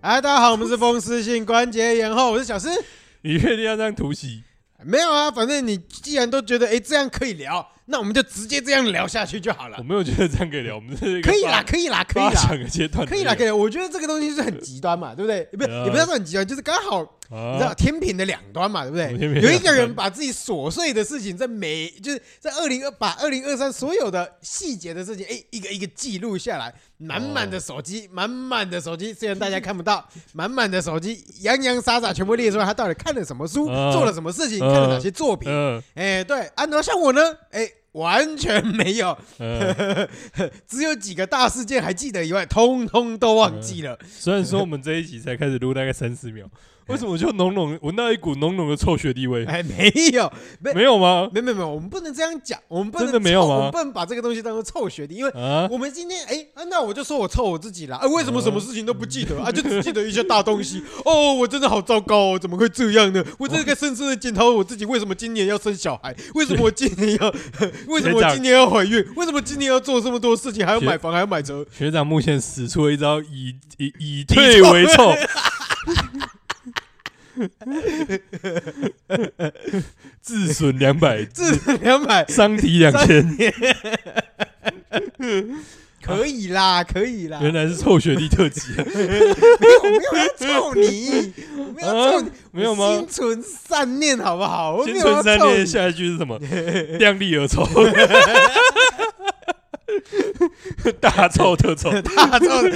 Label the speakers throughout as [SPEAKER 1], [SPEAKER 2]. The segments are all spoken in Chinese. [SPEAKER 1] 哎，大家好，我们是风湿性关节炎后，我是小诗。
[SPEAKER 2] 你确定要这样突袭？
[SPEAKER 1] 没有啊，反正你既然都觉得哎、这样可以聊，那我们就直接这样聊下去就好
[SPEAKER 2] 我
[SPEAKER 1] 了。
[SPEAKER 2] 没有觉得这样 可以聊，我们是一
[SPEAKER 1] 啊
[SPEAKER 2] 个
[SPEAKER 1] 可以啦，
[SPEAKER 2] 发
[SPEAKER 1] 可以啦，可以
[SPEAKER 2] 发
[SPEAKER 1] 啦，
[SPEAKER 2] 想的阶段，
[SPEAKER 1] 可以啦，可以啦。我觉得这个东西是很极端嘛，对不对？不是，
[SPEAKER 2] 呃
[SPEAKER 1] 也不要说很极端，就是刚好
[SPEAKER 2] 以。
[SPEAKER 1] 你知道
[SPEAKER 2] 啊，
[SPEAKER 1] 天平的两端嘛，对不
[SPEAKER 2] 我们天
[SPEAKER 1] 对？
[SPEAKER 2] 平
[SPEAKER 1] 有
[SPEAKER 2] 的
[SPEAKER 1] 一个人
[SPEAKER 2] 两端
[SPEAKER 1] 把自己琐碎的事情，在每就是在二零二把二零二三所有的细节的事情，哎，一个一个记录下来，满满的手机，
[SPEAKER 2] 哦
[SPEAKER 1] 满满的手机，虽然大家看不到，满满的手机，洋洋洒洒全部列出来，他到底看了什么书，
[SPEAKER 2] 嗯
[SPEAKER 1] 做了什么事情，
[SPEAKER 2] 嗯
[SPEAKER 1] 看了哪些作品？
[SPEAKER 2] 嗯
[SPEAKER 1] 哎，对，安德像我呢，哎，完全没有，
[SPEAKER 2] 嗯，
[SPEAKER 1] 只有几个大事件还记得以外，通通都忘记了。
[SPEAKER 2] 虽然说我们这一集才开始录大概三十秒，为什么我就浓浓闻到一股浓浓的臭学弟味？
[SPEAKER 1] 哎，没有，没
[SPEAKER 2] 没有吗？
[SPEAKER 1] 没没没，我们不能这样讲，我们不能
[SPEAKER 2] 真的没有
[SPEAKER 1] 凑
[SPEAKER 2] 吗
[SPEAKER 1] 我们不能把这个东西当做臭学弟，因为
[SPEAKER 2] 啊，
[SPEAKER 1] 我们今天哎、啊那我就说我臭我自己啦，哎、为什么什么事情都不记得啊？就 只记得一些大东西，哦，我真的好糟糕哦，怎么会这样呢？我真的该深深的检讨我自己，为什么今年要生小孩？为什么我今年要？ 为什么我今年要怀孕？为什么今年要做这么多事情？还要买房，还要买车？
[SPEAKER 2] 学长目前使出了一招以以以 退为臭，自损两百，
[SPEAKER 1] 至两百
[SPEAKER 2] 伤敌两千。
[SPEAKER 1] 可以啦，可以啦，
[SPEAKER 2] 原来是臭学弟特辑，啊
[SPEAKER 1] 没有没有要臭 你，我没有要臭你
[SPEAKER 2] 啊，没有吗
[SPEAKER 1] 我心存善念好不好？哦我没
[SPEAKER 2] 先
[SPEAKER 1] 有要
[SPEAKER 2] 存三
[SPEAKER 1] 臭
[SPEAKER 2] 天，
[SPEAKER 1] 你。
[SPEAKER 2] 下一句 是什么？量力而臭， 大臭特臭，
[SPEAKER 1] 大臭的，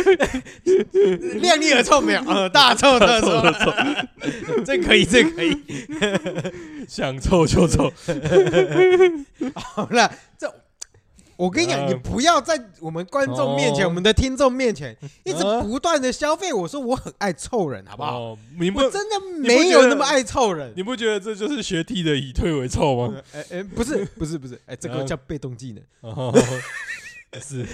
[SPEAKER 1] 量力而臭没有？呃，大臭特
[SPEAKER 2] 臭
[SPEAKER 1] 臭，
[SPEAKER 2] 特臭，
[SPEAKER 1] 这可以，这可以。
[SPEAKER 2] 想臭就臭。
[SPEAKER 1] 好了，这我跟你讲，
[SPEAKER 2] 呃
[SPEAKER 1] 你不要在我们观众面前、
[SPEAKER 2] 哦
[SPEAKER 1] 我们的听众面前一直
[SPEAKER 2] 呃
[SPEAKER 1] 不断的消费我说我很爱臭人，好不好？
[SPEAKER 2] 哦，你不
[SPEAKER 1] 我真的没有那么爱臭人。
[SPEAKER 2] 你不觉得这就是学弟的以退为 臭吗？
[SPEAKER 1] 呃哎哎，不是不是不是，哎，这个
[SPEAKER 2] 呃
[SPEAKER 1] 叫被动技能，
[SPEAKER 2] 哦，是，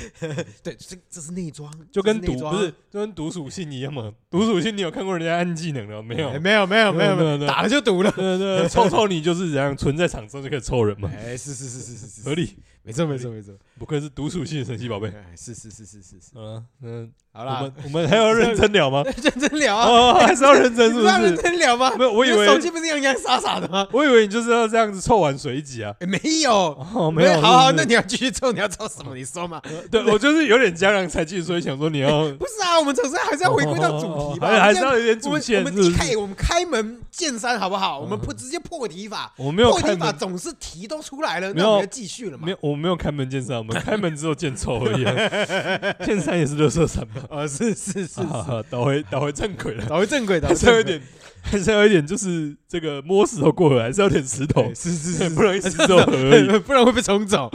[SPEAKER 1] 对，这这是内装，
[SPEAKER 2] 就跟
[SPEAKER 1] 这是啊
[SPEAKER 2] 毒
[SPEAKER 1] 内装
[SPEAKER 2] 不是就跟毒属性一样嘛？毒属性你有看过人家按技能了没有
[SPEAKER 1] 哎？没有没有没有没
[SPEAKER 2] 没有
[SPEAKER 1] 有，
[SPEAKER 2] 没有
[SPEAKER 1] 打了就毒 了。
[SPEAKER 2] 对对，臭臭你就是这样存在场上就可以臭人嘛，
[SPEAKER 1] 哎，是是是是是是，
[SPEAKER 2] 合理。
[SPEAKER 1] 没错没错没错，
[SPEAKER 2] 不愧是毒属性的神奇宝贝。
[SPEAKER 1] 哎是是是是是是，
[SPEAKER 2] 嗯嗯，
[SPEAKER 1] 好
[SPEAKER 2] 我
[SPEAKER 1] 啦，
[SPEAKER 2] 们我们还要认真 聊吗？
[SPEAKER 1] 认真聊啊，
[SPEAKER 2] 哦，还是要认真
[SPEAKER 1] 你
[SPEAKER 2] 是
[SPEAKER 1] 不
[SPEAKER 2] 不
[SPEAKER 1] 是要认
[SPEAKER 2] 是？
[SPEAKER 1] 真聊吗？
[SPEAKER 2] 没有，我以
[SPEAKER 1] 你的手机
[SPEAKER 2] 为
[SPEAKER 1] 不是洋洋洒洒的吗？
[SPEAKER 2] 我以为你就是要这样子凑完水一集啊。
[SPEAKER 1] 诶没有，
[SPEAKER 2] 哦，没有，
[SPEAKER 1] 好好，
[SPEAKER 2] 是不
[SPEAKER 1] 那
[SPEAKER 2] 是
[SPEAKER 1] 你要继续凑，你要凑什么？你说嘛。
[SPEAKER 2] 呃对我就是有点江郎才尽，所以想说你要
[SPEAKER 1] 不是啊，我们总是还是要回归到主题吧。
[SPEAKER 2] 哦哦哦
[SPEAKER 1] 我们
[SPEAKER 2] 还还
[SPEAKER 1] 这
[SPEAKER 2] 是
[SPEAKER 1] 样
[SPEAKER 2] 要有点
[SPEAKER 1] 我
[SPEAKER 2] 主
[SPEAKER 1] 们
[SPEAKER 2] 线，
[SPEAKER 1] 我
[SPEAKER 2] 是
[SPEAKER 1] 们
[SPEAKER 2] 不
[SPEAKER 1] 一
[SPEAKER 2] 是？
[SPEAKER 1] 开我们开门见山好不好？我们不直接破题法，
[SPEAKER 2] 我没有
[SPEAKER 1] 破题
[SPEAKER 2] 开
[SPEAKER 1] 法
[SPEAKER 2] 门，
[SPEAKER 1] 总是题都出来了，
[SPEAKER 2] 没
[SPEAKER 1] 那
[SPEAKER 2] 有
[SPEAKER 1] 我们要继续了嘛
[SPEAKER 2] 没？有，我没有开门见山，我们开门之后见臭而已啊。见山也是乐色山吧？
[SPEAKER 1] 呃，是是是
[SPEAKER 2] 啊，好 倒回倒回正 轨了，
[SPEAKER 1] 找回正轨，找
[SPEAKER 2] 还
[SPEAKER 1] 回
[SPEAKER 2] 是要
[SPEAKER 1] 正
[SPEAKER 2] 有一
[SPEAKER 1] 轨。
[SPEAKER 2] 点，还是要有一点，就是这个摸石头过河，还是要有点石头
[SPEAKER 1] 对，是是
[SPEAKER 2] 对
[SPEAKER 1] 是，
[SPEAKER 2] 不容易石头河而已。
[SPEAKER 1] 不然会被冲走。，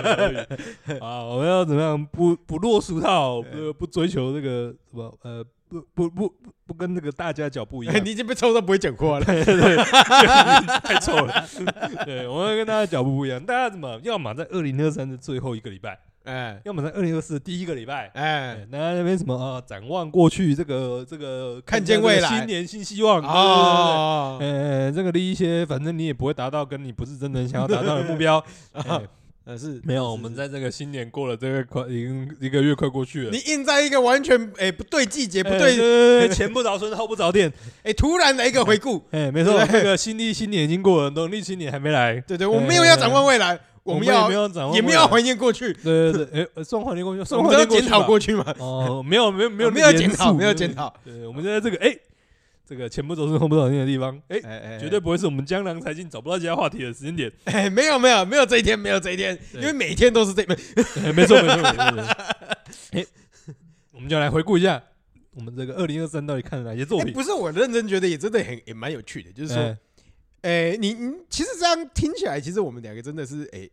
[SPEAKER 2] 啊，我们要怎么样？不不落俗套，不不追求这个什么呃，不不不不不跟那个大家脚步一样
[SPEAKER 1] 哎 你已经被抽到不会讲话了。
[SPEAKER 2] 太臭了。对，我们要跟大家脚步不一样，大家怎么要么在二零二三的最后一个礼拜，
[SPEAKER 1] 哎
[SPEAKER 2] 要么在二零二四的第一个礼拜。
[SPEAKER 1] 哎
[SPEAKER 2] 哎，那那边什么啊？展望过去，这个这个
[SPEAKER 1] 看
[SPEAKER 2] 一下
[SPEAKER 1] 见
[SPEAKER 2] 这个
[SPEAKER 1] 未来
[SPEAKER 2] 新年新希望啊！
[SPEAKER 1] 哦
[SPEAKER 2] 对对对对呃，这个的一些，反正你也不会达到跟你不是真正想要达到的目 标。哎
[SPEAKER 1] 呃是
[SPEAKER 2] 没有，
[SPEAKER 1] 是
[SPEAKER 2] 我们在这个新年过了这个快已经一个月快过去了
[SPEAKER 1] 你，印在一个完全哎、不对季节
[SPEAKER 2] 也
[SPEAKER 1] 不对
[SPEAKER 2] 对对，前不着村后不着店，
[SPEAKER 1] 哎、突然的一个回顾，
[SPEAKER 2] 哎，没错，
[SPEAKER 1] 对
[SPEAKER 2] 这个新历新年已经过了，农历新年还没来，
[SPEAKER 1] 对对，我们没有要展望未来，我
[SPEAKER 2] 我
[SPEAKER 1] 们
[SPEAKER 2] 也
[SPEAKER 1] 要
[SPEAKER 2] 没有展望，
[SPEAKER 1] 也没有怀念过去，
[SPEAKER 2] 对对对，哎，算怀念过去，
[SPEAKER 1] 我
[SPEAKER 2] 算
[SPEAKER 1] 们要
[SPEAKER 2] 怀念过
[SPEAKER 1] 检
[SPEAKER 2] 去
[SPEAKER 1] 讨
[SPEAKER 2] 吧
[SPEAKER 1] 过去嘛，
[SPEAKER 2] 哦，没有没有没有
[SPEAKER 1] 没有
[SPEAKER 2] 严
[SPEAKER 1] 检讨，
[SPEAKER 2] 肃
[SPEAKER 1] 没有检，讨，
[SPEAKER 2] 对，我们就在这个哎，这个前不着村后不着店的地方，哎，
[SPEAKER 1] 哎哎，哎
[SPEAKER 2] 绝对不会是我们江郎才尽找不到其他话题的时间点，
[SPEAKER 1] 哎没有没有没有这一天，没有这一天，因
[SPEAKER 2] 对
[SPEAKER 1] 为每天都是这一
[SPEAKER 2] 哎没错没错没错，没错哎，我们就来回顾一下我们这个二零二三到底看了哪些作
[SPEAKER 1] 哎
[SPEAKER 2] 品，
[SPEAKER 1] 不是我认真觉得也真的很也蛮有趣的，就是说
[SPEAKER 2] 哎，
[SPEAKER 1] 哎你你其实这样听起来，其实我们两个真的是哎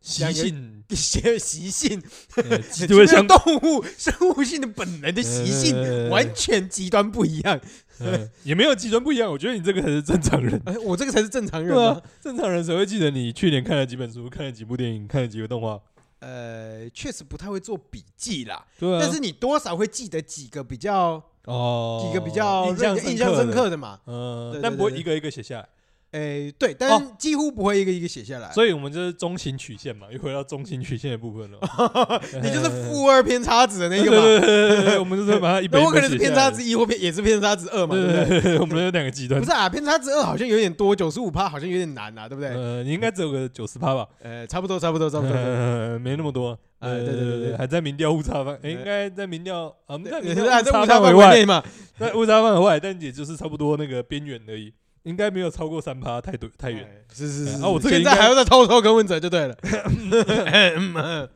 [SPEAKER 2] 习 性，
[SPEAKER 1] 一些 习性，
[SPEAKER 2] 哎极
[SPEAKER 1] 就
[SPEAKER 2] 端
[SPEAKER 1] 是
[SPEAKER 2] 相
[SPEAKER 1] 动物生物性的本能的习
[SPEAKER 2] 哎哎哎
[SPEAKER 1] 性
[SPEAKER 2] 哎
[SPEAKER 1] 完全极端不一样，。
[SPEAKER 2] 嗯，也没有极端不一样，我觉得你这个才是正常人
[SPEAKER 1] 哎我这个才是正常人
[SPEAKER 2] 对
[SPEAKER 1] 吗
[SPEAKER 2] 啊？， 正常人谁会记得你去年看了几本书、看了几部电影、看了几个动画？
[SPEAKER 1] 呃，确实不太会做笔记啦，
[SPEAKER 2] 对啊，
[SPEAKER 1] 但是你多少会记得几个比较
[SPEAKER 2] 哦，
[SPEAKER 1] 几个比较
[SPEAKER 2] 印
[SPEAKER 1] 让
[SPEAKER 2] 象
[SPEAKER 1] 人印象深
[SPEAKER 2] 的，
[SPEAKER 1] 刻的嘛。对
[SPEAKER 2] 嗯
[SPEAKER 1] 对，
[SPEAKER 2] 但不会
[SPEAKER 1] 对
[SPEAKER 2] 一个一个写下来。
[SPEAKER 1] 哎，对，但是几乎不会一个一个写下来，
[SPEAKER 2] 所以我们就是中型曲线嘛，又回到中型曲线的部分了。
[SPEAKER 1] 你就是负二偏差值的那
[SPEAKER 2] 对
[SPEAKER 1] 个嘛。
[SPEAKER 2] 对对对对，我们就是把它一本
[SPEAKER 1] 那
[SPEAKER 2] 一
[SPEAKER 1] 我可
[SPEAKER 2] 本
[SPEAKER 1] 能是
[SPEAKER 2] 写
[SPEAKER 1] 偏
[SPEAKER 2] 下
[SPEAKER 1] 差
[SPEAKER 2] 来
[SPEAKER 1] 值一或偏也是偏差值二嘛，对不
[SPEAKER 2] 对
[SPEAKER 1] 对？
[SPEAKER 2] 对对，我们有两个极端
[SPEAKER 1] 不。是啊，偏差值二好像有点多，九十五趴好像有点难啊，对不对？
[SPEAKER 2] 呃，你应该只有个九十趴吧？
[SPEAKER 1] 呃，差不多，差不多，差不多。
[SPEAKER 2] 呃，没那么多。
[SPEAKER 1] 哎
[SPEAKER 2] 呃
[SPEAKER 1] 对对对对
[SPEAKER 2] 还在民调误差范，哎，
[SPEAKER 1] 哎
[SPEAKER 2] 应该在民调，啊，我们在
[SPEAKER 1] 对
[SPEAKER 2] 民
[SPEAKER 1] 对
[SPEAKER 2] 调
[SPEAKER 1] 啊，
[SPEAKER 2] 误
[SPEAKER 1] 在
[SPEAKER 2] 差
[SPEAKER 1] 误差
[SPEAKER 2] 范围
[SPEAKER 1] 范围
[SPEAKER 2] 外，
[SPEAKER 1] 内嘛，
[SPEAKER 2] 在误差范围外，但也就是差不多那个边缘而已，应该没有超过三趴，太多太远。
[SPEAKER 1] 哎是是
[SPEAKER 2] 哎
[SPEAKER 1] 是，
[SPEAKER 2] 啊我这个
[SPEAKER 1] 现
[SPEAKER 2] 应
[SPEAKER 1] 在
[SPEAKER 2] 该
[SPEAKER 1] 还要再偷偷跟问者就对了。嗯嗯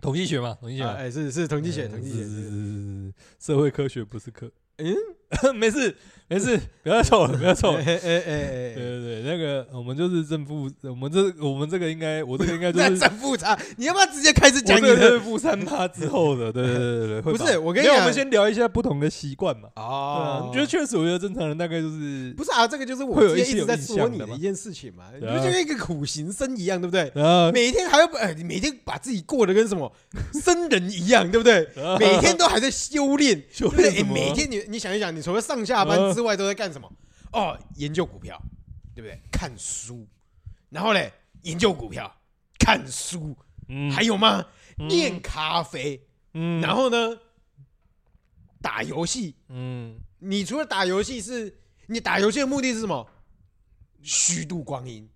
[SPEAKER 2] 统计学嘛，统计学
[SPEAKER 1] 嗯
[SPEAKER 2] 嘛，
[SPEAKER 1] 啊哎，是是统计学，
[SPEAKER 2] 呃
[SPEAKER 1] 统
[SPEAKER 2] 是
[SPEAKER 1] 计
[SPEAKER 2] 是是
[SPEAKER 1] 学。
[SPEAKER 2] 是是社会科学不是科。
[SPEAKER 1] 嗯，
[SPEAKER 2] 没事没事，不要凑了，不要凑了
[SPEAKER 1] 哎。哎哎哎
[SPEAKER 2] 对
[SPEAKER 1] 哎，
[SPEAKER 2] 对对，那个我们就是正负，我们这我们这个应该，我这个应该就
[SPEAKER 1] 那
[SPEAKER 2] 是。
[SPEAKER 1] 正负差，你要不要直接开始
[SPEAKER 2] 我
[SPEAKER 1] 讲
[SPEAKER 2] 这
[SPEAKER 1] 你
[SPEAKER 2] 个
[SPEAKER 1] 的？
[SPEAKER 2] 是负三趴之后的，对对对对对，会
[SPEAKER 1] 不
[SPEAKER 2] 吧
[SPEAKER 1] 是我跟你
[SPEAKER 2] 没有
[SPEAKER 1] 讲
[SPEAKER 2] 我们先聊一下不同的习惯嘛。对啊，
[SPEAKER 1] 哦
[SPEAKER 2] 你觉得确实，我觉得正常人大概就是
[SPEAKER 1] 不是啊，这个就是我
[SPEAKER 2] 会有
[SPEAKER 1] 之
[SPEAKER 2] 一
[SPEAKER 1] 前
[SPEAKER 2] 些
[SPEAKER 1] 一直在
[SPEAKER 2] 有印
[SPEAKER 1] 说
[SPEAKER 2] 象
[SPEAKER 1] 你
[SPEAKER 2] 的
[SPEAKER 1] 的
[SPEAKER 2] 嘛
[SPEAKER 1] 一件事情嘛，你
[SPEAKER 2] 对
[SPEAKER 1] 就
[SPEAKER 2] 啊
[SPEAKER 1] 像一个苦行僧一样，对不 对？
[SPEAKER 2] 然后
[SPEAKER 1] 每天还要把呃，你每天把自己过得跟什么僧人一样，对不 对？
[SPEAKER 2] 然后
[SPEAKER 1] 每天都还在 修炼，嗯
[SPEAKER 2] 修
[SPEAKER 1] 对不对
[SPEAKER 2] 炼什
[SPEAKER 1] 哎
[SPEAKER 2] 么
[SPEAKER 1] 每天你你想一想，你除了上下班之外都在干什么？哦，研究股票，对不对？看书，然后嘞，研究股票，看书，
[SPEAKER 2] 嗯
[SPEAKER 1] 还有吗？
[SPEAKER 2] 嗯
[SPEAKER 1] 念咖啡，
[SPEAKER 2] 嗯
[SPEAKER 1] 然后呢，打游戏。
[SPEAKER 2] 嗯
[SPEAKER 1] 你除了打游戏是，你打游戏的目的是什么？虚度光 阴，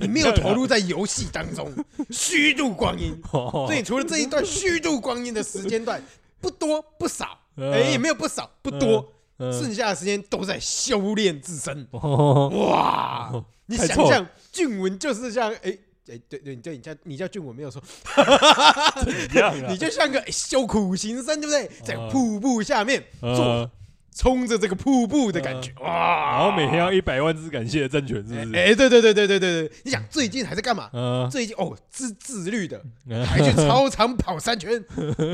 [SPEAKER 1] 你没有投入在游戏当中，虚度光阴。 所以
[SPEAKER 2] 对
[SPEAKER 1] 你除了这一段虚度光阴的时间段，不多不少，
[SPEAKER 2] 嗯
[SPEAKER 1] 哎、也没有不少，不多，剩下的时间都在修炼自身。
[SPEAKER 2] 哦
[SPEAKER 1] 哇，
[SPEAKER 2] 哦
[SPEAKER 1] 你
[SPEAKER 2] 太
[SPEAKER 1] 想
[SPEAKER 2] 臭了
[SPEAKER 1] 象俊文就是像哎。哎，对对，你叫你叫你叫俊文没有错，
[SPEAKER 2] 一样 啊
[SPEAKER 1] 你就像个哎修苦行僧，对不对？在
[SPEAKER 2] 嗯
[SPEAKER 1] 瀑布下面坐，
[SPEAKER 2] 嗯
[SPEAKER 1] 冲着这个瀑布的感觉，
[SPEAKER 2] 啊
[SPEAKER 1] 哇！
[SPEAKER 2] 然后每天要一百万次感谢的政权，是不是？
[SPEAKER 1] 啊哎、对对对对对对对，你想最近还在干嘛？
[SPEAKER 2] 嗯，
[SPEAKER 1] 最近哦，自自律的，还去操场跑三 圈，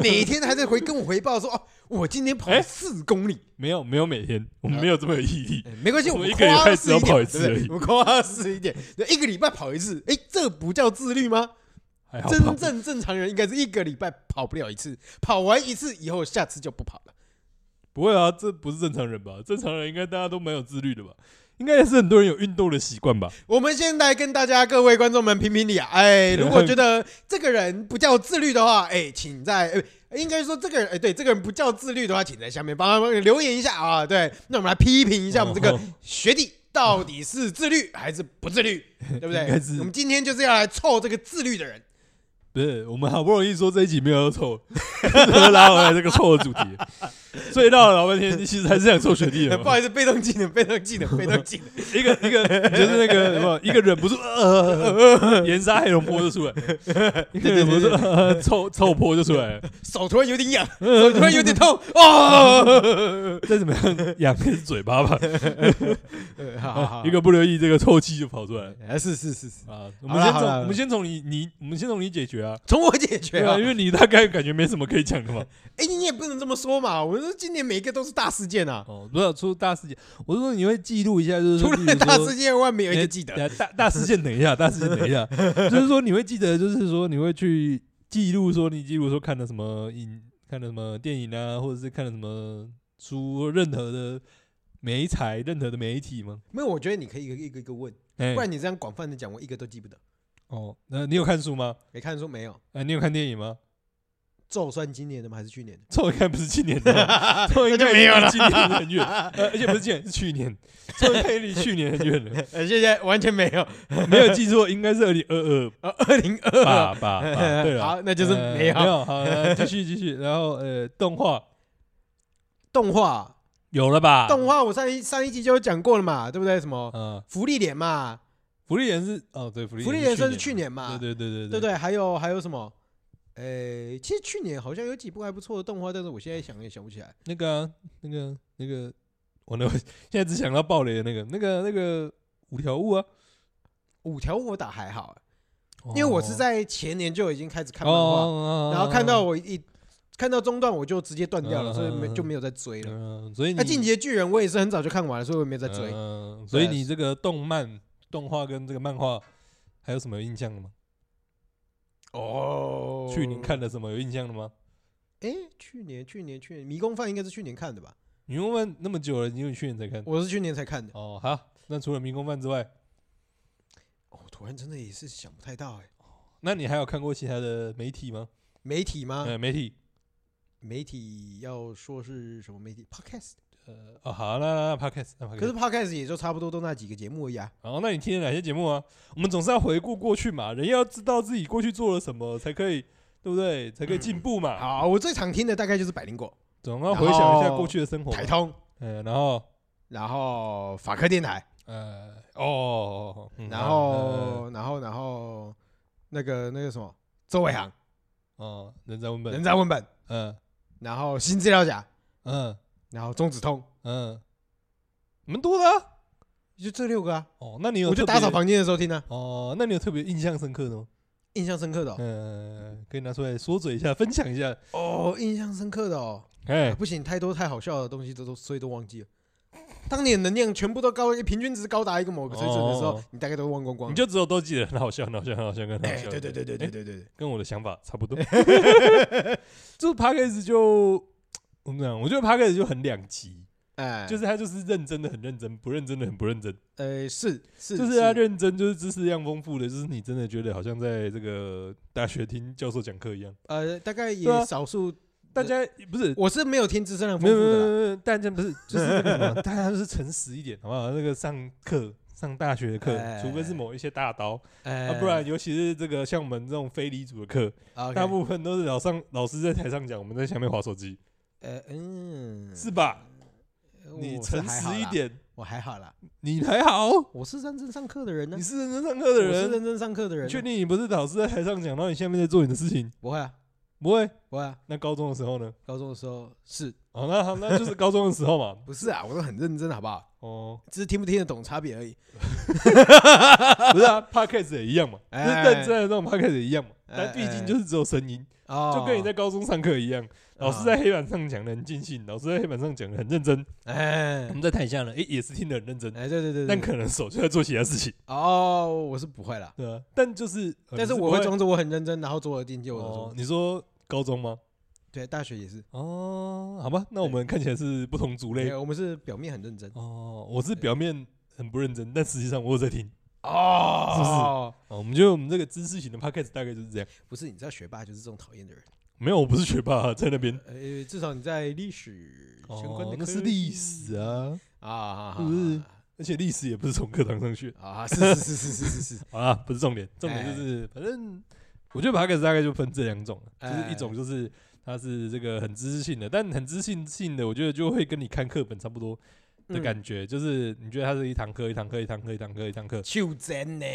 [SPEAKER 1] 每天还在回跟我回报说哦，我今天跑
[SPEAKER 2] 哎
[SPEAKER 1] 四公里、
[SPEAKER 2] 没有没有每天，我们没有这么有毅力。
[SPEAKER 1] 哎没关系，
[SPEAKER 2] 我
[SPEAKER 1] 我们
[SPEAKER 2] 一个礼
[SPEAKER 1] 夸
[SPEAKER 2] 拜
[SPEAKER 1] 他
[SPEAKER 2] 只
[SPEAKER 1] 是
[SPEAKER 2] 要
[SPEAKER 1] 一
[SPEAKER 2] 跑一
[SPEAKER 1] 点，
[SPEAKER 2] 次
[SPEAKER 1] 对
[SPEAKER 2] 而
[SPEAKER 1] 不
[SPEAKER 2] 已
[SPEAKER 1] 对？我们夸他是一点，对，一个礼拜跑一次，哎、这不叫自律吗？
[SPEAKER 2] 还哎好吧
[SPEAKER 1] 哎真正正常人应该是一个礼拜跑不了一次，跑完一次以后，下次就不跑了。
[SPEAKER 2] 不会啊，这不是正常人吧？正常人应该大家都蛮有自律的吧？应该也是很多人有运动的习惯吧？
[SPEAKER 1] 我们先来跟大家各位观众们评评理啊！哎，如果觉得这个人不叫自律的话，哎，请在哎，应该说这个人哎，对，这个人不叫自律的话，请在下面帮他们留言一下啊！对，那我们来批评一下我们这个
[SPEAKER 2] 哦
[SPEAKER 1] 学弟到底是自律还是不自律，对不对
[SPEAKER 2] 应该是？
[SPEAKER 1] 我们今天就是要来凑这个自律的人。
[SPEAKER 2] 不是，我们好不容易说这一集没有要凑， 拉回来这个凑的主题，所以绕了老半天，其实还是想凑学弟的
[SPEAKER 1] 哎
[SPEAKER 2] 嘛。
[SPEAKER 1] 不好意思，被动技能，被动技能，被动技 能。
[SPEAKER 2] 一个一个就是那 个什么，一个忍不住呃，盐沙黑龙坡就出 来了，一个忍不住呃臭臭坡就出来 了，
[SPEAKER 1] 手突然有点 痒，手突然有点 痛哦。
[SPEAKER 2] 再怎么样养的是嘴巴 吧，
[SPEAKER 1] 呃好好好，
[SPEAKER 2] 一个不留意这个臭气就跑出来了
[SPEAKER 1] 哎是是是是，
[SPEAKER 2] 啊。我
[SPEAKER 1] 好
[SPEAKER 2] 们
[SPEAKER 1] 啦
[SPEAKER 2] 先
[SPEAKER 1] 好
[SPEAKER 2] 从
[SPEAKER 1] 啦
[SPEAKER 2] 我们先从你你我们先从你解决啊，
[SPEAKER 1] 从我解决
[SPEAKER 2] 对啊，因为你大概感觉没什么可以讲的嘛。
[SPEAKER 1] 哎、你也不能这么说嘛！我说今年每个都是大事件啊，
[SPEAKER 2] 哦，不要出大事件，我是说你会记录一下，就是
[SPEAKER 1] 除
[SPEAKER 2] 说
[SPEAKER 1] 了大事
[SPEAKER 2] 件。
[SPEAKER 1] 件外，没有一个
[SPEAKER 2] 哎
[SPEAKER 1] 记得。
[SPEAKER 2] 等下大大事件，等一下，大事件，等一下， 就是说你会记得，就是说你会去记录，说你记录说看了什么影，看了什么电影啊，或者是看了什么书，或任何的媒材，任何的媒体吗？
[SPEAKER 1] 没有，我觉得你可以一个一个一个问，
[SPEAKER 2] 哎、
[SPEAKER 1] 不然你这样广泛的讲，我一个都记不得。
[SPEAKER 2] 哦，那、你有看书吗？
[SPEAKER 1] 你看说没有？
[SPEAKER 2] 哎、你有看电影吗？
[SPEAKER 1] 咒算今年的吗？还是去年的？
[SPEAKER 2] 臭应该不是今年 的吧，臭应
[SPEAKER 1] 那
[SPEAKER 2] 该
[SPEAKER 1] 就没有
[SPEAKER 2] 离
[SPEAKER 1] 了
[SPEAKER 2] 今年的很远， 呃，而且不是今年，是去年，臭应该离去年很远了，
[SPEAKER 1] 呃， 现在完全没有。
[SPEAKER 2] 没有记错，应该是二零二二
[SPEAKER 1] 呃， 二零
[SPEAKER 2] 吧
[SPEAKER 1] 二
[SPEAKER 2] 吧吧，对 了，
[SPEAKER 1] 好那就是
[SPEAKER 2] 呃
[SPEAKER 1] 没有
[SPEAKER 2] 没有，好，呃继续继续，然后呃，动画
[SPEAKER 1] 动画，啊
[SPEAKER 2] 有了吧？
[SPEAKER 1] 动，画我上一上一集就有讲过了嘛，对不对？什么
[SPEAKER 2] 嗯，
[SPEAKER 1] 福利脸嘛，
[SPEAKER 2] 福利人是哦，对，福利
[SPEAKER 1] 福利
[SPEAKER 2] 人
[SPEAKER 1] 脸算是去年嘛，
[SPEAKER 2] 对对
[SPEAKER 1] 对
[SPEAKER 2] 对对
[SPEAKER 1] 不对？还有还有什么？呃，其实去年好像有几部还不错的动画，但是我现在想也想不起来。
[SPEAKER 2] 那个啊那个那个，我那现在只想到暴雷的那个那个那个五条悟啊，
[SPEAKER 1] 五条悟我打还好，因为我是在前年就已经开始看漫画，
[SPEAKER 2] 哦，
[SPEAKER 1] 然后看到我一看到中段我就直接断掉了，
[SPEAKER 2] 嗯
[SPEAKER 1] 所以没就没有再追了。
[SPEAKER 2] 嗯，所以
[SPEAKER 1] 那《
[SPEAKER 2] 你
[SPEAKER 1] 进击的巨人》我也是很早就看完了，所以我也没有再追。
[SPEAKER 2] 嗯，所以你这个动漫、动画跟这个漫画还有什么有印象的吗？
[SPEAKER 1] 哦
[SPEAKER 2] 去年，看了什么有印象的吗？
[SPEAKER 1] 哎，去年去年去年《迷宫饭》应该是去年看的吧？
[SPEAKER 2] 你问问那么久了，你有去年才看？
[SPEAKER 1] 我是去年才看的。
[SPEAKER 2] 哦，好，那除了迷宫饭之外，
[SPEAKER 1] 哦，突然真的也是想不太到哎、
[SPEAKER 2] 那你还有看过其他的媒体吗？
[SPEAKER 1] 媒体吗？
[SPEAKER 2] 呃，媒体，
[SPEAKER 1] 媒体要说是什么媒体？Podcast，
[SPEAKER 2] 呃，哦，好，那那 podcast，那 podcast，
[SPEAKER 1] 可是 Podcast 也就差不多都那几个节目而已啊。
[SPEAKER 2] 好，那你听了哪些节目啊？我们总是要回顾过去嘛，人要知道自己过去做了什么，才可以，对不对？才可以进步嘛。
[SPEAKER 1] 好，啊我最常听的大概就是百灵果、
[SPEAKER 2] 总要回想一下过去的生活嘛。
[SPEAKER 1] 台通，
[SPEAKER 2] 呃，然后，
[SPEAKER 1] 然后法科电台，
[SPEAKER 2] 呃，哦，嗯
[SPEAKER 1] 然后，然后，然后那个那个什么周伟航，
[SPEAKER 2] 呃哦，人在文本，
[SPEAKER 1] 人在文本，
[SPEAKER 2] 嗯
[SPEAKER 1] 然后新资料夹，
[SPEAKER 2] 嗯
[SPEAKER 1] 然后中子通，
[SPEAKER 2] 嗯，蛮多的啊。
[SPEAKER 1] 就这六个啊。
[SPEAKER 2] 哦，那你有
[SPEAKER 1] 我就
[SPEAKER 2] 特别
[SPEAKER 1] 打扫房间的时候听啊，
[SPEAKER 2] 哦，那你有特别印象深刻的吗？
[SPEAKER 1] 印象深刻的
[SPEAKER 2] 嗯，可以拿出来说嘴一下，分享一下。
[SPEAKER 1] 哦，哦印象深刻的哦。
[SPEAKER 2] 哎
[SPEAKER 1] 啊，不行，太多太好笑的东西都都，所以都忘记了。当你的能量全部都高，平均值高达一个某个水准的时候
[SPEAKER 2] 哦，
[SPEAKER 1] 你大概都忘光光。
[SPEAKER 2] 你就只有都记得很好笑，很好笑，很好笑，很好
[SPEAKER 1] 哎，
[SPEAKER 2] 笑。
[SPEAKER 1] 对对对对对对对对，
[SPEAKER 2] 跟我的想法差 不多。就是 p a c k a g e 就我们讲，我觉得 p a c k a g e 就很两极，
[SPEAKER 1] 哎，
[SPEAKER 2] 就是他就是认真的很认真，不认真的很不认真。
[SPEAKER 1] 呃是是，
[SPEAKER 2] 就是他认真，就是知识量丰富的，就是你真的觉得好像在这个大学听教授讲课一样。
[SPEAKER 1] 呃，大概
[SPEAKER 2] 对啊
[SPEAKER 1] 也少数，
[SPEAKER 2] 大家不是。
[SPEAKER 1] 我是没有听资深量
[SPEAKER 2] 没
[SPEAKER 1] 丰
[SPEAKER 2] 有
[SPEAKER 1] 富
[SPEAKER 2] 没
[SPEAKER 1] 的
[SPEAKER 2] 有没
[SPEAKER 1] 啦。
[SPEAKER 2] 有没有，大家不是就是那个什么，大家就是诚实一点，好不好？那个上课上大学的课，
[SPEAKER 1] 哎
[SPEAKER 2] 除非是某一些大刀，
[SPEAKER 1] 哎
[SPEAKER 2] 啊，不然尤其是这个像我们这种非理组的课，
[SPEAKER 1] OK
[SPEAKER 2] 大部分都是老上老师在台上讲，我们在下面划手机，
[SPEAKER 1] 呃嗯，
[SPEAKER 2] 是吧？你
[SPEAKER 1] 我是
[SPEAKER 2] 诚
[SPEAKER 1] 还好
[SPEAKER 2] 实一
[SPEAKER 1] 啦，
[SPEAKER 2] 点，
[SPEAKER 1] 我还好啦，
[SPEAKER 2] 你还好，
[SPEAKER 1] 我是认真上课的人呢
[SPEAKER 2] 你，是认真上课的
[SPEAKER 1] 我是
[SPEAKER 2] 人，
[SPEAKER 1] 认真上课的人啊
[SPEAKER 2] 你
[SPEAKER 1] 呢，
[SPEAKER 2] 确定你不是老师在台上讲，然后你下面在做你的事情？
[SPEAKER 1] 不会啊，
[SPEAKER 2] 不会。
[SPEAKER 1] 不会啊，
[SPEAKER 2] 那高中的时候呢？
[SPEAKER 1] 高中的时候是
[SPEAKER 2] 哦，那好，那就是高中的时 候嘛。
[SPEAKER 1] 不是啊？我都很认真，好不好？
[SPEAKER 2] 哦，
[SPEAKER 1] 只是听不听得懂差别而已。
[SPEAKER 2] 不是啊，podcast 也一样嘛，就是
[SPEAKER 1] 哎
[SPEAKER 2] 认真的那种 podcast 也一样嘛。
[SPEAKER 1] 哎
[SPEAKER 2] 但毕竟就是只有声音，
[SPEAKER 1] 哦，
[SPEAKER 2] 就跟你在高中上课一样，老师在黑板上讲的很尽兴，老师在黑板上讲的很认真，
[SPEAKER 1] 哎
[SPEAKER 2] 我们在台下呢，诶，也是听得很认真，
[SPEAKER 1] 哎，对对对，对
[SPEAKER 2] 但可能手就在做其他事情，
[SPEAKER 1] 哦，我是不会啦，
[SPEAKER 2] 对啊。但就是，呃
[SPEAKER 1] 但是
[SPEAKER 2] 你
[SPEAKER 1] 我
[SPEAKER 2] 不
[SPEAKER 1] 会装作我很认真，然后左耳进右耳
[SPEAKER 2] 哦
[SPEAKER 1] 出。
[SPEAKER 2] 你说高中吗？
[SPEAKER 1] 对，大学也是，
[SPEAKER 2] 哦，好吧，那我
[SPEAKER 1] 对
[SPEAKER 2] 们看起来是不同族
[SPEAKER 1] 没
[SPEAKER 2] 类。
[SPEAKER 1] 有我们是表面很认真。
[SPEAKER 2] 哦，我是表面很不认真，但实际上我有在听。
[SPEAKER 1] 哦，
[SPEAKER 2] 哦，我们觉得我们这个知识型的 podcast 大概就是这样。
[SPEAKER 1] 不是，你知道学霸就是这种讨厌的人。
[SPEAKER 2] 没有，我不是学霸，啊在那边。
[SPEAKER 1] 呃，至少你在历史 相关
[SPEAKER 2] 哦
[SPEAKER 1] 的，
[SPEAKER 2] 那
[SPEAKER 1] 科
[SPEAKER 2] 是历史啊，
[SPEAKER 1] 啊啊，
[SPEAKER 2] 是不是而且历史也不是从课堂上学的。
[SPEAKER 1] 啊，啊是是是是是是是，
[SPEAKER 2] 好啦，不是重点，重点
[SPEAKER 1] 哎
[SPEAKER 2] 就是，反正我觉得 podcast 大概就分这两种，啊就是一
[SPEAKER 1] 哎
[SPEAKER 2] 种就是它是这个很知识性的，但很知识性的，我觉得就会跟你看课本差不多
[SPEAKER 1] 嗯
[SPEAKER 2] 的感觉，就是你觉得它是一堂课一堂课一堂课一堂课一堂课，
[SPEAKER 1] 就真呢，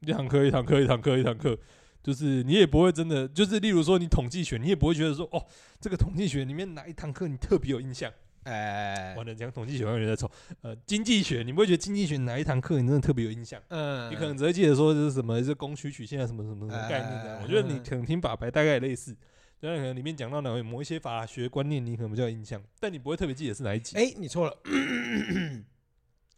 [SPEAKER 2] 一堂课一堂课一堂课一堂课，就是你也不会真的，就是例如说你统计学，你也不会觉得说哦，这个统计学里面哪一堂课你特别有印象。
[SPEAKER 1] 哎，
[SPEAKER 2] 完了，讲统计学，有人在抽。呃，经济学，你不会觉得经济学哪一堂课你真的特别有印象？
[SPEAKER 1] 嗯，
[SPEAKER 2] 你可能只会记得说这是什么，是供需曲线啊，什么什么什么概念啊。我觉得你
[SPEAKER 1] 嗯
[SPEAKER 2] 可能听法白大概也类似，当然可能里面讲到哪某一些法学观念，你可能比较有印象，但你不会特别记得是哪一集。
[SPEAKER 1] 哎，你错了，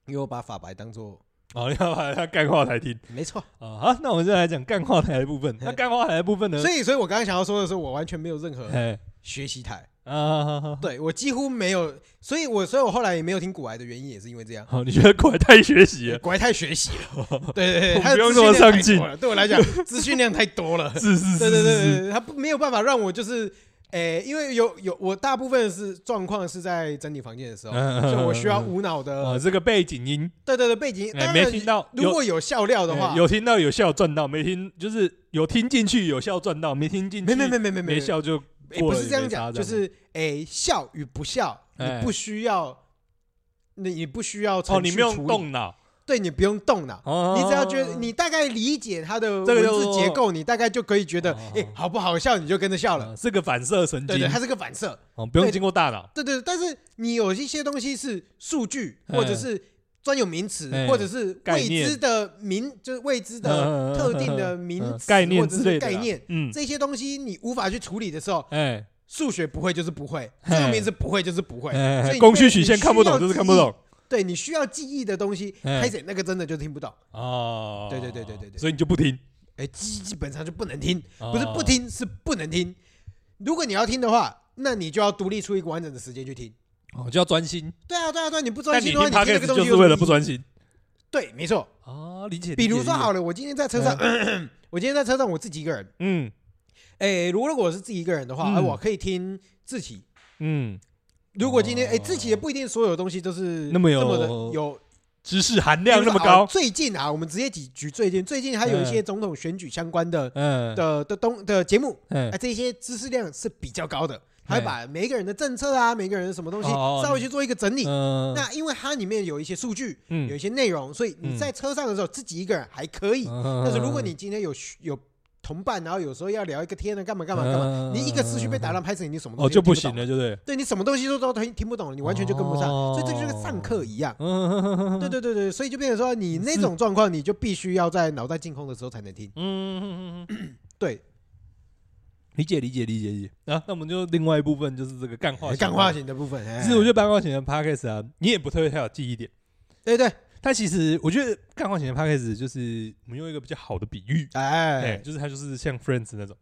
[SPEAKER 1] 因为我把法白当做
[SPEAKER 2] 哦，你要把它干话台听
[SPEAKER 1] 没错，
[SPEAKER 2] 啊。好，那我们就来讲干话台的部分。那干话台的部分呢？
[SPEAKER 1] 所以所以我刚刚想要说的是，我完全没有任何
[SPEAKER 2] 哎
[SPEAKER 1] 学习台，
[SPEAKER 2] 啊，好 好好
[SPEAKER 1] 对我几乎没有，所以我所以我后来也没有听古癌的原因也是因为这样。
[SPEAKER 2] 好，哦你觉得果然太学习 了，
[SPEAKER 1] 古癌太学习了， 对对
[SPEAKER 2] 我
[SPEAKER 1] 对，他的
[SPEAKER 2] 不用
[SPEAKER 1] 资
[SPEAKER 2] 这
[SPEAKER 1] 讯量
[SPEAKER 2] 么上
[SPEAKER 1] 太
[SPEAKER 2] 进
[SPEAKER 1] 多了，对我来讲资讯量太多了。
[SPEAKER 2] 是是
[SPEAKER 1] 对对
[SPEAKER 2] 是是
[SPEAKER 1] 对
[SPEAKER 2] 是，
[SPEAKER 1] 对，他不没有办法让我就是，诶、因为有有我大部分是状况是在整理房间的时候，
[SPEAKER 2] 嗯嗯
[SPEAKER 1] 所以我
[SPEAKER 2] 嗯
[SPEAKER 1] 需要
[SPEAKER 2] 嗯
[SPEAKER 1] 无脑的
[SPEAKER 2] 哦，，这个背景音
[SPEAKER 1] 对对对，背景。
[SPEAKER 2] 哎
[SPEAKER 1] 当
[SPEAKER 2] 没
[SPEAKER 1] 然，
[SPEAKER 2] 听到，
[SPEAKER 1] 如
[SPEAKER 2] 有
[SPEAKER 1] 果有笑料的
[SPEAKER 2] 哎
[SPEAKER 1] 话，
[SPEAKER 2] 有听到有效赚到，没听就是有听进去有效赚到，没听进
[SPEAKER 1] 没
[SPEAKER 2] 去
[SPEAKER 1] 没没没没
[SPEAKER 2] 没效就
[SPEAKER 1] 诶
[SPEAKER 2] 过
[SPEAKER 1] 不
[SPEAKER 2] 了
[SPEAKER 1] 是
[SPEAKER 2] 也
[SPEAKER 1] 这样
[SPEAKER 2] 没差
[SPEAKER 1] 讲，就
[SPEAKER 2] 这样
[SPEAKER 1] 是诶、笑与不笑，
[SPEAKER 2] 哎
[SPEAKER 1] 你不需要，你你不需要
[SPEAKER 2] 哦，
[SPEAKER 1] 程
[SPEAKER 2] 你
[SPEAKER 1] 序
[SPEAKER 2] 不用
[SPEAKER 1] 处理，
[SPEAKER 2] 动脑，
[SPEAKER 1] 对你不用动脑。
[SPEAKER 2] 哦
[SPEAKER 1] 你只要觉得你大概理解它的
[SPEAKER 2] 这个
[SPEAKER 1] 文
[SPEAKER 2] 叫
[SPEAKER 1] 字结构，你大概就可以觉得
[SPEAKER 2] 哦哦，
[SPEAKER 1] 哎、好不好笑，你就跟着笑了。
[SPEAKER 2] 嗯是个反射神
[SPEAKER 1] 对
[SPEAKER 2] 经
[SPEAKER 1] 对，，它是个反射。
[SPEAKER 2] 哦，不用
[SPEAKER 1] 对
[SPEAKER 2] 经过大脑，
[SPEAKER 1] 对对，但是你有一些东西是数据，
[SPEAKER 2] 嗯
[SPEAKER 1] 或者是专有名词
[SPEAKER 2] 嗯，
[SPEAKER 1] 或者是
[SPEAKER 2] 概
[SPEAKER 1] 未
[SPEAKER 2] 念
[SPEAKER 1] 知的名，就是未知
[SPEAKER 2] 嗯嗯嗯
[SPEAKER 1] 的特定的
[SPEAKER 2] 嗯
[SPEAKER 1] 名
[SPEAKER 2] 嗯
[SPEAKER 1] 词
[SPEAKER 2] 概念
[SPEAKER 1] 或者
[SPEAKER 2] 之
[SPEAKER 1] 是
[SPEAKER 2] 类的啦
[SPEAKER 1] 概念。
[SPEAKER 2] 嗯，
[SPEAKER 1] 这些东西你无法去处理的时候，
[SPEAKER 2] 哎
[SPEAKER 1] 数学不会就是不会，
[SPEAKER 2] 嘿
[SPEAKER 1] 专有名词不会就是不会，
[SPEAKER 2] 哎，
[SPEAKER 1] 所以
[SPEAKER 2] 哎
[SPEAKER 1] 你
[SPEAKER 2] 供需
[SPEAKER 1] 被
[SPEAKER 2] 曲线看不懂就是看不。
[SPEAKER 1] 你需要记忆
[SPEAKER 2] 懂
[SPEAKER 1] 对你需要记忆的东西，
[SPEAKER 2] 嗯
[SPEAKER 1] 开始那个真的就听不懂，
[SPEAKER 2] 哦，
[SPEAKER 1] 对对对对对对
[SPEAKER 2] 所以你就不听，哦
[SPEAKER 1] 哎，基基本上就不能听，
[SPEAKER 2] 不
[SPEAKER 1] 不是不，听，是不能听。如果你要听的话，那你就要独立出一个完整的时间去听。
[SPEAKER 2] 哦，就要专心，
[SPEAKER 1] 对啊，对啊，对啊，你不专
[SPEAKER 2] 但你
[SPEAKER 1] 心
[SPEAKER 2] 听
[SPEAKER 1] 的话，你听这个
[SPEAKER 2] podcast
[SPEAKER 1] 东
[SPEAKER 2] 就
[SPEAKER 1] 西
[SPEAKER 2] 是为了不专心，
[SPEAKER 1] 对，没错。
[SPEAKER 2] 啊，理解。
[SPEAKER 1] 比如
[SPEAKER 2] 理解
[SPEAKER 1] 说好，
[SPEAKER 2] 理解
[SPEAKER 1] 了，我今天在车上， 我今天在车上我自己一个人，
[SPEAKER 2] 嗯
[SPEAKER 1] 哎，如如果我是自己一个人的话，
[SPEAKER 2] 嗯
[SPEAKER 1] 哎我可以听自己。
[SPEAKER 2] 嗯，
[SPEAKER 1] 如果今天哎，
[SPEAKER 2] 哦
[SPEAKER 1] 自己也不一定所有东西都是
[SPEAKER 2] 那么有
[SPEAKER 1] 这么的有
[SPEAKER 2] 知识含量那么
[SPEAKER 1] 比如说好
[SPEAKER 2] 高，
[SPEAKER 1] 最近啊，我们直接举举最近，最近还有一些总统选举相关的
[SPEAKER 2] 嗯
[SPEAKER 1] 的的东的节目，
[SPEAKER 2] 嗯
[SPEAKER 1] 哎，这些知识量是比较高的，他会把每一个人的政策啊，每一个人的什么东西
[SPEAKER 2] 哎哦哦
[SPEAKER 1] 稍微去做一个整理。
[SPEAKER 2] 嗯
[SPEAKER 1] 那因为它里面有一些数据，
[SPEAKER 2] 嗯
[SPEAKER 1] 有一些内容，所以你在车上的时候自己一个人还可以，但
[SPEAKER 2] 但
[SPEAKER 1] 是如果你今天有需有同伴，然后有时候要聊一个天的，啊干嘛干嘛干嘛，
[SPEAKER 2] 嗯
[SPEAKER 1] 你一个思绪被打乱，拍成你什么东
[SPEAKER 2] 哦
[SPEAKER 1] 西
[SPEAKER 2] 就
[SPEAKER 1] 都
[SPEAKER 2] 不
[SPEAKER 1] 听
[SPEAKER 2] 行
[SPEAKER 1] 懂
[SPEAKER 2] 了，就对，
[SPEAKER 1] 对你什么东西都都听听不懂了，你完全就跟不上，
[SPEAKER 2] 哦
[SPEAKER 1] 所以这就跟上课一样。
[SPEAKER 2] 嗯，
[SPEAKER 1] 对对对对，所以就变成说，你那种状况，你就必须要在脑袋净空的时候才能听。
[SPEAKER 2] 嗯，
[SPEAKER 1] 对，
[SPEAKER 2] 理解理解理解理解啊，那我们就另外一部分就是这个干话
[SPEAKER 1] 哎
[SPEAKER 2] 型
[SPEAKER 1] 干化。型的部分，哎
[SPEAKER 2] 哦其实我觉得干话型的 podcast 啊，你也不特别太有记忆点。
[SPEAKER 1] 对对，
[SPEAKER 2] 但其实我觉得干话型的 podcast 就是我们用一个比较好的比喻，哎，
[SPEAKER 1] 哎
[SPEAKER 2] 就是它就是像 Friends 那种，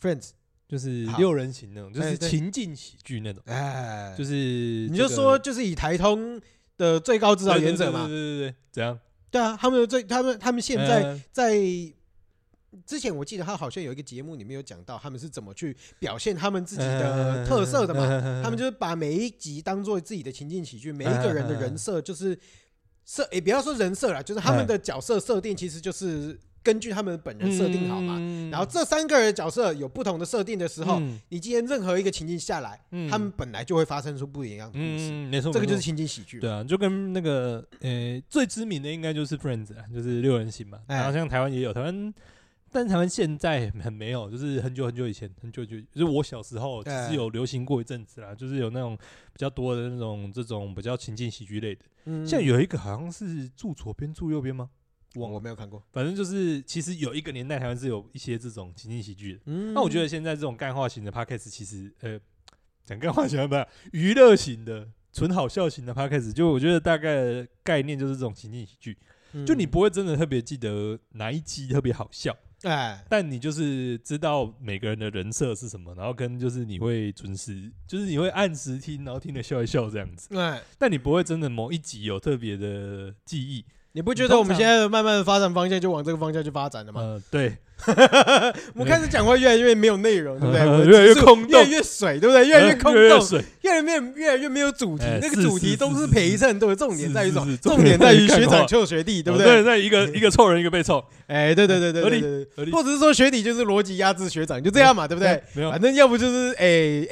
[SPEAKER 1] ，Friends，
[SPEAKER 2] 就是
[SPEAKER 1] 好
[SPEAKER 2] 六人行那种，就
[SPEAKER 1] 哎
[SPEAKER 2] 是
[SPEAKER 1] 对
[SPEAKER 2] 情境喜剧那种，
[SPEAKER 1] 哎，
[SPEAKER 2] 就是是
[SPEAKER 1] 你
[SPEAKER 2] 这
[SPEAKER 1] 就
[SPEAKER 2] 个
[SPEAKER 1] 说就是以台通的最高指导原则嘛
[SPEAKER 2] 对，对对对对，怎样？
[SPEAKER 1] 对啊，他们的最他们他们现在
[SPEAKER 2] 呃
[SPEAKER 1] 在之前我记得他好像有一个节目里面有讲到他们是怎么去表现他们自己
[SPEAKER 2] 嗯
[SPEAKER 1] 的特色的嘛，
[SPEAKER 2] 嘛
[SPEAKER 1] 他们就是把每一集当做自己的情境喜剧，每一个人的
[SPEAKER 2] 嗯
[SPEAKER 1] 人设就是设，也不要说人设啦，就是他们的角色设定其实就是根据他们本
[SPEAKER 2] 呃
[SPEAKER 1] 人设定好
[SPEAKER 2] 嗯
[SPEAKER 1] 嘛。然后这三个人的角色有不同的设定的时候，你今天任何一个情境下来，他们本来就会发生出不一样的故事，
[SPEAKER 2] 嗯，没错，
[SPEAKER 1] 这个
[SPEAKER 2] 没
[SPEAKER 1] 就
[SPEAKER 2] 错
[SPEAKER 1] 是情景喜剧。
[SPEAKER 2] 对啊，就跟那个呃最知名的应该就是 Friends，啊就是六人行嘛。
[SPEAKER 1] 哎
[SPEAKER 2] 然后像台湾也有台湾，但台湾现在很没有，就是很久很久以前，很久就就是我小时候只
[SPEAKER 1] 哎
[SPEAKER 2] 是有流行过一阵子啦，就是有那种比较多的那种这种比较情境喜剧类的。
[SPEAKER 1] 嗯，
[SPEAKER 2] 现在有一个好像是住左边住右边吗？忘
[SPEAKER 1] 我
[SPEAKER 2] 了，
[SPEAKER 1] 没有看过，
[SPEAKER 2] 反正就是其实有一个年代台湾是有一些这种情境喜剧的。
[SPEAKER 1] 嗯，
[SPEAKER 2] 那我觉得现在这种干化型的 podcast 其实，呃，讲干化型不是娱乐型的、纯好笑型的 podcast，就我觉得大概的概念就是这种情景喜剧，
[SPEAKER 1] 嗯
[SPEAKER 2] 就你不会真的特别记得哪一集特别好笑，
[SPEAKER 1] 哎，
[SPEAKER 2] 但你就是知道每个人的人设是什么，然后跟就是你会准时，就是你会按时听，然后听着笑一笑这样子，
[SPEAKER 1] 哎，
[SPEAKER 2] 但你不会真的某一集有特别的记忆，
[SPEAKER 1] 你不觉得我们现在慢慢的发展方向就往这个方向去发展了吗？
[SPEAKER 2] 呃，对，
[SPEAKER 1] 我们开始讲话越来越没有内容，对 不对？
[SPEAKER 2] 呃
[SPEAKER 1] 我们
[SPEAKER 2] 越来越
[SPEAKER 1] 指数
[SPEAKER 2] 空洞
[SPEAKER 1] 越来越水，对 不对？越来越空
[SPEAKER 2] 呃越来越
[SPEAKER 1] 洞，
[SPEAKER 2] 水，
[SPEAKER 1] 越来越越来越没有主题
[SPEAKER 2] 哎。
[SPEAKER 1] 那个
[SPEAKER 2] 是
[SPEAKER 1] 主
[SPEAKER 2] 是
[SPEAKER 1] 题都
[SPEAKER 2] 是
[SPEAKER 1] 是
[SPEAKER 2] 是
[SPEAKER 1] 陪衬，对，重点在于什么
[SPEAKER 2] 是是？是
[SPEAKER 1] 重点在于学
[SPEAKER 2] 重点在于
[SPEAKER 1] 长救学弟，对不
[SPEAKER 2] 哦
[SPEAKER 1] 对？
[SPEAKER 2] 对？那一个一个凑人，一个 被凑，
[SPEAKER 1] 哎，对对对对
[SPEAKER 2] 合
[SPEAKER 1] 对
[SPEAKER 2] 理
[SPEAKER 1] 对
[SPEAKER 2] 合
[SPEAKER 1] 对，
[SPEAKER 2] 理哎
[SPEAKER 1] 或者是说学弟就是逻辑压制学长，就这样嘛，对不对？？
[SPEAKER 2] 没有，
[SPEAKER 1] 反正要不就是哎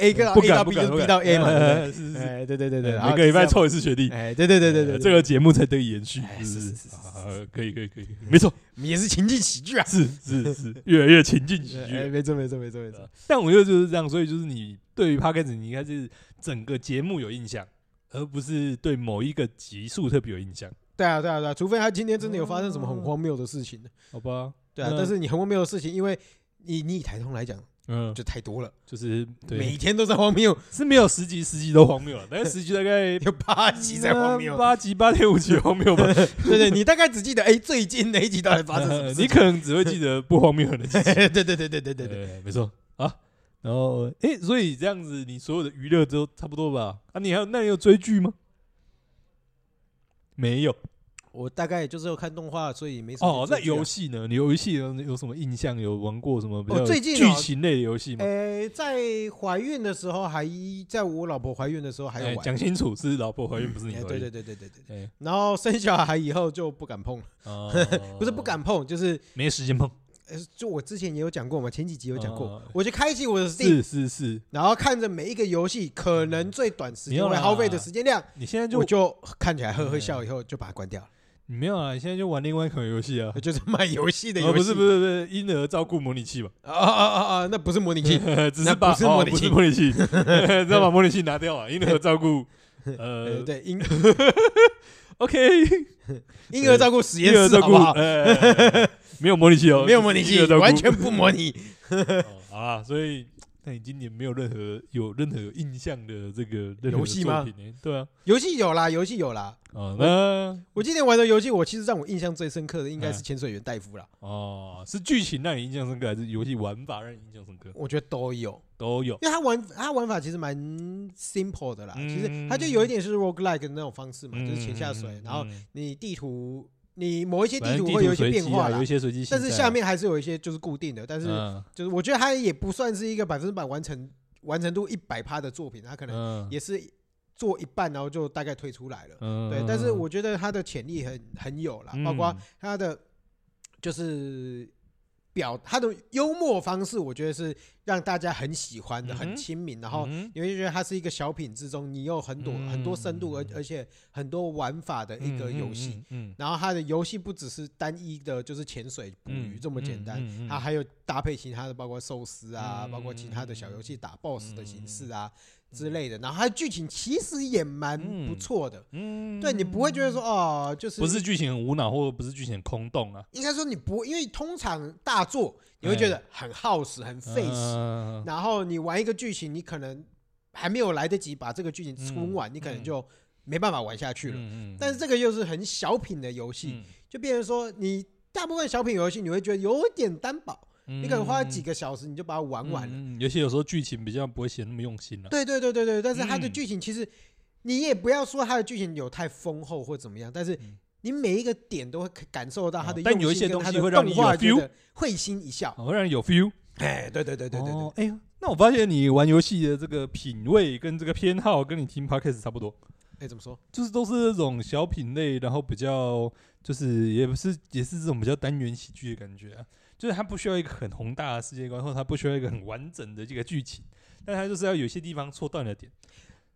[SPEAKER 1] A 跟
[SPEAKER 2] 不
[SPEAKER 1] A
[SPEAKER 2] 敢
[SPEAKER 1] 到
[SPEAKER 2] 不
[SPEAKER 1] B
[SPEAKER 2] 敢
[SPEAKER 1] 就
[SPEAKER 2] 不
[SPEAKER 1] 是 B
[SPEAKER 2] 敢
[SPEAKER 1] 到 A 嘛，对不
[SPEAKER 2] 哎是
[SPEAKER 1] 对？
[SPEAKER 2] 是是，
[SPEAKER 1] 哎，对对对对，然后
[SPEAKER 2] 每个礼拜
[SPEAKER 1] 就这样
[SPEAKER 2] 凑一次学弟
[SPEAKER 1] 嘛，，哎，对对对对对，
[SPEAKER 2] 这
[SPEAKER 1] 对
[SPEAKER 2] 个节目才得以延续，
[SPEAKER 1] 哎是
[SPEAKER 2] 是是
[SPEAKER 1] 是
[SPEAKER 2] 是
[SPEAKER 1] 是，
[SPEAKER 2] 啊可以可以可以，没错，
[SPEAKER 1] 我们也是情景喜剧啊。
[SPEAKER 2] 是是是，越来越情境喜
[SPEAKER 1] 哎，
[SPEAKER 2] 剧。
[SPEAKER 1] 没错没错没错没错，
[SPEAKER 2] 但我觉得就是这样，所以就是你对于 podcast 你应该是整个节目有印象，而不是对某一个集数特别有印象，
[SPEAKER 1] 对啊对啊对啊，除非他今天真的有发生什么很荒谬的事情。
[SPEAKER 2] 好吧？
[SPEAKER 1] 对啊，
[SPEAKER 2] 那
[SPEAKER 1] 但是你很荒谬的事情，因为你你以台通来讲
[SPEAKER 2] 嗯，
[SPEAKER 1] 就太多了，
[SPEAKER 2] 就是
[SPEAKER 1] 每
[SPEAKER 2] 对，
[SPEAKER 1] 天都在荒谬，
[SPEAKER 2] 是没有十集十集都荒谬了，但是十集大概
[SPEAKER 1] 有 八集在荒
[SPEAKER 2] 嗯
[SPEAKER 1] 谬。
[SPEAKER 2] 八集八点五集荒谬吧？
[SPEAKER 1] 对对，你大概只记得哎，最近哪一集到底发生 什么事情？。
[SPEAKER 2] 你可能只会记得不荒谬的几集
[SPEAKER 1] 对对对对 对对对对，
[SPEAKER 2] 对，没错啊。然后，诶，所以这样子，你所有的娱乐都差不多吧？啊，你还有那你有追剧吗？没有
[SPEAKER 1] 我大概就是有看动画，所以没什么
[SPEAKER 2] 哦。
[SPEAKER 1] 追
[SPEAKER 2] 那
[SPEAKER 1] 剧啊。
[SPEAKER 2] 游戏呢？你游戏有有什么印象？有玩过什么比
[SPEAKER 1] 哦
[SPEAKER 2] 较有
[SPEAKER 1] 最近
[SPEAKER 2] 剧
[SPEAKER 1] 哦
[SPEAKER 2] 情类的游戏吗？
[SPEAKER 1] 哎，在怀孕的时候还在我老婆怀孕的时候还
[SPEAKER 2] 诶
[SPEAKER 1] 有玩。
[SPEAKER 2] 哎讲清楚，是老婆怀孕，不是你
[SPEAKER 1] 哎，
[SPEAKER 2] 怀
[SPEAKER 1] 对
[SPEAKER 2] 孕。
[SPEAKER 1] 对对对对对对。
[SPEAKER 2] 哎，
[SPEAKER 1] 然后生小孩以后就不敢碰了，
[SPEAKER 2] 哦
[SPEAKER 1] 不是不，敢碰，就是
[SPEAKER 2] 没时间碰。
[SPEAKER 1] 呃就我之前也有讲过嘛，前几集有讲过
[SPEAKER 2] 哦，
[SPEAKER 1] 我就开启我的 Steam，
[SPEAKER 2] 是是是，
[SPEAKER 1] 然后看着每一个游戏可能最短时间
[SPEAKER 2] 没
[SPEAKER 1] 会
[SPEAKER 2] 有啦
[SPEAKER 1] 耗费的时间量，
[SPEAKER 2] 你现在就
[SPEAKER 1] 我就看起来呵呵笑，以后就把它关掉了。
[SPEAKER 2] 你没有啊？你现在就玩另外一款游戏啊？
[SPEAKER 1] 就是卖游戏的游
[SPEAKER 2] 哦，
[SPEAKER 1] 戏，
[SPEAKER 2] 不是不是不是，婴儿照顾模拟器吧？
[SPEAKER 1] 啊啊啊啊，那不是模拟器，
[SPEAKER 2] 只
[SPEAKER 1] 那
[SPEAKER 2] 是把
[SPEAKER 1] 不是
[SPEAKER 2] 哦
[SPEAKER 1] 模拟
[SPEAKER 2] 不是
[SPEAKER 1] 器
[SPEAKER 2] 模拟器，知道把模拟器拿掉啊，因为照顾
[SPEAKER 1] 呃，
[SPEAKER 2] 呃
[SPEAKER 1] 对，婴
[SPEAKER 2] OK
[SPEAKER 1] 婴儿照顾实验
[SPEAKER 2] 婴儿
[SPEAKER 1] 室
[SPEAKER 2] 照
[SPEAKER 1] 好
[SPEAKER 2] 顾
[SPEAKER 1] 不好？
[SPEAKER 2] 呃没有模拟器哦，
[SPEAKER 1] 没有模拟
[SPEAKER 2] 婴
[SPEAKER 1] 器
[SPEAKER 2] 儿照，顾
[SPEAKER 1] 完全不模拟。
[SPEAKER 2] 哦好啦，所以但你今年没有任何有任何有印象的这个任何
[SPEAKER 1] 游戏吗
[SPEAKER 2] 作品欸对啊，
[SPEAKER 1] 游戏有啦，游戏有啦。
[SPEAKER 2] 啊，那
[SPEAKER 1] 我今年玩的游戏，我其实让我印象最深刻的应该是
[SPEAKER 2] 嗯
[SPEAKER 1] 潜水员戴夫啦，
[SPEAKER 2] 哦，是剧情让你印象深刻，还是游戏玩法让你印象深刻？
[SPEAKER 1] 我觉得都有，
[SPEAKER 2] 都有。
[SPEAKER 1] 因为他玩他玩法其实蛮 simple 的啦，
[SPEAKER 2] 嗯
[SPEAKER 1] 其实他就有一点是 roguelike 的那种方式嘛，就是潜下水
[SPEAKER 2] 嗯，
[SPEAKER 1] 然后
[SPEAKER 2] 嗯
[SPEAKER 1] 你地图你某一些
[SPEAKER 2] 反
[SPEAKER 1] 地
[SPEAKER 2] 正
[SPEAKER 1] 图
[SPEAKER 2] 地
[SPEAKER 1] 会有一些
[SPEAKER 2] 随
[SPEAKER 1] 变
[SPEAKER 2] 机
[SPEAKER 1] 化
[SPEAKER 2] 啊，有
[SPEAKER 1] 啦
[SPEAKER 2] 一，些随机性在
[SPEAKER 1] 但
[SPEAKER 2] 啊。
[SPEAKER 1] 是下面还是有一些就是固定的，但是
[SPEAKER 2] 嗯
[SPEAKER 1] 就是我觉得他也不算是一个百分之百完成完成度一百趴的作品，他可能
[SPEAKER 2] 嗯，
[SPEAKER 1] 也是做一半，然后就大概退出来了。
[SPEAKER 2] 嗯
[SPEAKER 1] 对，但是我觉得他的潜力很很有啦，包括
[SPEAKER 2] 嗯
[SPEAKER 1] 他的就是表他的幽默方式，我觉得是让大家很喜欢的，
[SPEAKER 2] 嗯哼
[SPEAKER 1] 很亲民，然后。
[SPEAKER 2] 嗯
[SPEAKER 1] 你会觉得它是一个小品之中，你有很多
[SPEAKER 2] 嗯
[SPEAKER 1] 很多深度，而而且很多玩法的一个游戏。，
[SPEAKER 2] 嗯嗯嗯嗯
[SPEAKER 1] 然后它的游戏不只是单一的，就是潜水、捕
[SPEAKER 2] 嗯
[SPEAKER 1] 鱼这么简单，
[SPEAKER 2] 嗯嗯嗯
[SPEAKER 1] 它还有搭配其他的，包括寿司啊，
[SPEAKER 2] 嗯
[SPEAKER 1] 包括其他的小游戏打 BOSS 的形式啊
[SPEAKER 2] 嗯
[SPEAKER 1] 之类的。然后它的剧情其实也蛮不错的，
[SPEAKER 2] 嗯
[SPEAKER 1] 对你不会觉得说哦，就是
[SPEAKER 2] 不是剧情很无脑，或者不是剧情很空洞啊，
[SPEAKER 1] 应该说你不，因为通常大作你会觉得很耗时、很费时，
[SPEAKER 2] 嗯
[SPEAKER 1] 然后你玩一个剧情，你可能还没有来得及把这个剧情冲完，
[SPEAKER 2] 嗯
[SPEAKER 1] 你可能就没办法玩下去了。
[SPEAKER 2] 嗯嗯嗯
[SPEAKER 1] 但是这个又是很小品的游戏，就变成说你大部分小品游戏你会觉得有点单薄，
[SPEAKER 2] 你
[SPEAKER 1] 你可能花几个小时你就把它玩完了。
[SPEAKER 2] 嗯了，尤其有时候剧情比较不会写那么用心啊了。
[SPEAKER 1] 对对对对对，但是它的
[SPEAKER 2] 嗯
[SPEAKER 1] 剧情其实你也不要说它的剧情有太丰厚或怎么样，但是
[SPEAKER 2] 嗯
[SPEAKER 1] 你每一个点都会感受到它的用心跟它的、
[SPEAKER 2] 哦但有一些东西会让你有
[SPEAKER 1] 动画
[SPEAKER 2] feel
[SPEAKER 1] 觉得会心一笑。
[SPEAKER 2] 好，会让哦人有 feel。
[SPEAKER 1] 哎，对对对对对对
[SPEAKER 2] 哦，哎、那我发现你玩游戏的这个品味跟这个偏好，跟你听 podcast 差不多，
[SPEAKER 1] 哎，怎么说？
[SPEAKER 2] 就是都是那种小品类，然后比较就是也不是也是这种比较单元喜剧的感觉啊，就是它不需要一个很宏大的世界观，或者它不需要一个很完整的这个剧情，但它就是要有些地方戳到你的点，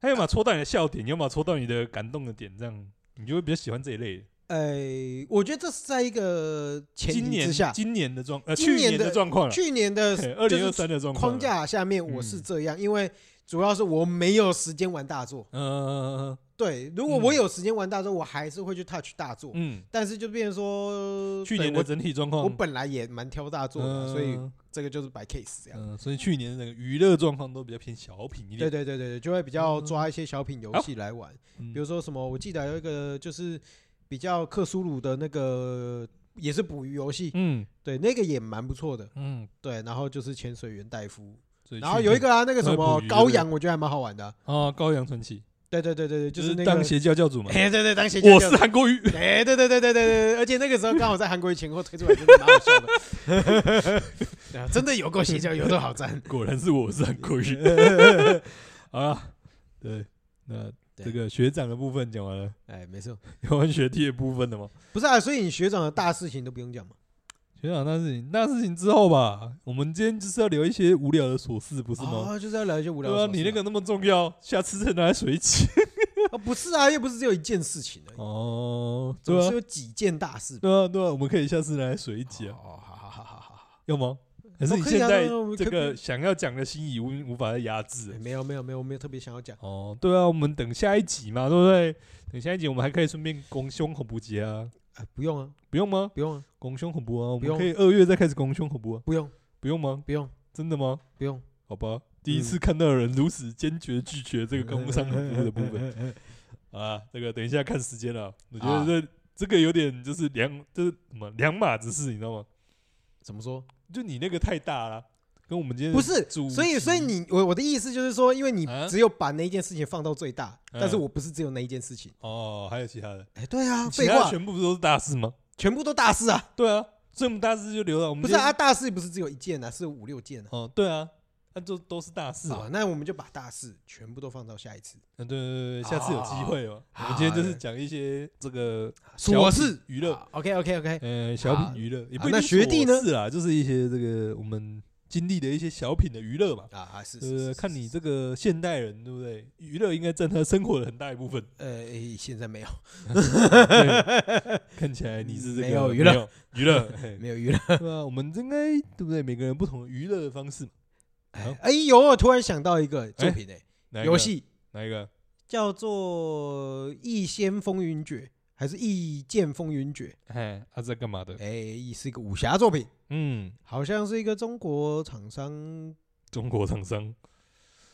[SPEAKER 2] 它要么戳到你的笑点，要么戳到你的感动的点，这样你就会比较喜欢这一类的。
[SPEAKER 1] 哎，我觉得这是在一个前
[SPEAKER 2] 今
[SPEAKER 1] 提
[SPEAKER 2] 年
[SPEAKER 1] 之下，
[SPEAKER 2] 今年的状呃
[SPEAKER 1] 今
[SPEAKER 2] 去
[SPEAKER 1] 年的
[SPEAKER 2] 年的状况了，
[SPEAKER 1] 去年 的
[SPEAKER 2] 二零
[SPEAKER 1] 就是
[SPEAKER 2] 二三的状况啊
[SPEAKER 1] 框
[SPEAKER 2] 了，
[SPEAKER 1] 架下面我
[SPEAKER 2] 嗯
[SPEAKER 1] 是这样，因为主要是我没有时间玩大作。
[SPEAKER 2] 呃
[SPEAKER 1] 对，如果
[SPEAKER 2] 嗯
[SPEAKER 1] 我有时间玩大作，我还是会去 touch 大作。
[SPEAKER 2] 嗯，
[SPEAKER 1] 但是就变成说，
[SPEAKER 2] 去
[SPEAKER 1] 对
[SPEAKER 2] 年的整体状
[SPEAKER 1] 我
[SPEAKER 2] 况
[SPEAKER 1] 我本来也蛮挑大作的，所以
[SPEAKER 2] 嗯
[SPEAKER 1] 这个就是白 case 这样。
[SPEAKER 2] 嗯、所以去年的那个娱乐状况都比较偏小品一
[SPEAKER 1] 对
[SPEAKER 2] 点。
[SPEAKER 1] 对对对对，就会比较抓一些小品游戏来玩，
[SPEAKER 2] 嗯
[SPEAKER 1] 比如说什么，我记得有一个就是比较克苏鲁的那个，也是捕鱼游戏，
[SPEAKER 2] 嗯
[SPEAKER 1] 对，那个也蛮不错的。
[SPEAKER 2] 嗯，
[SPEAKER 1] 对，然后就是潜水员戴夫，
[SPEAKER 2] 所以
[SPEAKER 1] 然后
[SPEAKER 2] 去
[SPEAKER 1] 有一
[SPEAKER 2] 年
[SPEAKER 1] 个啊，那个什
[SPEAKER 2] 呃
[SPEAKER 1] 么
[SPEAKER 2] 捕鱼
[SPEAKER 1] 高阳，我觉得还蛮好玩的啊。
[SPEAKER 2] 啊，高阳传奇
[SPEAKER 1] 对对对对对，就是那个
[SPEAKER 2] 当邪教教主嘛，
[SPEAKER 1] 哎，对对，当邪教
[SPEAKER 2] 我
[SPEAKER 1] 教
[SPEAKER 2] 是韩国瑜，
[SPEAKER 1] 哎，对对对对对对，而且那个时候刚好在韩国疫情后推出来，真的蛮好笑的。对啊真的有够邪教，有多好赞。
[SPEAKER 2] 果然是我是韩国瑜。 好了，对，那
[SPEAKER 1] 对啊
[SPEAKER 2] 这个学长的部分讲完了，
[SPEAKER 1] 哎，没错，
[SPEAKER 2] 有关学弟的部分的吗？
[SPEAKER 1] 不是啊，所以你学长的大事情都不用讲嘛。
[SPEAKER 2] 学长那事情，那事情之后吧，我们今天就是要聊一些无聊的琐事，不是吗？
[SPEAKER 1] 啊，就是要聊一些无聊
[SPEAKER 2] 对
[SPEAKER 1] 的
[SPEAKER 2] 啊
[SPEAKER 1] 琐，事
[SPEAKER 2] 你那个那么重要，下次再拿来水起。
[SPEAKER 1] 啊，不是啊，又不是只有一件事情而已，
[SPEAKER 2] 哦，
[SPEAKER 1] 总
[SPEAKER 2] 对
[SPEAKER 1] 是
[SPEAKER 2] 啊，
[SPEAKER 1] 有几件大事吧。
[SPEAKER 2] 对啊，对啊，我们可以下次拿来水一集啊。
[SPEAKER 1] 哦，好好好好好好。
[SPEAKER 2] 要吗？还是
[SPEAKER 1] 哦
[SPEAKER 2] 你
[SPEAKER 1] 可以
[SPEAKER 2] 现
[SPEAKER 1] 啊
[SPEAKER 2] 在
[SPEAKER 1] 那我们
[SPEAKER 2] 这
[SPEAKER 1] 可以
[SPEAKER 2] 个想要讲的心意无无法再压制
[SPEAKER 1] 哎
[SPEAKER 2] 了？
[SPEAKER 1] 没有没有没有，我没有特别想要讲。
[SPEAKER 2] 哦，对啊，我们等下一集嘛，对不对？等下一集我们还可以顺便拱胸恐怖节啊，
[SPEAKER 1] 哎，不用啊，
[SPEAKER 2] 不用吗？
[SPEAKER 1] 不用啊，
[SPEAKER 2] 拱胸恐怖啊，我
[SPEAKER 1] 不
[SPEAKER 2] 们
[SPEAKER 1] 用
[SPEAKER 2] 可以二月再开始拱胸恐怖啊，
[SPEAKER 1] 不用，
[SPEAKER 2] 不用吗？
[SPEAKER 1] 不用，
[SPEAKER 2] 真的吗？
[SPEAKER 1] 不用。
[SPEAKER 2] 好吧，第一次看到有人如此坚决拒绝这个工商恐怖的部分啊，这个等一下看时间了，我觉
[SPEAKER 1] 嗯啊
[SPEAKER 2] 得这这个有点就是两就是什么两码子事，你知道吗？
[SPEAKER 1] 怎么说？
[SPEAKER 2] 就你那个太大了，跟我们今天的
[SPEAKER 1] 不是
[SPEAKER 2] 主，
[SPEAKER 1] 所以
[SPEAKER 2] 题
[SPEAKER 1] 所以你我我的意思就是说，因为你
[SPEAKER 2] 啊
[SPEAKER 1] 只有把那一件事情放到最大，但是
[SPEAKER 2] 嗯
[SPEAKER 1] 我不是只有那一件事情。
[SPEAKER 2] 哦，还有其他的，
[SPEAKER 1] 哎，对啊，
[SPEAKER 2] 其
[SPEAKER 1] 废
[SPEAKER 2] 他的
[SPEAKER 1] 话，
[SPEAKER 2] 全部都是大事吗？
[SPEAKER 1] 全部都大事啊！
[SPEAKER 2] 对啊，所以我们大事就留了。我们
[SPEAKER 1] 不是
[SPEAKER 2] 今
[SPEAKER 1] 啊，
[SPEAKER 2] 天，
[SPEAKER 1] 大事不是只有一件啊，是有五六件啊。
[SPEAKER 2] 哦，对啊，那就都是大事
[SPEAKER 1] 好，
[SPEAKER 2] 嘛。
[SPEAKER 1] 那我们就把大事全部都放到下一次。
[SPEAKER 2] 嗯，对对对，对下次有机会嘛。我
[SPEAKER 1] 好
[SPEAKER 2] 们今天就是讲一些这个
[SPEAKER 1] 琐
[SPEAKER 2] 小
[SPEAKER 1] 事
[SPEAKER 2] 品娱乐，
[SPEAKER 1] ，OK OK OK，
[SPEAKER 2] 呃，小
[SPEAKER 1] 好
[SPEAKER 2] 品娱乐也
[SPEAKER 1] 好
[SPEAKER 2] 不一
[SPEAKER 1] 哎啊那
[SPEAKER 2] 定
[SPEAKER 1] 学弟呢
[SPEAKER 2] 是啦，就是一些这个我们经历的一些小品的娱乐嘛。
[SPEAKER 1] 啊啊是是是
[SPEAKER 2] 呃，
[SPEAKER 1] 是，
[SPEAKER 2] 看你
[SPEAKER 1] 是
[SPEAKER 2] 这个现代人，对不对？娱乐应该占他生活的很大一 部分。
[SPEAKER 1] 呃诶现在没有
[SPEAKER 2] 对看起来你是这个
[SPEAKER 1] 没有娱乐
[SPEAKER 2] 没有娱乐，嘿
[SPEAKER 1] 没有娱乐，
[SPEAKER 2] 对啊，我们应该对不对？每个人不同的娱乐方式嘛。好哎
[SPEAKER 1] 哎有我突然想到一个作品诶，
[SPEAKER 2] 哪一个
[SPEAKER 1] 游戏
[SPEAKER 2] 哪一个？
[SPEAKER 1] 叫做《一仙风云决》还是《一剑风云决
[SPEAKER 2] 哎，
[SPEAKER 1] 啊
[SPEAKER 2] 他在干嘛的》？？
[SPEAKER 1] 哎，是一个武侠作品，
[SPEAKER 2] 嗯，
[SPEAKER 1] 好像是一个中国厂商
[SPEAKER 2] 中国厂商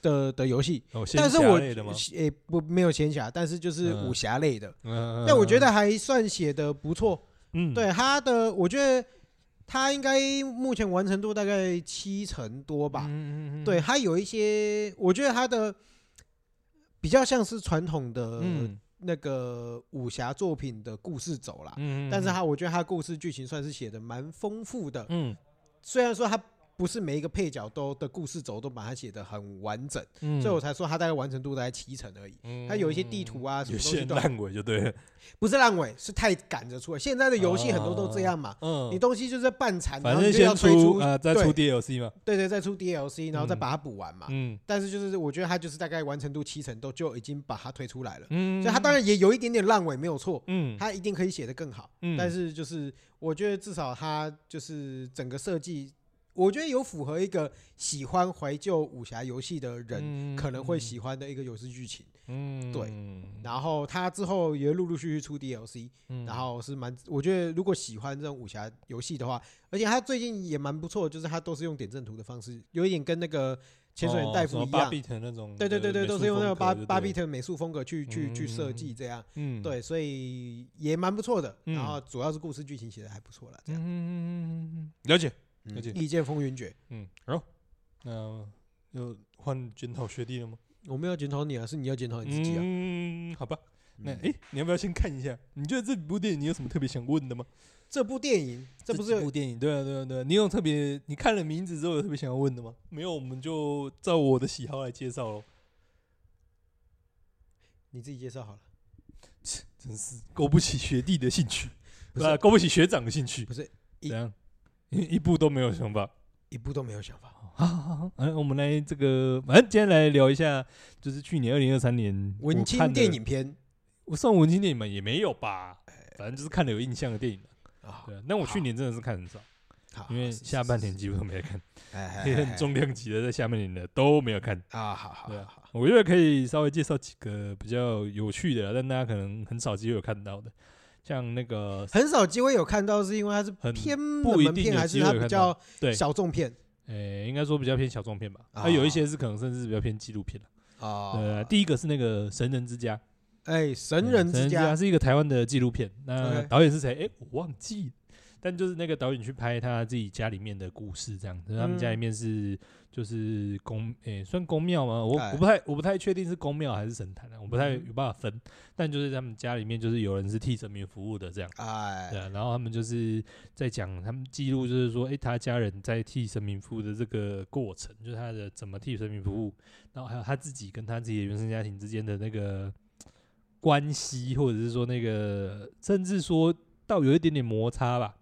[SPEAKER 1] 的的游戏，
[SPEAKER 2] 哦，仙
[SPEAKER 1] 但是
[SPEAKER 2] 侠
[SPEAKER 1] 我
[SPEAKER 2] 类的吗？
[SPEAKER 1] 诶不没有仙侠，但是就是
[SPEAKER 2] 嗯
[SPEAKER 1] 武侠类的，
[SPEAKER 2] 嗯，
[SPEAKER 1] 但我觉得还算写的不错。
[SPEAKER 2] 嗯，嗯，
[SPEAKER 1] 对啊他的，我觉得他应该目前完成度大概七成多吧。
[SPEAKER 2] 嗯，嗯嗯嗯
[SPEAKER 1] 对他有一些，我觉得他的比较像是传统的
[SPEAKER 2] 嗯
[SPEAKER 1] 那个武侠作品的故事走啦。啊
[SPEAKER 2] 嗯，
[SPEAKER 1] 呃但是他，我觉得他故事剧情算是写的蛮丰富的，
[SPEAKER 2] 嗯
[SPEAKER 1] 虽然说他不是每一个配角都的故事轴都把它写的很完整，
[SPEAKER 2] 嗯，
[SPEAKER 1] 所以我才说他大概完成度大概七成而已。
[SPEAKER 2] 嗯
[SPEAKER 1] 它有一些地图啊什么
[SPEAKER 2] 有
[SPEAKER 1] 东西
[SPEAKER 2] 些
[SPEAKER 1] 都
[SPEAKER 2] 烂尾就对了，
[SPEAKER 1] 不是烂尾，是太赶着出来。现在的游戏很多都这样嘛，
[SPEAKER 2] 嗯
[SPEAKER 1] 你，东西就是半残，然
[SPEAKER 2] 反
[SPEAKER 1] 后你
[SPEAKER 2] 正
[SPEAKER 1] 就要
[SPEAKER 2] 先
[SPEAKER 1] 推出，
[SPEAKER 2] 啊，再
[SPEAKER 1] 对啊
[SPEAKER 2] 出 DLC 嘛，
[SPEAKER 1] 对对，再出 DLC，然后再把它补完嘛。
[SPEAKER 2] 嗯
[SPEAKER 1] 但是就是我觉得它就是大概完成度七成都就已经把它推出来了，
[SPEAKER 2] 嗯，
[SPEAKER 1] 所以它当然也有一点点烂尾没有错，
[SPEAKER 2] 嗯，
[SPEAKER 1] 它一定可以写得更好。
[SPEAKER 2] 嗯，
[SPEAKER 1] 但是就是我觉得至少它就是整个设计，我觉得有符合一个喜欢怀旧武侠游戏的人
[SPEAKER 2] 人
[SPEAKER 1] 可能会，喜欢的一个游戏剧情。
[SPEAKER 2] 嗯，
[SPEAKER 1] 对
[SPEAKER 2] 嗯，
[SPEAKER 1] 然后它之后也陆陆续续出 DLC，
[SPEAKER 2] 嗯
[SPEAKER 1] 然后是蛮，我觉得如果喜欢这种武侠游戏的话，而且他最近也蛮不错，就是他都是用点阵图的方式，有一点跟那个潜水
[SPEAKER 2] 哦
[SPEAKER 1] 员戴夫一
[SPEAKER 2] 八
[SPEAKER 1] 样，
[SPEAKER 2] 比特那种，
[SPEAKER 1] 对对对对，都是用那个巴巴比
[SPEAKER 2] 特，
[SPEAKER 1] 特美术风格去去去设计这样，
[SPEAKER 2] 嗯，
[SPEAKER 1] 对，所以也蛮不错的。
[SPEAKER 2] 嗯
[SPEAKER 1] 然后主要是故事剧情写的还不错了，这
[SPEAKER 2] 嗯，
[SPEAKER 1] 样。
[SPEAKER 2] 嗯，了解，
[SPEAKER 1] 嗯
[SPEAKER 2] 了解
[SPEAKER 1] 一剑风云决，
[SPEAKER 2] 嗯，好，那又换检讨学弟了吗？
[SPEAKER 1] 我没有检讨你啊，是你要检讨你自己啊。
[SPEAKER 2] 嗯，好吧，那
[SPEAKER 1] 嗯
[SPEAKER 2] 诶，你要不要先看一下？你觉得这部电影你有什么特别想问的吗？
[SPEAKER 1] 这部电影，这不是
[SPEAKER 2] 几部电影？对啊，对啊，对啊。你有特别，你看了名字之后有特别想要问的吗？没有，我们就照我的喜好来介绍喽。
[SPEAKER 1] 你自己介绍好了，
[SPEAKER 2] 真是勾不起学弟的兴趣，
[SPEAKER 1] 不
[SPEAKER 2] 是啊
[SPEAKER 1] 是
[SPEAKER 2] 勾不起学长的兴趣。
[SPEAKER 1] 不是一
[SPEAKER 2] 怎样？一一部都没有想法。
[SPEAKER 1] 一部都没有想法。
[SPEAKER 2] 好好好好，嗯，我们来这个，反正今天来聊一下，就是去年二零二三年
[SPEAKER 1] 文青电，影片
[SPEAKER 2] 我算文青电影嘛，也没有吧，反正就是看了有印象的电影。
[SPEAKER 1] 啊，
[SPEAKER 2] 对啊，那我去
[SPEAKER 1] 好
[SPEAKER 2] 年真的是看很少，
[SPEAKER 1] 好，
[SPEAKER 2] 因为
[SPEAKER 1] 是
[SPEAKER 2] 下半年，几乎都没看，
[SPEAKER 1] 是是哎哎
[SPEAKER 2] 也
[SPEAKER 1] 哎
[SPEAKER 2] 很重量级的在下半年的都没有看。
[SPEAKER 1] 啊，好好
[SPEAKER 2] 对啊
[SPEAKER 1] 好好，
[SPEAKER 2] 我觉得可以稍微介绍几个比较有趣的啦，但大家可能很少机会有看到的，像那个
[SPEAKER 1] 很少机会有看到，是因为它是
[SPEAKER 2] 很
[SPEAKER 1] 偏
[SPEAKER 2] 不一
[SPEAKER 1] 门
[SPEAKER 2] 定
[SPEAKER 1] 片，
[SPEAKER 2] 有
[SPEAKER 1] 还
[SPEAKER 2] 机
[SPEAKER 1] 是
[SPEAKER 2] 会
[SPEAKER 1] 它
[SPEAKER 2] 有
[SPEAKER 1] 比
[SPEAKER 2] 看
[SPEAKER 1] 较
[SPEAKER 2] 对，
[SPEAKER 1] 小众片
[SPEAKER 2] 诶、应该说比较偏小众片吧，那、
[SPEAKER 1] 啊
[SPEAKER 2] 有一些是可能甚至比较偏纪录片了。
[SPEAKER 1] 啊
[SPEAKER 2] 呃，？第一个是那个《神人之家》，
[SPEAKER 1] 哎，神
[SPEAKER 2] 对
[SPEAKER 1] 人之
[SPEAKER 2] 神
[SPEAKER 1] 家，
[SPEAKER 2] 是一个台湾的纪录片，那
[SPEAKER 1] OK
[SPEAKER 2] 导演是谁？诶，我忘记了。但就是那个导演去拍他自己家里面的故事，这样
[SPEAKER 1] 嗯
[SPEAKER 2] 子。他们家里面是就是宫，诶、算宫庙吗？我
[SPEAKER 1] 哎
[SPEAKER 2] 我不太我不太确定是宫庙还是神坛啊，我不太
[SPEAKER 1] 嗯
[SPEAKER 2] 有办法分。但就是他们家里面就是有人是替神明服务的这样。对
[SPEAKER 1] 哎，
[SPEAKER 2] 啊，然后他们就是在讲，他们记录就是说，诶，他家人在替神明服务的这个过程，就是他的怎么替神明服务，然后还有他自己跟他自己的原生家庭之间的那个关系，或者是说那个，甚至说到有一点点摩擦吧，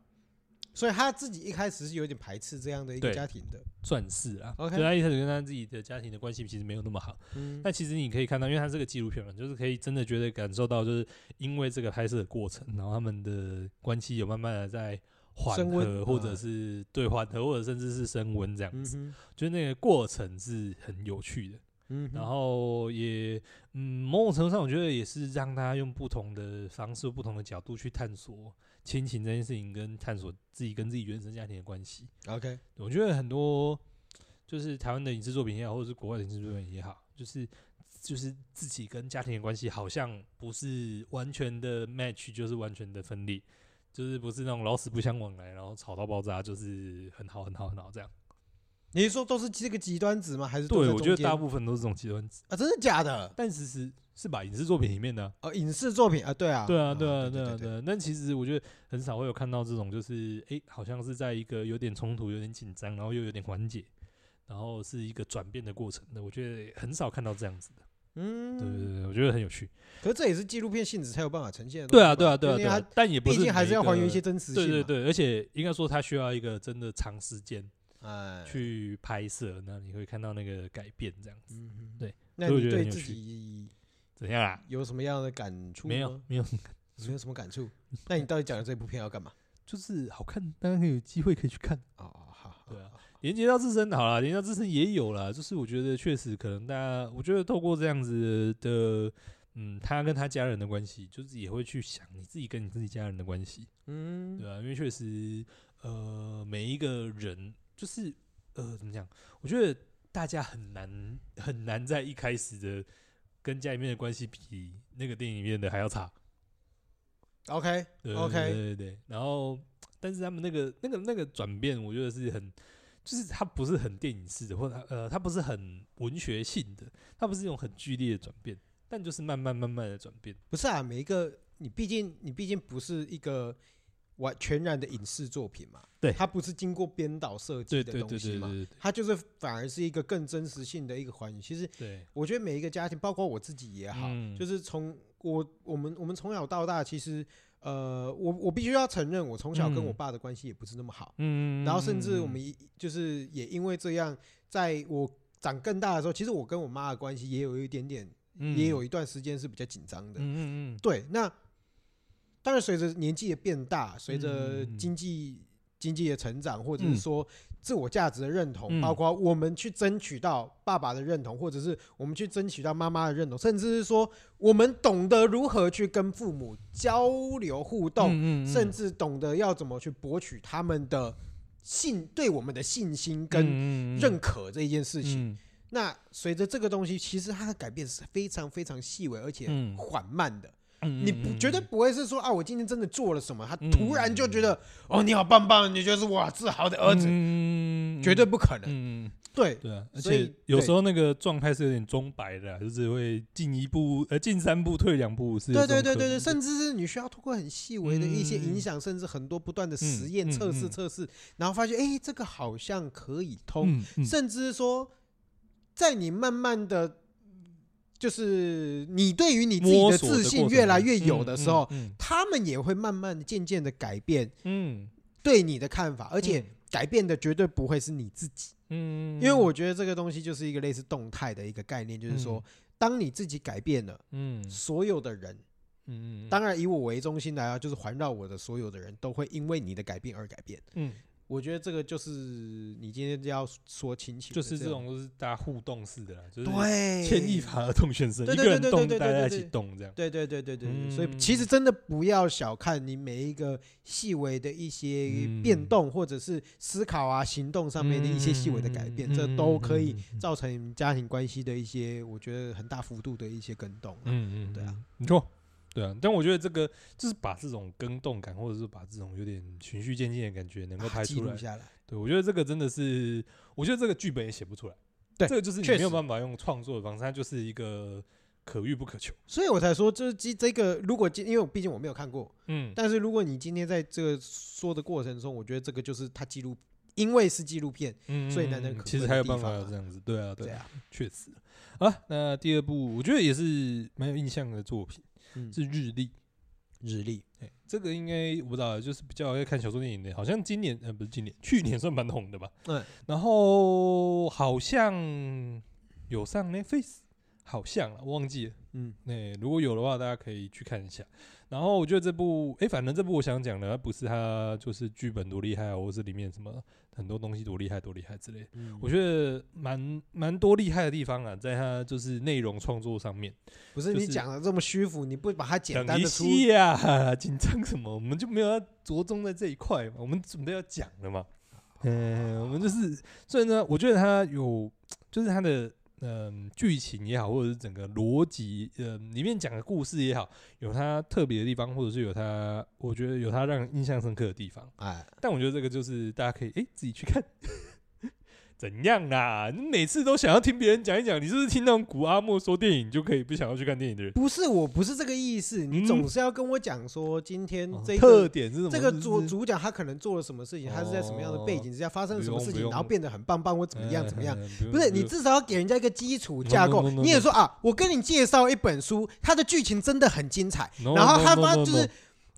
[SPEAKER 1] 所以他自己一开始是有点排斥这样的一个
[SPEAKER 2] 对
[SPEAKER 1] 家庭的，
[SPEAKER 2] 算是啊。
[SPEAKER 1] OK
[SPEAKER 2] 对他一开始跟他自己的家庭的关系其实没有那么好，
[SPEAKER 1] 嗯
[SPEAKER 2] 但其实你可以看到，因为它是个纪录片嘛，就是可以真的觉得感受到，就是因为这个拍摄的过程，然后他们的关系有慢慢的在缓
[SPEAKER 1] 升温
[SPEAKER 2] 和，或
[SPEAKER 1] 啊
[SPEAKER 2] 者是对缓和，或者甚至是升温这样
[SPEAKER 1] 嗯
[SPEAKER 2] 子，
[SPEAKER 1] 哼，
[SPEAKER 2] 就是那个过程是很有趣的。
[SPEAKER 1] 嗯哼，
[SPEAKER 2] 然后也，嗯，某种程度上，我觉得也是让他用不同的方式、不同的角度去探索亲情这件事情，跟探索自己跟自己原生家庭的关系。
[SPEAKER 1] OK，
[SPEAKER 2] 我觉得很多就是台湾的影视作品也好，或者是国外的影视作品也好，就是就是自己跟家庭的关系好像不是完全的 match，就是完全的分裂，就是不是那种老死不相往来，然后吵到爆炸，就是很好很好很好这样。
[SPEAKER 1] 你是说都是这个极端值吗？还是都
[SPEAKER 2] 对，
[SPEAKER 1] 在
[SPEAKER 2] 我觉
[SPEAKER 1] 中
[SPEAKER 2] 得大
[SPEAKER 1] 间
[SPEAKER 2] 部分都是这种极端，
[SPEAKER 1] 啊，真的假的？
[SPEAKER 2] 但其实是把影视作品里面的啊、
[SPEAKER 1] 哦，影视作品啊，对啊，
[SPEAKER 2] 对啊，对啊，对
[SPEAKER 1] 对
[SPEAKER 2] 啊，
[SPEAKER 1] 对
[SPEAKER 2] 对啊。但其实我觉得很少会有看到这种，就是诶，好像是在一个有点冲突、有点紧张，然后又有点缓解，然后是一个转变的过程的。我觉得很少看到这样子的。
[SPEAKER 1] 嗯，
[SPEAKER 2] 对对对，我觉得很有趣。
[SPEAKER 1] 可是这也是纪录片性质才有办法呈现的东
[SPEAKER 2] 对
[SPEAKER 1] 西
[SPEAKER 2] 啊，
[SPEAKER 1] 吧，
[SPEAKER 2] 对啊，对啊，
[SPEAKER 1] 因
[SPEAKER 2] 对
[SPEAKER 1] 为
[SPEAKER 2] 啊
[SPEAKER 1] 它。
[SPEAKER 2] 但也不
[SPEAKER 1] 毕
[SPEAKER 2] 是
[SPEAKER 1] 竟还是要
[SPEAKER 2] 每个
[SPEAKER 1] 还原一些。真实性
[SPEAKER 2] 对
[SPEAKER 1] 嘛，
[SPEAKER 2] 对对，而且应该说它需要一个真的长时间
[SPEAKER 1] 哎，
[SPEAKER 2] 去拍摄，那你会看到那个改变这样子。
[SPEAKER 1] 嗯哼，
[SPEAKER 2] 对。
[SPEAKER 1] 那
[SPEAKER 2] 所以我
[SPEAKER 1] 你
[SPEAKER 2] 觉得
[SPEAKER 1] 对
[SPEAKER 2] 很有
[SPEAKER 1] 自
[SPEAKER 2] 趣
[SPEAKER 1] 己
[SPEAKER 2] 怎样啦？
[SPEAKER 1] 有什么样的感触？
[SPEAKER 2] 没有，，没 有，
[SPEAKER 1] 没有什么感触。那你到底讲的这部片要干嘛？
[SPEAKER 2] 就是好看，当然有机会可以去看。
[SPEAKER 1] 哦哦，好，
[SPEAKER 2] 对啊，连接到自身好啦，连接到自身也有啦，就是我觉得确实可能大家，我觉得透过这样子的，嗯，他跟他家人的关系，就是也会去想你自己跟你自己家人的关系，
[SPEAKER 1] 嗯，
[SPEAKER 2] 对啊，因为确实，呃，每一个人就是，呃，怎么讲？我觉得大家很难很难在一开始的跟家里面的关系比那个电影里面的还要差。
[SPEAKER 1] OK，
[SPEAKER 2] 对
[SPEAKER 1] OK
[SPEAKER 2] 对对对对。然后，但是他们那个那个那个转变，我觉得是很，就是它不是很电影式的，或者它呃，它不是很文学性的，它不是那种很剧烈的转变，但就是慢慢慢慢的转变。
[SPEAKER 1] 不是啊，每一个你毕竟你毕竟不是一个完全然的影视作品嘛，
[SPEAKER 2] 对
[SPEAKER 1] 它不是经过编导设计
[SPEAKER 2] 对
[SPEAKER 1] 的
[SPEAKER 2] 对对
[SPEAKER 1] 东西
[SPEAKER 2] 对
[SPEAKER 1] 嘛，
[SPEAKER 2] 对
[SPEAKER 1] 它就是反而是一个更真实性的一个还原。其实
[SPEAKER 2] 对
[SPEAKER 1] 我觉得每一个家庭，包括我自己也
[SPEAKER 2] 对，
[SPEAKER 1] 好，
[SPEAKER 2] 嗯
[SPEAKER 1] 就是从我我们我们从小到大，其实呃，我我必须要承认，我从小跟我
[SPEAKER 2] 嗯
[SPEAKER 1] 爸的关系也不是那么好。
[SPEAKER 2] 嗯
[SPEAKER 1] 然后甚至我们一就是也因为这样，在我长更大的时候，其实我跟我妈的关系也有一点点，也有一段时间是比较紧张的。
[SPEAKER 2] 嗯嗯嗯
[SPEAKER 1] 对，那当然随着年纪的变大，随着
[SPEAKER 2] 嗯嗯嗯
[SPEAKER 1] 经济经济的成长，或者
[SPEAKER 2] 嗯
[SPEAKER 1] 是说自我价值的认同，
[SPEAKER 2] 嗯
[SPEAKER 1] 包括我们去争取到爸爸的认同，或者是我们去争取到妈妈的认同，甚至是说我们懂得如何去跟父母交流互动，
[SPEAKER 2] 嗯嗯
[SPEAKER 1] 甚至懂得要怎么去博取他们的信对我们的信心跟
[SPEAKER 2] 跟
[SPEAKER 1] 认可这一件事情。
[SPEAKER 2] 情，
[SPEAKER 1] 那随着这个东西，其实它的改变是非常非常细微而且
[SPEAKER 2] 嗯
[SPEAKER 1] 缓慢的。
[SPEAKER 2] 嗯
[SPEAKER 1] 你不绝对不会是说啊，我今天真的做了什么，他
[SPEAKER 2] 嗯
[SPEAKER 1] 突然就觉得哦，你好棒棒，你就是我自豪的儿子，
[SPEAKER 2] 嗯
[SPEAKER 1] 绝对不可能。
[SPEAKER 2] 嗯。
[SPEAKER 1] 对，
[SPEAKER 2] 对啊，而
[SPEAKER 1] 所以
[SPEAKER 2] 且有
[SPEAKER 1] 对
[SPEAKER 2] 时候那个状态是有点中白的啊、就是会进一步呃进三步退两步嗯是有
[SPEAKER 1] 对对
[SPEAKER 2] 这种可能的。
[SPEAKER 1] 对对对，甚至是你需要通过很细微的一些影响，甚至很多不断的实验
[SPEAKER 2] 嗯嗯
[SPEAKER 1] 测试
[SPEAKER 2] 嗯
[SPEAKER 1] 测试，然后发现哎，这个好像可以通，
[SPEAKER 2] 嗯嗯
[SPEAKER 1] 甚至说，在你慢慢的，就是你对于你自己
[SPEAKER 2] 摸
[SPEAKER 1] 的
[SPEAKER 2] 索的
[SPEAKER 1] 自信
[SPEAKER 2] 过程
[SPEAKER 1] 越来
[SPEAKER 2] 中
[SPEAKER 1] 越有的时候，，
[SPEAKER 2] 嗯
[SPEAKER 1] 他们也会慢慢的、渐渐的改变
[SPEAKER 2] 嗯
[SPEAKER 1] 对你的看法，而且
[SPEAKER 2] 嗯
[SPEAKER 1] 改变的绝对不会是你自己。
[SPEAKER 2] 嗯，嗯
[SPEAKER 1] 因为我觉得这个东西就是一个类似动态的一个概念，就是说
[SPEAKER 2] 嗯，
[SPEAKER 1] 当你自己改变了，
[SPEAKER 2] 嗯嗯
[SPEAKER 1] 所有的人，
[SPEAKER 2] 嗯嗯
[SPEAKER 1] 当然以我为中心来啊，就是环绕我的所有的人都会因为你的改变而改变。
[SPEAKER 2] 嗯
[SPEAKER 1] 我觉得这个就是你今天要说亲情的，
[SPEAKER 2] 就是这种都是大家互动式的啦，就是
[SPEAKER 1] 对
[SPEAKER 2] 牵一发而动全身，
[SPEAKER 1] 对
[SPEAKER 2] 一
[SPEAKER 1] 对
[SPEAKER 2] 个
[SPEAKER 1] 对
[SPEAKER 2] 人
[SPEAKER 1] 对
[SPEAKER 2] 动
[SPEAKER 1] 对对
[SPEAKER 2] 大家
[SPEAKER 1] 对
[SPEAKER 2] 一起
[SPEAKER 1] 对
[SPEAKER 2] 动这样。
[SPEAKER 1] 对对对对对对，
[SPEAKER 2] 嗯
[SPEAKER 1] 所以其实真的不要小看你每一个细微的一些
[SPEAKER 2] 嗯
[SPEAKER 1] 变动，或者是思考啊、行动上面的一些细微的改变，
[SPEAKER 2] 嗯
[SPEAKER 1] 这都可以
[SPEAKER 2] 嗯嗯嗯嗯
[SPEAKER 1] 造成家庭关系的一些，我觉得很大幅度的一些更动啊。
[SPEAKER 2] 嗯嗯，
[SPEAKER 1] 对啊
[SPEAKER 2] 嗯，没错，对啊。但我觉得这个就是把这种跟动感，或者是把这种有点循序渐进的感觉，能够
[SPEAKER 1] 啊
[SPEAKER 2] 拍
[SPEAKER 1] 记
[SPEAKER 2] 出来
[SPEAKER 1] 录。下来。
[SPEAKER 2] 对，我觉得这个真的是，我觉得这个剧本也写不出来。
[SPEAKER 1] 对
[SPEAKER 2] 这个就是你
[SPEAKER 1] 确
[SPEAKER 2] 没有
[SPEAKER 1] 实
[SPEAKER 2] 办法用创作的方式，它就是一个可遇不可求。
[SPEAKER 1] 所以我才说，就是这这个，如果今因为我毕竟我没有看过，
[SPEAKER 2] 嗯，
[SPEAKER 1] 但是如果你今天在这个说的过程中，我觉得这个就是它记录，因为是纪录片，
[SPEAKER 2] 嗯
[SPEAKER 1] 所以难能
[SPEAKER 2] 嗯
[SPEAKER 1] 可
[SPEAKER 2] 其
[SPEAKER 1] 贵的
[SPEAKER 2] 实还有
[SPEAKER 1] 地
[SPEAKER 2] 办
[SPEAKER 1] 方
[SPEAKER 2] 法
[SPEAKER 1] 啊
[SPEAKER 2] 有这样子，对啊，
[SPEAKER 1] 对
[SPEAKER 2] 对啊，
[SPEAKER 1] 啊，
[SPEAKER 2] 确实。好了，那第二部我觉得也是蛮有印象的作品，
[SPEAKER 1] 嗯，
[SPEAKER 2] 是《日历》。
[SPEAKER 1] 日历，
[SPEAKER 2] 哎，这个应该我不知道，就是比较爱看小说电影的，好像今年呃不是今年，去年算蛮红的吧。
[SPEAKER 1] 嗯，
[SPEAKER 2] 然后好像有上 Netflix，好像了，忘记了。
[SPEAKER 1] 嗯，
[SPEAKER 2] 那、如果有的话，大家可以去看一下。然后我觉得这部，哎、反正这部我想讲的，它不是它就是剧本多厉害啊，或是里面什么很多东西多厉害、多厉害之类的。我
[SPEAKER 1] 得
[SPEAKER 2] 觉得蛮蛮多厉害的地方啊，在它就是内容创作上面。
[SPEAKER 1] 不是
[SPEAKER 2] 就
[SPEAKER 1] 你
[SPEAKER 2] 是
[SPEAKER 1] 讲的这么虚浮，你不把它简
[SPEAKER 2] 等
[SPEAKER 1] 单
[SPEAKER 2] 一
[SPEAKER 1] 的出
[SPEAKER 2] 下，紧张什么？我们就没有要着重在这一块嘛，我们准备要讲了嘛。
[SPEAKER 1] 啊
[SPEAKER 2] 嗯，我们就是，所以呢，我觉得它有，就是它的嗯剧、情也好，或者是整个逻辑，嗯，里面讲的故事也好，有它特别的地方，或者是有它，我觉得有它让人印象深刻的地方。
[SPEAKER 1] 哎，
[SPEAKER 2] 但我觉得这个就是大家可以哎、自己去看。 怎样啦？你每次都想要听别人讲一讲，你是不是听那种古阿莫说电影就可以不想要去看电影的人？
[SPEAKER 1] 不是，我不是这个意思，你
[SPEAKER 2] 嗯
[SPEAKER 1] 总是要跟我讲说今天
[SPEAKER 2] 哦
[SPEAKER 1] 这
[SPEAKER 2] 特
[SPEAKER 1] 个
[SPEAKER 2] 点是什么？
[SPEAKER 1] 这个
[SPEAKER 2] 是
[SPEAKER 1] 主
[SPEAKER 2] 是哦
[SPEAKER 1] 主角他可能做了什么事情，他是在什么样的背景之下发生了什么事
[SPEAKER 2] 不
[SPEAKER 1] 情，
[SPEAKER 2] 用
[SPEAKER 1] 然后变得很棒棒或怎么样
[SPEAKER 2] 嗯
[SPEAKER 1] 怎么样。？
[SPEAKER 2] 嗯
[SPEAKER 1] 不是，
[SPEAKER 2] 用
[SPEAKER 1] 你
[SPEAKER 2] 用
[SPEAKER 1] 至少要给人家一个基础架
[SPEAKER 2] No, no,
[SPEAKER 1] 构。
[SPEAKER 2] no, no,
[SPEAKER 1] 你也说啊，我跟你介绍一本书，它的剧情真的很精彩，
[SPEAKER 2] No,
[SPEAKER 1] 然后
[SPEAKER 2] no,
[SPEAKER 1] 他
[SPEAKER 2] no,
[SPEAKER 1] 发
[SPEAKER 2] no,
[SPEAKER 1] 就是
[SPEAKER 2] no.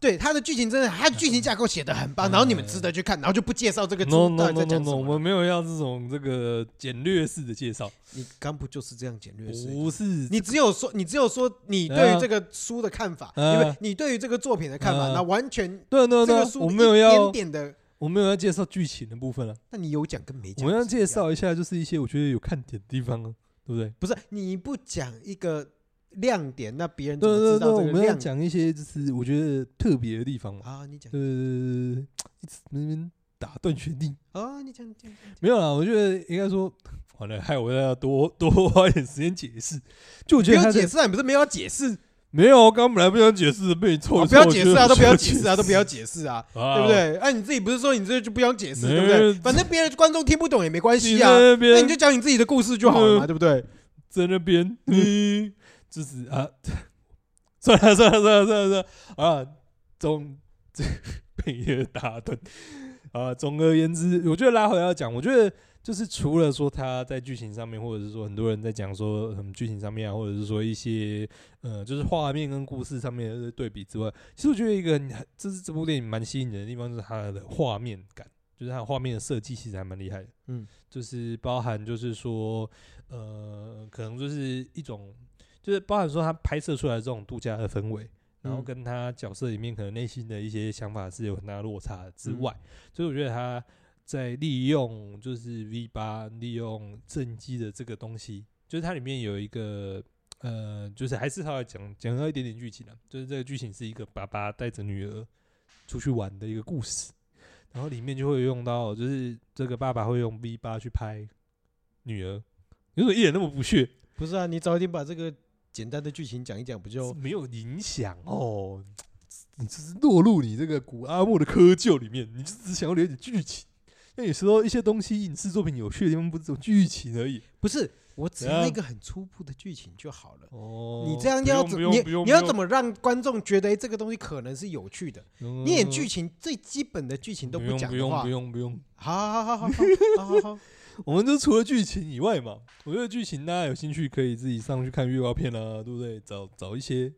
[SPEAKER 1] 对它的剧情真的，它的剧情架构写的很棒，然后你们
[SPEAKER 2] 嗯
[SPEAKER 1] 值得去看，然后就不介绍这个
[SPEAKER 2] no
[SPEAKER 1] 书到底在
[SPEAKER 2] no no no
[SPEAKER 1] 讲什
[SPEAKER 2] no，
[SPEAKER 1] 么
[SPEAKER 2] 我
[SPEAKER 1] 了。
[SPEAKER 2] 们没有要这种这个简略式的介绍，
[SPEAKER 1] 你刚不就是这样简略式？
[SPEAKER 2] 不是
[SPEAKER 1] 你只有说，你只有说你
[SPEAKER 2] 对
[SPEAKER 1] 对
[SPEAKER 2] 啊
[SPEAKER 1] 于这个书的看法，
[SPEAKER 2] 嗯
[SPEAKER 1] 因为你对于这个作品的看法，
[SPEAKER 2] 嗯
[SPEAKER 1] 那完全
[SPEAKER 2] 对啊对啊
[SPEAKER 1] 这
[SPEAKER 2] 对
[SPEAKER 1] 个
[SPEAKER 2] 啊，
[SPEAKER 1] 书
[SPEAKER 2] 我
[SPEAKER 1] 的
[SPEAKER 2] 没有
[SPEAKER 1] 一
[SPEAKER 2] 要
[SPEAKER 1] 点点的，
[SPEAKER 2] 我没有要介绍剧情的部分了，
[SPEAKER 1] 那你有讲跟没
[SPEAKER 2] 我
[SPEAKER 1] 讲？
[SPEAKER 2] 们要介，绍一下就是一些我觉得有看点的地方啊，对不对？
[SPEAKER 1] 不是你不讲一个亮点，那别人怎
[SPEAKER 2] 对
[SPEAKER 1] 么
[SPEAKER 2] 对
[SPEAKER 1] 知
[SPEAKER 2] 对，
[SPEAKER 1] 道
[SPEAKER 2] 我
[SPEAKER 1] 这个
[SPEAKER 2] 们要
[SPEAKER 1] 亮点
[SPEAKER 2] 讲一些就是我觉得特别的地方嘛，
[SPEAKER 1] 啊？你讲
[SPEAKER 2] 对对对对对，对一直在那边打断旋律，
[SPEAKER 1] 啊，你讲你讲，你讲
[SPEAKER 2] 没有啦，我觉得应该说，完了，害我要多多花一点时间解释。就我觉
[SPEAKER 1] 不
[SPEAKER 2] 得
[SPEAKER 1] 要
[SPEAKER 2] 他
[SPEAKER 1] 解
[SPEAKER 2] 在
[SPEAKER 1] 释啊！你不是没有要解释？
[SPEAKER 2] 没有，刚本来不想解释，被你凑
[SPEAKER 1] 哦
[SPEAKER 2] 一
[SPEAKER 1] 不
[SPEAKER 2] 凑
[SPEAKER 1] 要解释啊！都不要解
[SPEAKER 2] 解
[SPEAKER 1] 释啊！都不要解释啊！对
[SPEAKER 2] 对
[SPEAKER 1] 不？对？哎，你自己不是说你这就不想解释，
[SPEAKER 2] 没
[SPEAKER 1] 对不对？反正别人观众听不懂也没关
[SPEAKER 2] 你
[SPEAKER 1] 系
[SPEAKER 2] 在
[SPEAKER 1] 啊，
[SPEAKER 2] 那
[SPEAKER 1] 那
[SPEAKER 2] 边
[SPEAKER 1] 你就讲你自己的故事就好了嘛，
[SPEAKER 2] 嗯
[SPEAKER 1] 对不对？
[SPEAKER 2] 在那边，嗯，就是啊， 算了算了算了算了算了啊，总 这被一打断啊。总而言之，我觉得拉回来要讲，我觉得就是除了说他在剧情上面，或者是说很多人在讲说嗯剧情上面啊，或者是说一些呃就是画面跟故事上面的对比之外，其实我觉得一个很这是这部电影蛮吸引人的地方，就是它的画面感，就是它的画面的设计其实还蛮厉害的。
[SPEAKER 1] 嗯，
[SPEAKER 2] 就是包含就是说呃，可能就是一种，就是包含说他拍摄出来的这种度假的氛围，然后
[SPEAKER 1] 嗯
[SPEAKER 2] 跟他角色里面可能内心的一些想法是有很大的落差之
[SPEAKER 1] 嗯
[SPEAKER 2] 外，所以我觉得他在利用就是 V 八利用正机的这个东西，就是它里面有一个。呃，就是还是他要讲讲到一点点剧情了、啊就是这个剧情是一个爸爸带着女儿出去玩的一个故事，然后里面就会用到，就是这个爸爸会用 V 八去拍女儿，你怎么一点那么不屑？
[SPEAKER 1] 不是啊，你早一点把这个简单的剧情讲一讲，不就
[SPEAKER 2] 没有影响哦，你就是落入你这个古阿莫的窠臼里面，你就只想要了解剧情。那有时候一些东西影视作品有趣的地方不是只有剧情而已
[SPEAKER 1] 不是？我只
[SPEAKER 2] 怎
[SPEAKER 1] 要
[SPEAKER 2] 样
[SPEAKER 1] 一个很粗暴的剧情就好了。
[SPEAKER 2] 哦
[SPEAKER 1] 你这样要怎你你要怎？么让观众觉得哎这个东西可能是有趣的？你
[SPEAKER 2] 你
[SPEAKER 1] 演剧情最基本的剧情都
[SPEAKER 2] 不
[SPEAKER 1] 讲
[SPEAKER 2] 不
[SPEAKER 1] 的
[SPEAKER 2] 用
[SPEAKER 1] 话
[SPEAKER 2] 不，用不用，
[SPEAKER 1] 好好好好好好好好，
[SPEAKER 2] 我们就除了剧情以外嘛，我觉得剧情大家有兴趣可以自己上去看预告片啊，对不对？找找一些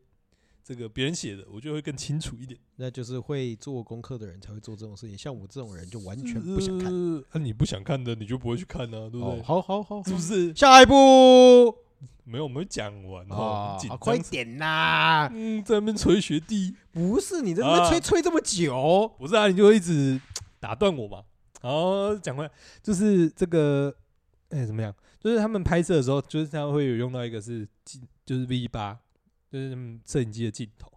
[SPEAKER 2] 这个别人写的，我觉得会更清楚一点。
[SPEAKER 1] 那就是会做功课的人才会做这种事情，像我这种人就完全不想看。
[SPEAKER 2] 呃啊，你不想看的你就不会去看啊，对不对？
[SPEAKER 1] 哦，好好好，
[SPEAKER 2] 是不是？
[SPEAKER 1] 下一步
[SPEAKER 2] 没有，我们讲完哦，
[SPEAKER 1] 啊
[SPEAKER 2] 很紧，
[SPEAKER 1] 好
[SPEAKER 2] 张
[SPEAKER 1] 快点啦！
[SPEAKER 2] 嗯，在那边捶学弟，
[SPEAKER 1] 不是你这
[SPEAKER 2] 啊
[SPEAKER 1] 么吹吹这么久，
[SPEAKER 2] 不是啊，你就一直打断我嘛。然后讲回来，就是这个，哎、怎么样？就是他们拍摄的时候，就是他会有用到一个是镜，就是 V 八，就是他们摄影机的镜头。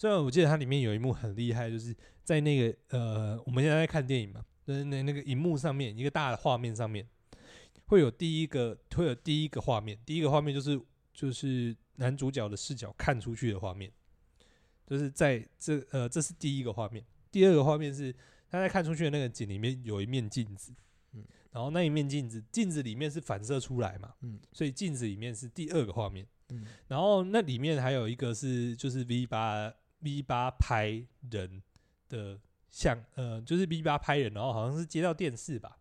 [SPEAKER 2] 虽然我记得它里面有一幕很厉害，就是在那个呃，我们现在在看电影嘛，就是那那个荧幕上面一个大的画面上面，会有第一个会有第一个画面，第一个画面就是就是男主角的视角看出去的画面，就是在这呃这是第一个画面，第二个画面是他在看出去的那个景里面有一面镜子，
[SPEAKER 1] 嗯
[SPEAKER 2] 然后那一面镜子镜子里面是反射出来嘛，
[SPEAKER 1] 嗯
[SPEAKER 2] 所以镜子里面是第二个画面，
[SPEAKER 1] 嗯
[SPEAKER 2] 然后那里面还有一个是就是 V 八 V 八拍人的像，呃，就是 V 八拍人，然后好像是接到电视吧，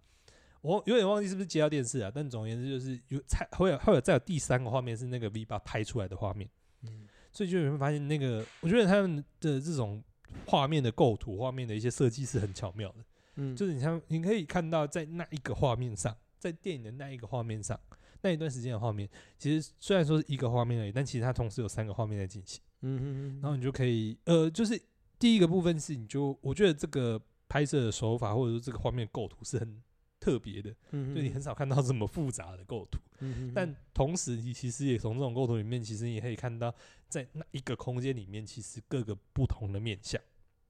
[SPEAKER 2] 我有点忘记是不是接到电视啊，但总而言之就是有才会有会有再有第三个画面是那个 V 八拍出来的画面，
[SPEAKER 1] 嗯
[SPEAKER 2] 所以就你会发现那个，我觉得他们的这种画面的构图、画面的一些设计是很巧妙的。
[SPEAKER 1] 嗯，
[SPEAKER 2] 就是你像你可以看到，在那一个画面上，在电影的那一个画面上，那一段时间的画面，其实虽然说是一个画面而已，但其实它同时有三个画面在进行。
[SPEAKER 1] 嗯嗯嗯，
[SPEAKER 2] 然后你就可以，呃，就是第一个部分是，你就我觉得这个拍摄的手法或者说这个画面的构图是很特别的，
[SPEAKER 1] 嗯
[SPEAKER 2] 就你很，少看到这么复杂的构图。
[SPEAKER 1] 嗯嗯嗯
[SPEAKER 2] 但同时，你其实也从这种构图里面，其实你可以看到，在那一个空间里面，其实各个不同的面相。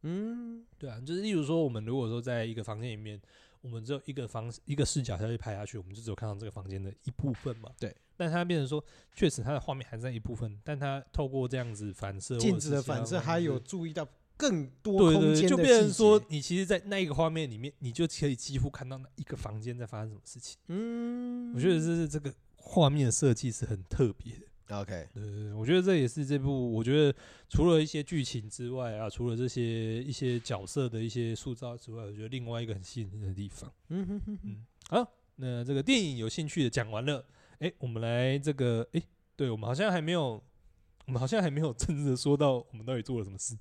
[SPEAKER 1] 嗯
[SPEAKER 2] 对啊，就是例如说，我们如果说在一个房间里面，我们只有一个方一个视角下去拍下去，我们就只有看到这个房间的一部分嘛。
[SPEAKER 1] 对。
[SPEAKER 2] 但它变成说，确实它的画面还在一部分，但它透过这样子反射或者
[SPEAKER 1] 镜子
[SPEAKER 2] 是
[SPEAKER 1] 的
[SPEAKER 2] 其他
[SPEAKER 1] 反射，
[SPEAKER 2] 方
[SPEAKER 1] 还
[SPEAKER 2] 式
[SPEAKER 1] 有注意到更多
[SPEAKER 2] 对
[SPEAKER 1] 空
[SPEAKER 2] 对
[SPEAKER 1] 间的
[SPEAKER 2] 对，就变成
[SPEAKER 1] 细
[SPEAKER 2] 说
[SPEAKER 1] 节，，
[SPEAKER 2] 你其实，在那一个画面里面，你就可以几乎看到那一个房间在发生什么事情。
[SPEAKER 1] 嗯，
[SPEAKER 2] 我觉得这是这个画面的设计是很特别的。
[SPEAKER 1] OK，
[SPEAKER 2] 对对对，我觉得这也是这部，我觉得除了一些剧情之外啊，除了这些一些角色的一些塑造之外，我觉得另外一个很吸引人的地方。
[SPEAKER 1] 嗯哼哼哼，
[SPEAKER 2] 好，那这个电影有兴趣的讲完了，哎，我们来这个，哎，对我们好像还没有，我们好像还没有正式的说到我们到底做了什么事，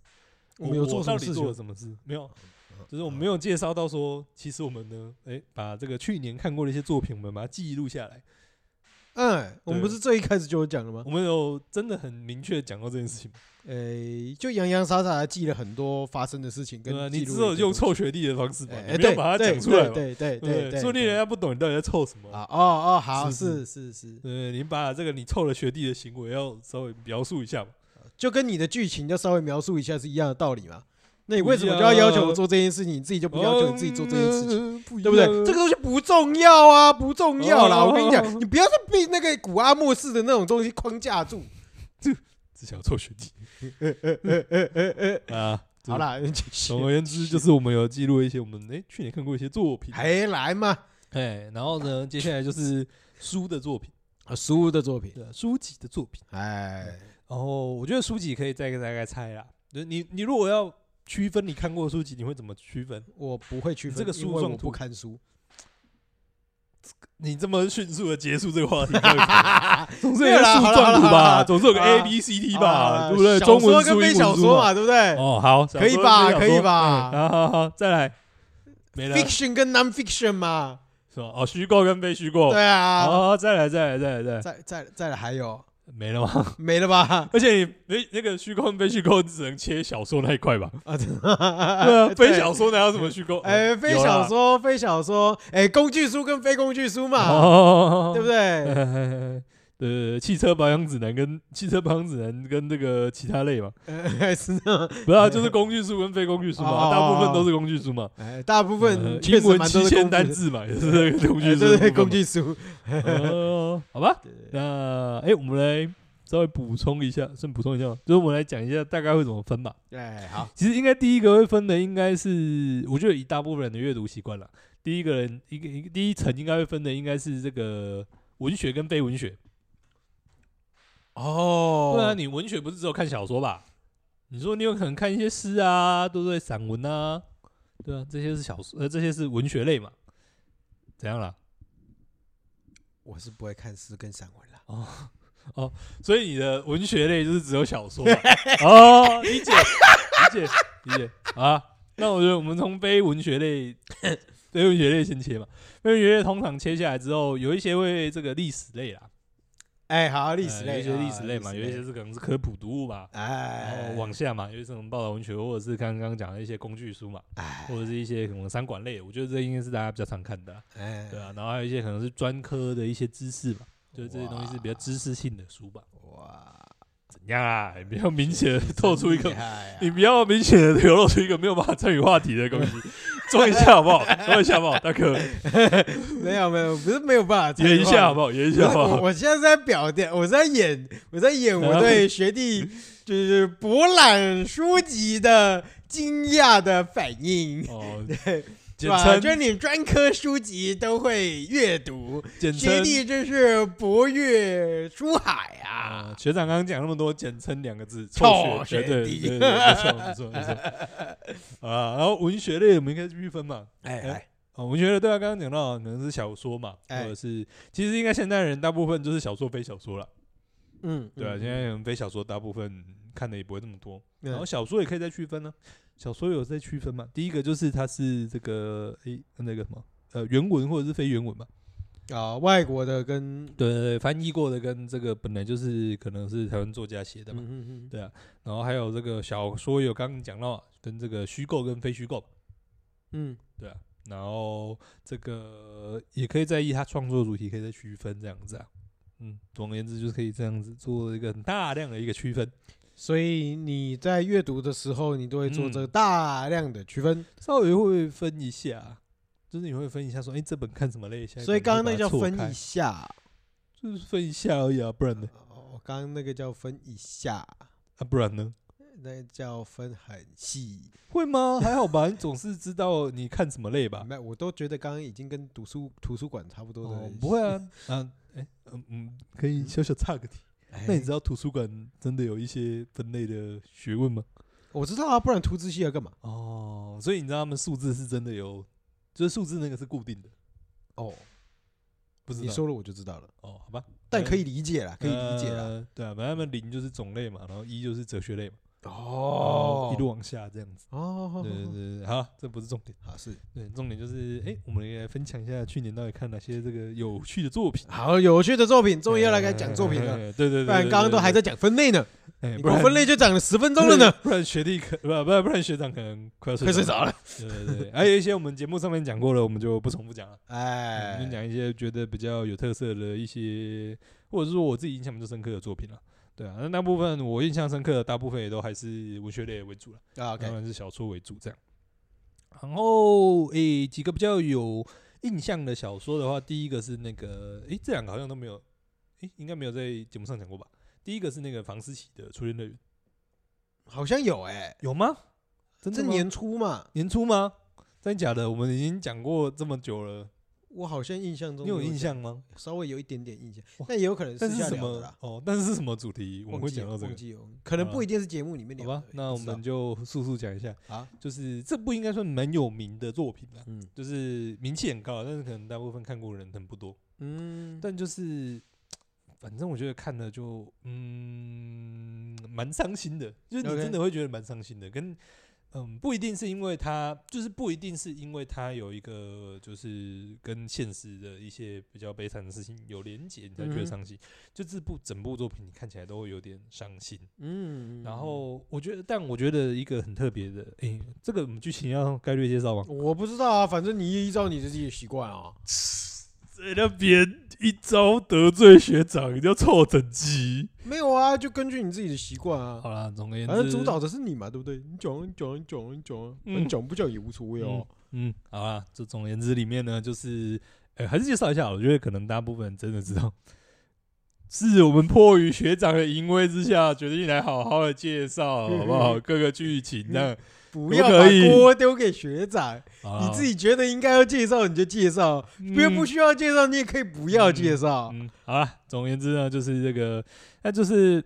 [SPEAKER 1] 我们有做什
[SPEAKER 2] 到
[SPEAKER 1] 么
[SPEAKER 2] 底
[SPEAKER 1] 事
[SPEAKER 2] 做了
[SPEAKER 1] 情？
[SPEAKER 2] 什么事？没有，
[SPEAKER 1] 嗯
[SPEAKER 2] 就是我们没有介绍到说，其实我们呢，哎，把这个去年看过的一些作品，我们把它记录下来。
[SPEAKER 1] 嗯，我们不是最一开始就有讲了吗
[SPEAKER 2] 啊我？们有真的很明确地讲到这件事情吗。
[SPEAKER 1] 诶，就洋洋洒洒地记了很多发生的事情，跟
[SPEAKER 2] 对啊，
[SPEAKER 1] 记
[SPEAKER 2] 你
[SPEAKER 1] 录
[SPEAKER 2] 只
[SPEAKER 1] 了
[SPEAKER 2] 有
[SPEAKER 1] 一些
[SPEAKER 2] 用
[SPEAKER 1] 东西
[SPEAKER 2] 凑学弟的方式吧，
[SPEAKER 1] 哎
[SPEAKER 2] 你
[SPEAKER 1] 哎
[SPEAKER 2] 没有
[SPEAKER 1] 对
[SPEAKER 2] 把它
[SPEAKER 1] 对
[SPEAKER 2] 讲出来嘛，
[SPEAKER 1] 对对
[SPEAKER 2] 对不
[SPEAKER 1] 对对，
[SPEAKER 2] 说不定人家不懂你到底在凑什么。
[SPEAKER 1] 啊哦哦，好
[SPEAKER 2] 是不
[SPEAKER 1] 是是是，
[SPEAKER 2] 对，你把这个你凑了学弟的行为要稍微描述一下嘛。
[SPEAKER 1] 就跟你的剧情要稍微描述一下是一样的道理嘛。那你为什么就要要求我做这件事情？你自己就不要求你自己做这件事情，
[SPEAKER 2] 情，嗯不一
[SPEAKER 1] 对不对
[SPEAKER 2] 样？
[SPEAKER 1] 这个东西不重要啊，不重要啦！
[SPEAKER 2] 哦
[SPEAKER 1] 我跟你讲，你不要再被那个古阿莫式的那种东西框架住。
[SPEAKER 2] 只想凑学 弟啊。这
[SPEAKER 1] 哎好，啦，继续
[SPEAKER 2] 总而言之，就是我们有记录一些我们哎去年看过一些作品，
[SPEAKER 1] 还来嘛？
[SPEAKER 2] 哎，然后呢，接下来就是书的作品，
[SPEAKER 1] 啊，书的作品，
[SPEAKER 2] 对啊，书籍的作品。
[SPEAKER 1] 哎，
[SPEAKER 2] 然后我觉得书籍可以再给大概猜啦，就是你你如果要区分你看过的书籍，你会怎么区分？
[SPEAKER 1] 我不会区分
[SPEAKER 2] 这个
[SPEAKER 1] 因
[SPEAKER 2] 书
[SPEAKER 1] 为
[SPEAKER 2] 状
[SPEAKER 1] 我不
[SPEAKER 2] 图
[SPEAKER 1] 看书，
[SPEAKER 2] 你这么迅速的结束这个话题，到底怎么总是有
[SPEAKER 1] 没有
[SPEAKER 2] 个
[SPEAKER 1] 啦
[SPEAKER 2] 树
[SPEAKER 1] 好啦
[SPEAKER 2] 状图
[SPEAKER 1] 好啦好
[SPEAKER 2] 吧，
[SPEAKER 1] 啦
[SPEAKER 2] 总是有个
[SPEAKER 1] 好啦
[SPEAKER 2] A B C D
[SPEAKER 1] 啊
[SPEAKER 2] 吧，对不对？
[SPEAKER 1] 小
[SPEAKER 2] 中
[SPEAKER 1] 说
[SPEAKER 2] 文
[SPEAKER 1] 跟
[SPEAKER 2] 书、
[SPEAKER 1] 非
[SPEAKER 2] 英
[SPEAKER 1] 小
[SPEAKER 2] 文
[SPEAKER 1] 说
[SPEAKER 2] 书嘛。
[SPEAKER 1] 嘛，对不对
[SPEAKER 2] 哦，好，
[SPEAKER 1] 可以吧
[SPEAKER 2] 小说
[SPEAKER 1] 可
[SPEAKER 2] 跟非
[SPEAKER 1] 以
[SPEAKER 2] 小说
[SPEAKER 1] 吧
[SPEAKER 2] 嗯好好好，再来，没了，
[SPEAKER 1] ？Fiction 跟 non-fiction 嘛，
[SPEAKER 2] 是吧？哦，虚构跟非虚构，
[SPEAKER 1] 对
[SPEAKER 2] 好，
[SPEAKER 1] 啊。
[SPEAKER 2] 好好再来，再来，再来，再来，
[SPEAKER 1] 再再再来还有
[SPEAKER 2] 没了吗？
[SPEAKER 1] 没了吧？
[SPEAKER 2] 而且你那那个虚构跟非虚构只能切小说那一块吧？
[SPEAKER 1] 啊，对
[SPEAKER 2] 对啊，
[SPEAKER 1] 啊
[SPEAKER 2] 非小说哪有什么虚构？
[SPEAKER 1] 哎，
[SPEAKER 2] 嗯
[SPEAKER 1] 非
[SPEAKER 2] 有啦
[SPEAKER 1] 小说，非小说，哎，工具书跟非工具书嘛，
[SPEAKER 2] 哦，
[SPEAKER 1] 对不对？
[SPEAKER 2] 对？呃，汽车保养指南跟汽车保养指南跟那个其他类嘛，
[SPEAKER 1] 哎是这样，
[SPEAKER 2] 不是、啊，就是工具书跟非工具书嘛，
[SPEAKER 1] 哦
[SPEAKER 2] 大部分都是工具书嘛。
[SPEAKER 1] 哎，大部
[SPEAKER 2] 呃
[SPEAKER 1] 分确
[SPEAKER 2] 英
[SPEAKER 1] 实
[SPEAKER 2] 文
[SPEAKER 1] 蛮
[SPEAKER 2] 七
[SPEAKER 1] 多的
[SPEAKER 2] 千
[SPEAKER 1] 工
[SPEAKER 2] 单
[SPEAKER 1] 具，
[SPEAKER 2] 字嘛，也是那个工具
[SPEAKER 1] 哎
[SPEAKER 2] 书
[SPEAKER 1] 对
[SPEAKER 2] 的部分嘛。
[SPEAKER 1] 对，工具书，
[SPEAKER 2] 哦，好吧，那哎、我们来稍微补充一下，先补充一下嘛，就是我们来讲一下大概会怎么分吧。
[SPEAKER 1] 哎，好，
[SPEAKER 2] 其实应该第一个会分的应该是，我觉得以大部分人的阅读习惯了，第一个人一个一个第一层应该会分的应该是这个文学跟非文学。
[SPEAKER 1] 哦，
[SPEAKER 2] 对啊，你文学不是只有看小说吧？你说你有可能看一些诗啊，对不对？散文啊，对啊，这些是小说，呃，这些是文学类嘛？怎样啦？
[SPEAKER 1] 我是不会看诗跟散文啦。
[SPEAKER 2] 所以你的文学类就是只有 小说嘛哦，理解，理解，理解啊。那我觉得我们从非文学类，非文学类先切嘛。非文学类通常切下来之后，有一些会这个历史类啦，
[SPEAKER 1] 哎，好，历史
[SPEAKER 2] 呃
[SPEAKER 1] 类，
[SPEAKER 2] 有一些
[SPEAKER 1] 啊
[SPEAKER 2] 历史类嘛，有一些，是可能是科普读物嘛，然
[SPEAKER 1] 哎
[SPEAKER 2] 后，哦往下嘛，有一些可能报道文学，或者是刚刚讲的一些工具书嘛。
[SPEAKER 1] 哎，
[SPEAKER 2] 或者是一些可能三管类，我觉得这应该是大家比较常看的啊、
[SPEAKER 1] 哎
[SPEAKER 2] 对，啊。然后还有一些可能是专科的一些知识吧，就是这些东西是比较知识性的书吧。
[SPEAKER 1] 哇，
[SPEAKER 2] 怎样啊？你不要明显的透出一
[SPEAKER 1] 真
[SPEAKER 2] 个
[SPEAKER 1] 厉，害啊
[SPEAKER 2] 你不要明显的流露出一个没有办法参与话题的东西，装一下好不好？装一下好不好，大哥？
[SPEAKER 1] 没有没有，不是没有办法，
[SPEAKER 2] 演一下好不好？演一
[SPEAKER 1] 不是
[SPEAKER 2] 下好
[SPEAKER 1] 我
[SPEAKER 2] 不好？
[SPEAKER 1] 我现在是在表演，我在演，我在演我对学弟 就是博览书籍的惊讶的反应，
[SPEAKER 2] 哦，
[SPEAKER 1] 是
[SPEAKER 2] 简
[SPEAKER 1] 吧？
[SPEAKER 2] 称
[SPEAKER 1] 就是你专科书籍都会阅读，
[SPEAKER 2] 简
[SPEAKER 1] 学
[SPEAKER 2] 称
[SPEAKER 1] 弟真是博阅书海
[SPEAKER 2] 啊
[SPEAKER 1] 啊！，
[SPEAKER 2] 学长刚刚讲那么多，简称两个字，
[SPEAKER 1] 臭
[SPEAKER 2] 臭
[SPEAKER 1] 学
[SPEAKER 2] 学，对对
[SPEAKER 1] 弟
[SPEAKER 2] 对，对没错没错没错。啊，然后文学类我们应该区分嘛，
[SPEAKER 1] 哎哎
[SPEAKER 2] 哦，我觉得对啊，刚刚讲到可能是小说嘛，
[SPEAKER 1] 哎
[SPEAKER 2] 或者是其实应该现代人大部分就是小说非小说了，
[SPEAKER 1] 嗯，
[SPEAKER 2] 对啊，
[SPEAKER 1] 嗯
[SPEAKER 2] 现在人非小说大部分看的也不会这么多，
[SPEAKER 1] 嗯
[SPEAKER 2] 然后小说也可以再区分呢、小说有在区分嘛，第一个就是它是这个诶、那个什么呃原文或者是非原文嘛，
[SPEAKER 1] 啊，外国的跟
[SPEAKER 2] 对对对，翻译过的跟这个本来就是可能是台湾作家写的嘛，
[SPEAKER 1] 嗯嗯
[SPEAKER 2] 对啊，然后还有这个小说有刚刚讲到跟这个虚构跟非虚构，
[SPEAKER 1] 嗯，
[SPEAKER 2] 对啊，然后这个也可以再依他创作主题可以再区分这样子啊。嗯，总而言之就是可以这样子做一个很大量的一个区分，
[SPEAKER 1] 所以你在阅读的时候，你都会做
[SPEAKER 2] 嗯
[SPEAKER 1] 这大量的区分。
[SPEAKER 2] 稍微会分一下，就是你会分一下说，哎、这本看什么类型？下一
[SPEAKER 1] 所以
[SPEAKER 2] 本
[SPEAKER 1] 刚刚那个
[SPEAKER 2] 就
[SPEAKER 1] 叫
[SPEAKER 2] 把它错
[SPEAKER 1] 分
[SPEAKER 2] 开
[SPEAKER 1] 一下，
[SPEAKER 2] 就是分一下而已啊，不然呢？
[SPEAKER 1] 哦，刚刚那个叫分一下，
[SPEAKER 2] 啊，不然呢？
[SPEAKER 1] 那叫分很细。
[SPEAKER 2] 会吗？还好吧，你总是知道你看什么 类吧？
[SPEAKER 1] 没，我都觉得刚刚已经跟读书图书馆差不多
[SPEAKER 2] 哦
[SPEAKER 1] 的。，
[SPEAKER 2] 不会啊，啊，哎、嗯嗯，可以小小岔个题。
[SPEAKER 1] 哎，
[SPEAKER 2] 那你知道图书馆真的有一些分类的学问吗？
[SPEAKER 1] 我知道啊，不然图资系要干嘛？
[SPEAKER 2] 哦，所以你知道他们数字是真的有，就是数字那个是固定的，
[SPEAKER 1] 哦，
[SPEAKER 2] 不知道
[SPEAKER 1] 你说了我就知道了，
[SPEAKER 2] 哦，好吧，
[SPEAKER 1] 但可以理解啦，可以理解啦。
[SPEAKER 2] 呃对啊，反正他们零就是种类嘛，然后一就是哲学类嘛，
[SPEAKER 1] 哦，
[SPEAKER 2] 呃一路往下这样子。
[SPEAKER 1] 哦，
[SPEAKER 2] 对对对，对好，这不是重点，
[SPEAKER 1] 好是
[SPEAKER 2] 对，重点就是，哎，我们也来分享一下去年到底看哪些这个有趣的作品。
[SPEAKER 1] 好有趣的作品， 终于要来给讲作品了，
[SPEAKER 2] 了， 对对对，
[SPEAKER 1] 不然刚刚都还在讲分类呢，
[SPEAKER 2] 哎，
[SPEAKER 1] 你
[SPEAKER 2] 不
[SPEAKER 1] 光
[SPEAKER 2] 然
[SPEAKER 1] 分类就讲了十分钟了呢，，
[SPEAKER 2] 不然学弟可不不然不然学长可能快要
[SPEAKER 1] 快睡着
[SPEAKER 2] 了。
[SPEAKER 1] 了。
[SPEAKER 2] 对对对，还有一些我们节目上面讲过了，我们就不重复讲了。我
[SPEAKER 1] 哎
[SPEAKER 2] 们，讲一些觉得比较有特色的一些，或者是说我自己印象比较深刻的作品了。对啊，那那部分我印象深刻的大部分也都还是文学类为主了，
[SPEAKER 1] 啊
[SPEAKER 2] 当
[SPEAKER 1] ，OK，
[SPEAKER 2] 然是小说为主这样。然后诶、几个比较有印象的小说的话，第一个是那个诶、这两个好像都没有，诶、应该没有在节目上讲过吧？第一个是那个房思琪的《初恋乐园》，
[SPEAKER 1] 好像有哎，
[SPEAKER 2] 有吗？真
[SPEAKER 1] 这
[SPEAKER 2] 的吗
[SPEAKER 1] 年初嘛，
[SPEAKER 2] 年初吗？真的假的？我们已经讲过这么久了，
[SPEAKER 1] 我好像印象中
[SPEAKER 2] 你有印
[SPEAKER 1] 讲，
[SPEAKER 2] 象吗？
[SPEAKER 1] 稍微有一点点印象
[SPEAKER 2] 哇，
[SPEAKER 1] 但也有可能
[SPEAKER 2] 但
[SPEAKER 1] 私
[SPEAKER 2] 是
[SPEAKER 1] 下
[SPEAKER 2] 什
[SPEAKER 1] 聊的
[SPEAKER 2] 么
[SPEAKER 1] 啦？，
[SPEAKER 2] 哦，但是什么主题？我们会
[SPEAKER 1] 忘记
[SPEAKER 2] 讲
[SPEAKER 1] 了
[SPEAKER 2] 到这
[SPEAKER 1] 忘
[SPEAKER 2] 个，
[SPEAKER 1] 记了，可能
[SPEAKER 2] 好吧
[SPEAKER 1] 不一定是节目里面
[SPEAKER 2] 好
[SPEAKER 1] 聊的
[SPEAKER 2] 吧？那我们就速速讲一下，
[SPEAKER 1] 啊，
[SPEAKER 2] 就是这部应该算蛮有名的作品了，
[SPEAKER 1] 嗯
[SPEAKER 2] 就是名气很高，但是可能大部分看过的人很不多。
[SPEAKER 1] 嗯，
[SPEAKER 2] 但就是，反正我觉得看了就嗯，蛮伤心的，就是你
[SPEAKER 1] OK
[SPEAKER 2] 真的会觉得蛮伤心的，跟。嗯，不一定是因为他，就是不一定是因为他有一个就是跟现实的一些比较悲惨的事情有连结，你才觉得
[SPEAKER 1] 嗯哼
[SPEAKER 2] 伤心。就这部整部作品，你看起来都会有点伤心。
[SPEAKER 1] 嗯，
[SPEAKER 2] 然后我觉得，但我觉得一个很特别的，诶、这个我们剧情要概率介绍吗？
[SPEAKER 1] 我不知道啊，反正你依照你自己的习惯 啊。
[SPEAKER 2] 在那边一招得罪学长，叫臭整鸡。
[SPEAKER 1] 没有啊，就根据你自己的习惯啊。
[SPEAKER 2] 好啦，总而言之，
[SPEAKER 1] 反正主导的是你嘛，对不对？你讲啊你讲啊你讲啊你讲啊，反
[SPEAKER 2] 嗯
[SPEAKER 1] 正讲不讲也无所谓哦。
[SPEAKER 2] 嗯，好啦，这总而言之里面呢，就是，呃，还是介绍一下，我觉得可能大部分人真的知道，是我们迫于学长的淫威之下，决定来好好的介绍，好不
[SPEAKER 1] 嗯
[SPEAKER 2] 好？各个剧情这样，
[SPEAKER 1] 不要
[SPEAKER 2] 可
[SPEAKER 1] 把
[SPEAKER 2] 以
[SPEAKER 1] 锅丢给学长，你自
[SPEAKER 2] 己
[SPEAKER 1] 己觉得应该要介绍你就介绍，不要不需要介绍你也可以不要介绍。
[SPEAKER 2] 嗯，好了，总而言之呢，就是这个，那就是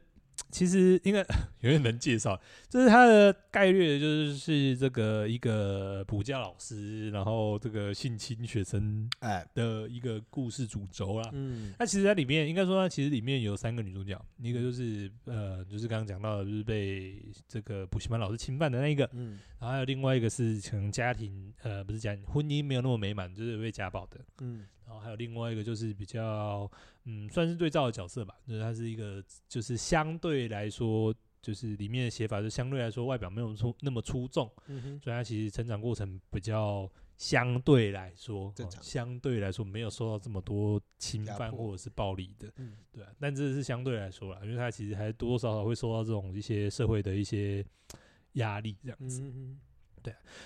[SPEAKER 2] 其实应该 有点难介绍，就是它的概率就是是这个一个补教老师，然后这个性侵学生
[SPEAKER 1] 哎，
[SPEAKER 2] 的一个故事主轴啦。
[SPEAKER 1] 嗯
[SPEAKER 2] 那其实它里面应该说，它其实里面有三个女主角，一个就是呃，就是刚刚讲到的，就是被这个补习班老师侵犯的那一个，
[SPEAKER 1] 嗯
[SPEAKER 2] 然后还有另外一个是可能家庭呃不是家庭婚姻没有那么美满，就是被家暴的，
[SPEAKER 1] 嗯
[SPEAKER 2] 然后还有另外一个就是比较，嗯，算是对照的角色吧，就是他是一个，就是相对来说，就是里面的写法，就相对来说外表没有出那么出众，
[SPEAKER 1] 嗯哼，
[SPEAKER 2] 所以他其实成长过程比较相对来说，
[SPEAKER 1] 正
[SPEAKER 2] 哦
[SPEAKER 1] 常
[SPEAKER 2] 相对来说没有受到这么多侵
[SPEAKER 1] 压
[SPEAKER 2] 犯
[SPEAKER 1] 迫
[SPEAKER 2] 或者是暴力的，
[SPEAKER 1] 嗯
[SPEAKER 2] 对、啊。但这是相对来说啦，因为他其实还多多少少会受到这种一些社会的一些压力这样子。
[SPEAKER 1] 嗯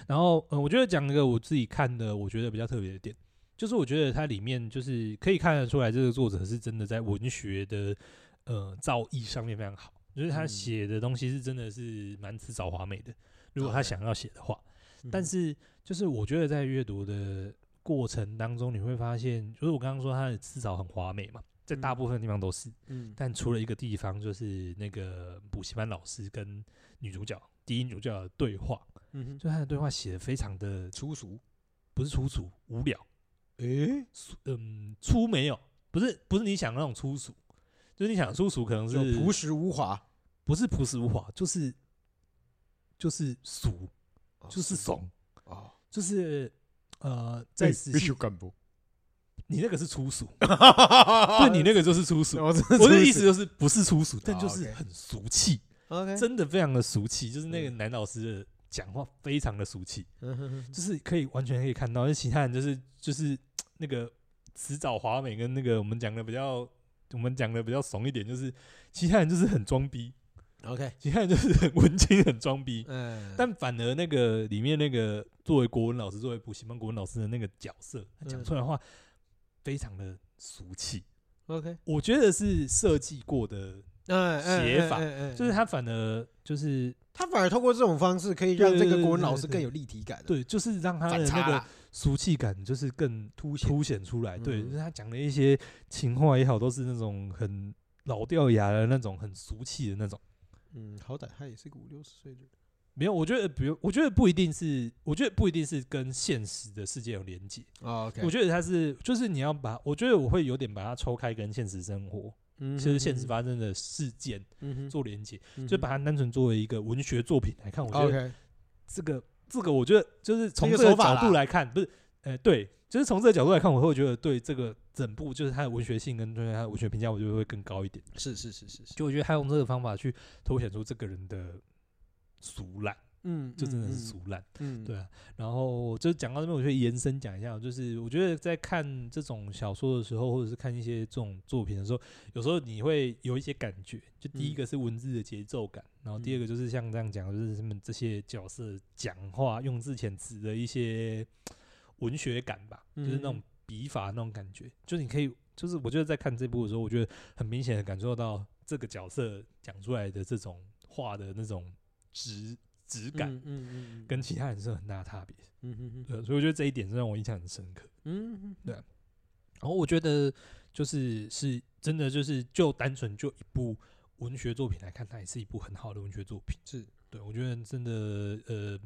[SPEAKER 2] 然后，呃，我觉得讲一个我自己看的，我觉得比较特别的点，就是我觉得它里面就是可以看得出来，这个作者是真的在文学的呃造诣上面非常好，就是他
[SPEAKER 1] 嗯
[SPEAKER 2] 写的东西是真的是蛮辞藻华美的，如果他
[SPEAKER 1] OK
[SPEAKER 2] 想要写的话。
[SPEAKER 1] 哦嗯
[SPEAKER 2] 但是，就是我觉得在阅读的过程当中，你会发现，就是我刚刚说他的辞藻很华美嘛，在大
[SPEAKER 1] 嗯
[SPEAKER 2] 部分地方都是，
[SPEAKER 1] 嗯
[SPEAKER 2] 但除了一个地方，就是那个补习班老师跟女主角第一女主角的对话。
[SPEAKER 1] 嗯哼，
[SPEAKER 2] 就他的对话写的非常的
[SPEAKER 1] 粗俗。
[SPEAKER 2] 不是粗俗无聊，
[SPEAKER 1] 诶，
[SPEAKER 2] 粗嗯粗没有，不是不是你想的那种粗俗，就是你想的粗俗可能
[SPEAKER 1] 就是朴实无华，
[SPEAKER 2] 不是朴实无华，就是就是俗，就是怂，
[SPEAKER 1] 哦。
[SPEAKER 2] 就是呃在实
[SPEAKER 1] 必须
[SPEAKER 2] 际
[SPEAKER 1] 干部，
[SPEAKER 2] 你那个是粗俗，对
[SPEAKER 1] 对
[SPEAKER 2] 你那个啊 就是粗俗。
[SPEAKER 1] 我
[SPEAKER 2] 我的意思
[SPEAKER 1] 思
[SPEAKER 2] 就是不是粗俗，但就是
[SPEAKER 1] 啊，OK
[SPEAKER 2] 很俗气，
[SPEAKER 1] ，OK，
[SPEAKER 2] 真的非常的俗气，就是那个
[SPEAKER 1] 嗯
[SPEAKER 2] 男老师的讲话非常的俗气。
[SPEAKER 1] 嗯哼哼
[SPEAKER 2] 就是可以完全可以看到，就其他人就是就是那个迟早华美跟那个我们讲的比较，我们讲的比较怂一点，就是其他人就是很装逼，
[SPEAKER 1] ，OK，
[SPEAKER 2] 其他人就是很文青很装逼，
[SPEAKER 1] 嗯，
[SPEAKER 2] 但反而那个里面那个作为国文老师，作为补习班国文老师的那个角色，他讲
[SPEAKER 1] 嗯
[SPEAKER 2] 出来的话非常的俗气，
[SPEAKER 1] OK，
[SPEAKER 2] 我觉得是设计过的，
[SPEAKER 1] 嗯，
[SPEAKER 2] 写法就是
[SPEAKER 1] 他，
[SPEAKER 2] 他反而就是
[SPEAKER 1] 他反而透过这种方式可以让这
[SPEAKER 2] 对对
[SPEAKER 1] 个
[SPEAKER 2] 对
[SPEAKER 1] 国文老
[SPEAKER 2] 对
[SPEAKER 1] 师
[SPEAKER 2] 对
[SPEAKER 1] 更有立体感，，
[SPEAKER 2] 对，就是让他
[SPEAKER 1] 反
[SPEAKER 2] 的那
[SPEAKER 1] 差
[SPEAKER 2] 个
[SPEAKER 1] 啦，
[SPEAKER 2] 俗气感就是更
[SPEAKER 1] 凸显，
[SPEAKER 2] 凸显出来。对，
[SPEAKER 1] 嗯
[SPEAKER 2] 就是他讲的一些情话也好，都是那种很老掉牙的那种，很俗气的那种。
[SPEAKER 1] 嗯，好歹他也是个五六十岁的人，
[SPEAKER 2] 没有，我觉得不用，我觉得不一定是，我觉得不一定是跟现实的世界有连接。
[SPEAKER 1] 哦，OK，
[SPEAKER 2] 我觉得他是，就是你要把，我觉得我会有点把它抽开跟现实生活，
[SPEAKER 1] 得
[SPEAKER 2] 就是现实，发生的事件
[SPEAKER 1] 嗯
[SPEAKER 2] 做连接，
[SPEAKER 1] 哼，
[SPEAKER 2] 就把它单纯作为一个文学作品来看。我觉得
[SPEAKER 1] 哦 OK，
[SPEAKER 2] 这个这个，我觉得就是从
[SPEAKER 1] 这
[SPEAKER 2] 这
[SPEAKER 1] 个
[SPEAKER 2] 个
[SPEAKER 1] 手法
[SPEAKER 2] 角度
[SPEAKER 1] 啦
[SPEAKER 2] 来看，不是，呃，对，就是从这个角度来看，我会觉得对这个整部就是它的文学性跟对它的文学评价，我觉得会更高一点。
[SPEAKER 1] 是是是是是，
[SPEAKER 2] 就我觉得他用这个方法去凸显出这个人的俗烂，
[SPEAKER 1] 嗯，
[SPEAKER 2] 就真的是
[SPEAKER 1] 嗯，
[SPEAKER 2] 俗烂。
[SPEAKER 1] 嗯，
[SPEAKER 2] 对啊，然后就讲到这边，我就延伸讲一下，就是我觉得在看这种小说的时候，或者是看一些这种作品的时候，有时候你会有一些感觉，就第
[SPEAKER 1] 嗯
[SPEAKER 2] 一个是文字的节奏感，然后第二个就是像这样讲，就是他们这些角色讲话用字遣词的一些文学感吧，就是那种
[SPEAKER 1] 嗯
[SPEAKER 2] 笔法那种感觉，就是你可以，就是我觉得在看这部的时候，我觉得很明显的感受到这个角色讲出来的这种话的那种质质感。
[SPEAKER 1] 嗯嗯嗯，
[SPEAKER 2] 跟其他人是有很大的差别，
[SPEAKER 1] 嗯嗯
[SPEAKER 2] 对，所以我觉得这一点是让我印象很深刻。
[SPEAKER 1] 嗯
[SPEAKER 2] 对然后我觉得就是是真的就是就单纯就一部文学作品来看，它也是一部很好的文学作品。
[SPEAKER 1] 是
[SPEAKER 2] 对，我觉得真的呃，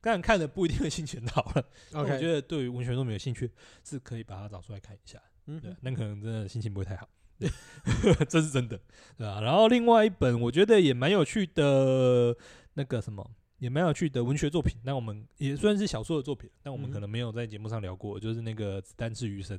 [SPEAKER 2] 当然看了不一定会 心情很好了。但
[SPEAKER 1] ，OK，
[SPEAKER 2] 我觉得对于文学作品有兴趣，是可以把它找出来看一下。对
[SPEAKER 1] 嗯，
[SPEAKER 2] 那可能真的心情不会太好，对，这是真的，对啊。然后另外一本我觉得也蛮有趣的，那个什么也蛮有趣的文学作品，那我们也算是小说的作品，但我们
[SPEAKER 1] 嗯哼
[SPEAKER 2] 可能没有在节目上聊过，就是那个《子弹是余生》。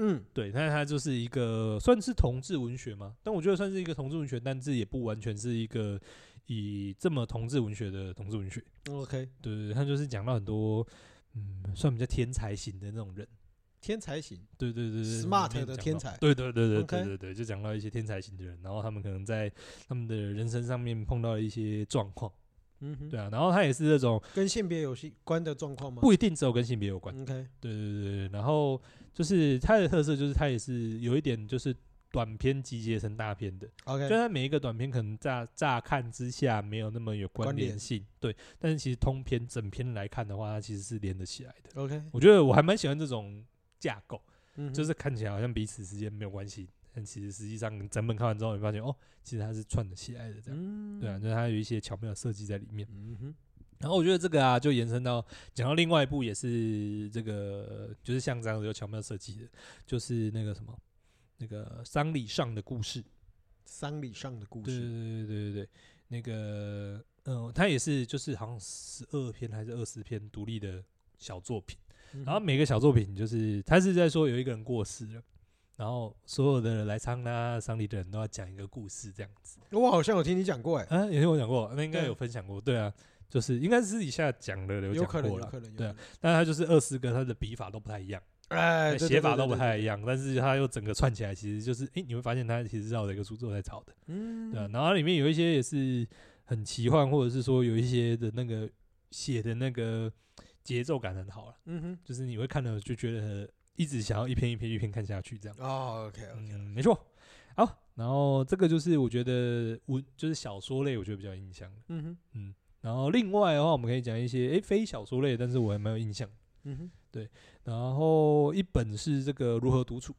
[SPEAKER 1] 嗯
[SPEAKER 2] 对，但是它就是一个算是同志文学嘛，但我觉得算是一个同志文学，但是也不完全是一个以这么同志文学的同志文学。
[SPEAKER 1] ，OK，
[SPEAKER 2] 对对对，它就是讲到很多嗯，算比较天才型的那种人。
[SPEAKER 1] 天才型，
[SPEAKER 2] 对对对对
[SPEAKER 1] Smart
[SPEAKER 2] 里面
[SPEAKER 1] 的
[SPEAKER 2] 讲到
[SPEAKER 1] 天才
[SPEAKER 2] 对对对对对
[SPEAKER 1] OK
[SPEAKER 2] 对对，就讲到一些天才型的人，然后他们可能在他们的人生上面碰到了一些状况，
[SPEAKER 1] 嗯哼，
[SPEAKER 2] 对啊，然后他也是那种
[SPEAKER 1] 跟性别有关的状况吗？
[SPEAKER 2] 不一定只有跟性别有关，
[SPEAKER 1] ，OK，
[SPEAKER 2] 对对对对，然后就是他的特色就是他也是有一点就是短篇集结成大篇的，虽
[SPEAKER 1] OK，
[SPEAKER 2] 然每一个短篇可能乍乍看之下没有那么有关
[SPEAKER 1] 关联
[SPEAKER 2] 联性，对，但是其实通篇整篇来看的话，它其实是连得起来的，
[SPEAKER 1] OK，
[SPEAKER 2] 我觉得我还蛮喜欢这种架构。
[SPEAKER 1] 嗯嗯哼
[SPEAKER 2] 就是看起来好像彼此之间没有关系，但其实实际上整本看完之后，你发现哦，其实它是串得起来的，这样、
[SPEAKER 1] 嗯，
[SPEAKER 2] 对啊，就是它有一些巧妙的设计在里面。
[SPEAKER 1] 嗯哼，
[SPEAKER 2] 然后我觉得这个啊，就延伸到讲到另外一部也是这个，就是像这样子有巧妙设计的，就是那个什么。那个丧礼上的故事，
[SPEAKER 1] 丧礼上的故
[SPEAKER 2] 对
[SPEAKER 1] 事，
[SPEAKER 2] 对对对对对，那个嗯，它也是就是好像十二篇还是二十篇独立的小作品。
[SPEAKER 1] 嗯哼
[SPEAKER 2] 然后每个小作品就是，他是在说有一个人过世了，然后所有的人来参加丧礼的人都要讲一个故事这样子。
[SPEAKER 1] 我好像有听你讲过，哎，
[SPEAKER 2] 啊，也是我讲过，那应该
[SPEAKER 1] 对
[SPEAKER 2] 有分享过，对啊，就是应该是私底下讲的，
[SPEAKER 1] 有
[SPEAKER 2] 有讲
[SPEAKER 1] 可能，
[SPEAKER 2] 过
[SPEAKER 1] 有
[SPEAKER 2] 了。
[SPEAKER 1] 可能，有
[SPEAKER 2] 对啊
[SPEAKER 1] 可能，
[SPEAKER 2] 但他就是二十个，他的笔法都不太一样，
[SPEAKER 1] 哎，对
[SPEAKER 2] 写法都不，
[SPEAKER 1] 对对对对
[SPEAKER 2] 太啊一样，但是他又整个串起来，其实就是，诶，你会发现他其实绕着一个诅咒在吵的，
[SPEAKER 1] 嗯，
[SPEAKER 2] 对啊。然后里面有一些也是很奇幻，或者是说有一些的那个写的那个节奏感很好了。
[SPEAKER 1] 嗯哼，
[SPEAKER 2] 就是你会看了就觉得一直想要一篇一篇一篇看下去这样。
[SPEAKER 1] 哦，OK，OK，
[SPEAKER 2] 嗯，没错。好，然后这个就是我觉得文就是小说类，我觉得比较有印象的。
[SPEAKER 1] 嗯哼，
[SPEAKER 2] 然后另外的话，我们可以讲一些诶非小说类，但是我还蛮有印象。
[SPEAKER 1] 嗯哼，
[SPEAKER 2] 然后一本是这个如何独处，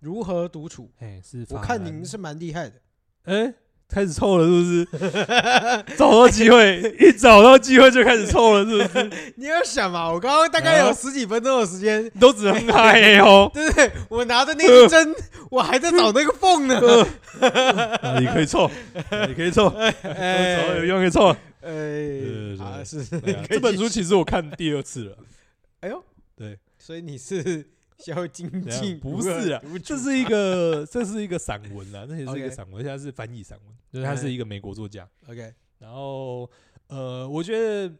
[SPEAKER 1] 如何独处？
[SPEAKER 2] 哎，是
[SPEAKER 1] 我
[SPEAKER 2] 法
[SPEAKER 1] 看
[SPEAKER 2] 兰
[SPEAKER 1] 您是蛮厉害的，
[SPEAKER 2] 哎开始凑了是不是？ 找到机会，一找到机会就开始凑了是不 是？
[SPEAKER 1] 你要想嘛，我刚刚大概有
[SPEAKER 2] 啊
[SPEAKER 1] 十几分钟的时间，
[SPEAKER 2] 都只能 嗨哦。
[SPEAKER 1] 对不对？我拿着那个 针，我还在找那个缝呢。
[SPEAKER 2] 啊你可以凑，你可以凑，
[SPEAKER 1] 哎
[SPEAKER 2] 找到有用可以凑。
[SPEAKER 1] 哎
[SPEAKER 2] 对，对
[SPEAKER 1] 啊
[SPEAKER 2] 对
[SPEAKER 1] 是，
[SPEAKER 2] 对 啊
[SPEAKER 1] 可以
[SPEAKER 2] 这本
[SPEAKER 1] 继
[SPEAKER 2] 书其实我看第二次了，
[SPEAKER 1] 哎呦，
[SPEAKER 2] 对，
[SPEAKER 1] 所以你是萧精
[SPEAKER 2] 怎
[SPEAKER 1] 进
[SPEAKER 2] 样，不是啊
[SPEAKER 1] 如何独处
[SPEAKER 2] 这是一个这是一个散文啦，那也是一
[SPEAKER 1] OK 哎
[SPEAKER 2] 个散文，现在是翻译散文，就是他是一个美国作家，
[SPEAKER 1] OK，
[SPEAKER 2] 然后呃，我觉得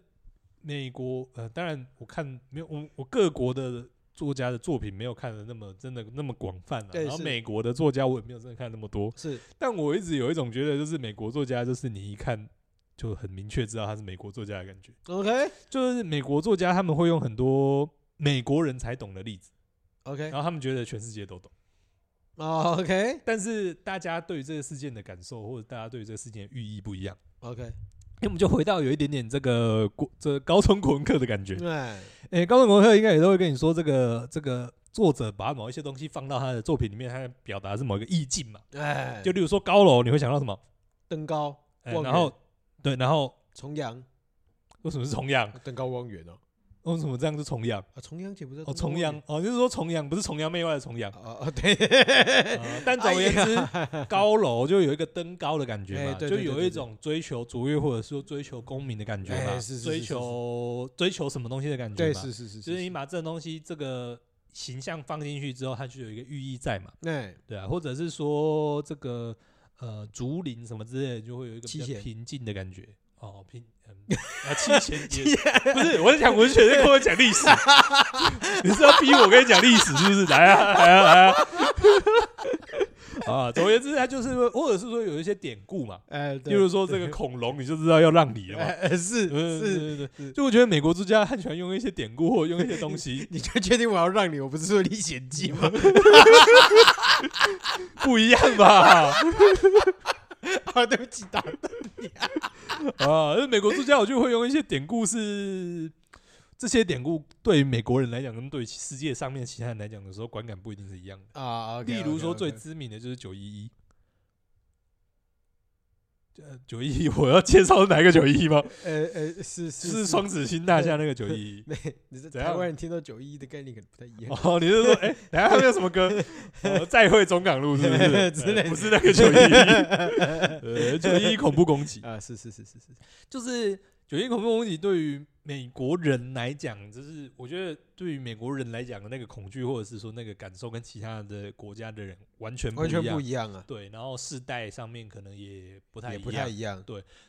[SPEAKER 2] 美国呃，当然我看没有我我各国的。作家的作品没有看的那么真的那么广泛了、
[SPEAKER 1] 对
[SPEAKER 2] 然后
[SPEAKER 1] 是
[SPEAKER 2] 美国的作家我也没有真的看那么多，
[SPEAKER 1] 是
[SPEAKER 2] 但我一直有一种觉得，就是美国作家就是你一看就很明确知道他是美国作家的感觉，
[SPEAKER 1] OK
[SPEAKER 2] 就是美国作家他们会用很多美国人才懂的例子，
[SPEAKER 1] OK
[SPEAKER 2] 然后他们觉得全世界都懂。
[SPEAKER 1] 哦 OK
[SPEAKER 2] 但是大家对于这个事件的感受，或者大家对于这个事件的寓意不一样。
[SPEAKER 1] OK，
[SPEAKER 2] 那我们就回到有一点点这个国这高中国文课的感觉。
[SPEAKER 1] 哎，
[SPEAKER 2] 诶、高中国文课应该也都会跟你说，这个这个作者把某一些东西放到他的作品里面，他表达的是某一个意境嘛。
[SPEAKER 1] 哎，
[SPEAKER 2] 就例如说高楼，你会想到什么？
[SPEAKER 1] 登高
[SPEAKER 2] 诶
[SPEAKER 1] 望远
[SPEAKER 2] 然后对，然后
[SPEAKER 1] 重阳，
[SPEAKER 2] 为什么是重阳？
[SPEAKER 1] 登高望远哦，
[SPEAKER 2] 为什么这样是重阳？
[SPEAKER 1] 啊，重阳姐不是
[SPEAKER 2] 哦，重阳哦，就是说重阳不是崇洋媚外的重阳。
[SPEAKER 1] 哦哦，对，
[SPEAKER 2] 呃但总而言之，高楼就有一个登高的感觉
[SPEAKER 1] 哎
[SPEAKER 2] 嘛，
[SPEAKER 1] 对
[SPEAKER 2] 就
[SPEAKER 1] 对对
[SPEAKER 2] 有
[SPEAKER 1] 对
[SPEAKER 2] 一种追求卓越或者说追求功名的感觉
[SPEAKER 1] 哎
[SPEAKER 2] 嘛
[SPEAKER 1] 是是，是
[SPEAKER 2] 追
[SPEAKER 1] 是是
[SPEAKER 2] 求追求什么东西的感觉
[SPEAKER 1] 对，
[SPEAKER 2] 嘛
[SPEAKER 1] 是，是是，
[SPEAKER 2] 就是你把这东西这个形象放进去之后，它就有一个寓意在嘛，
[SPEAKER 1] 哎，
[SPEAKER 2] 对啊，或者是说这个呃竹林什么之类的，就会有一个比
[SPEAKER 1] 七
[SPEAKER 2] 较
[SPEAKER 1] 贤
[SPEAKER 2] 平静的感觉，哦，拼嗯， 啊，七千年不是，我在讲文学，在跟我讲 历史，你是要逼我跟你讲历史是不是？来啊，来啊，来啊！啊，总而言之，它就是或者是说有一些典故嘛，
[SPEAKER 1] 哎，
[SPEAKER 2] 例如说这个恐龙，你就知道要让梨 了嘛。
[SPEAKER 1] 哎，是
[SPEAKER 2] 嗯
[SPEAKER 1] 是，
[SPEAKER 2] 对对
[SPEAKER 1] 是
[SPEAKER 2] 对，就我觉得美国作家很喜欢用一些典故或者用一些东西
[SPEAKER 1] 你就确定我要让你？我不是说历险记 吗？
[SPEAKER 2] 不一样吧？
[SPEAKER 1] 啊，对不起，大哥，
[SPEAKER 2] 啊，因为美国作家我就会用一些典故是。这些典故对于美国人来讲，跟对世界上面其他人来讲的时候，观感不一定是一样的。
[SPEAKER 1] 啊，OK，OK，OK，
[SPEAKER 2] 例如说最知名的就是九一一。呃，九一 一，我要介绍是哪一个九一 一吗？
[SPEAKER 1] 呃呃，是
[SPEAKER 2] 是
[SPEAKER 1] 是，
[SPEAKER 2] 双子星大厦那个 九一一。
[SPEAKER 1] 那你是
[SPEAKER 2] 怎
[SPEAKER 1] 台
[SPEAKER 2] 样
[SPEAKER 1] 湾人听到九一一的概念可能不太一样。
[SPEAKER 2] 哦，你是说，哎、等下他们有什么 歌？哦再会中港路是不是？
[SPEAKER 1] 之类的
[SPEAKER 2] 呃不是那个 九一一，呃，九一一恐怖攻击，
[SPEAKER 1] 啊，是是是是是，
[SPEAKER 2] 就是九一一恐怖攻击对于美国人来讲，就是我觉得对于美国人来讲的那个恐惧，或者是说那个感受，跟其他的国家的人完全不
[SPEAKER 1] 完
[SPEAKER 2] 一
[SPEAKER 1] 全
[SPEAKER 2] 样。
[SPEAKER 1] 不一样啊，
[SPEAKER 2] 对，然后世代上面可能也不太
[SPEAKER 1] 也
[SPEAKER 2] 一
[SPEAKER 1] 不太
[SPEAKER 2] 样。
[SPEAKER 1] 一样。啊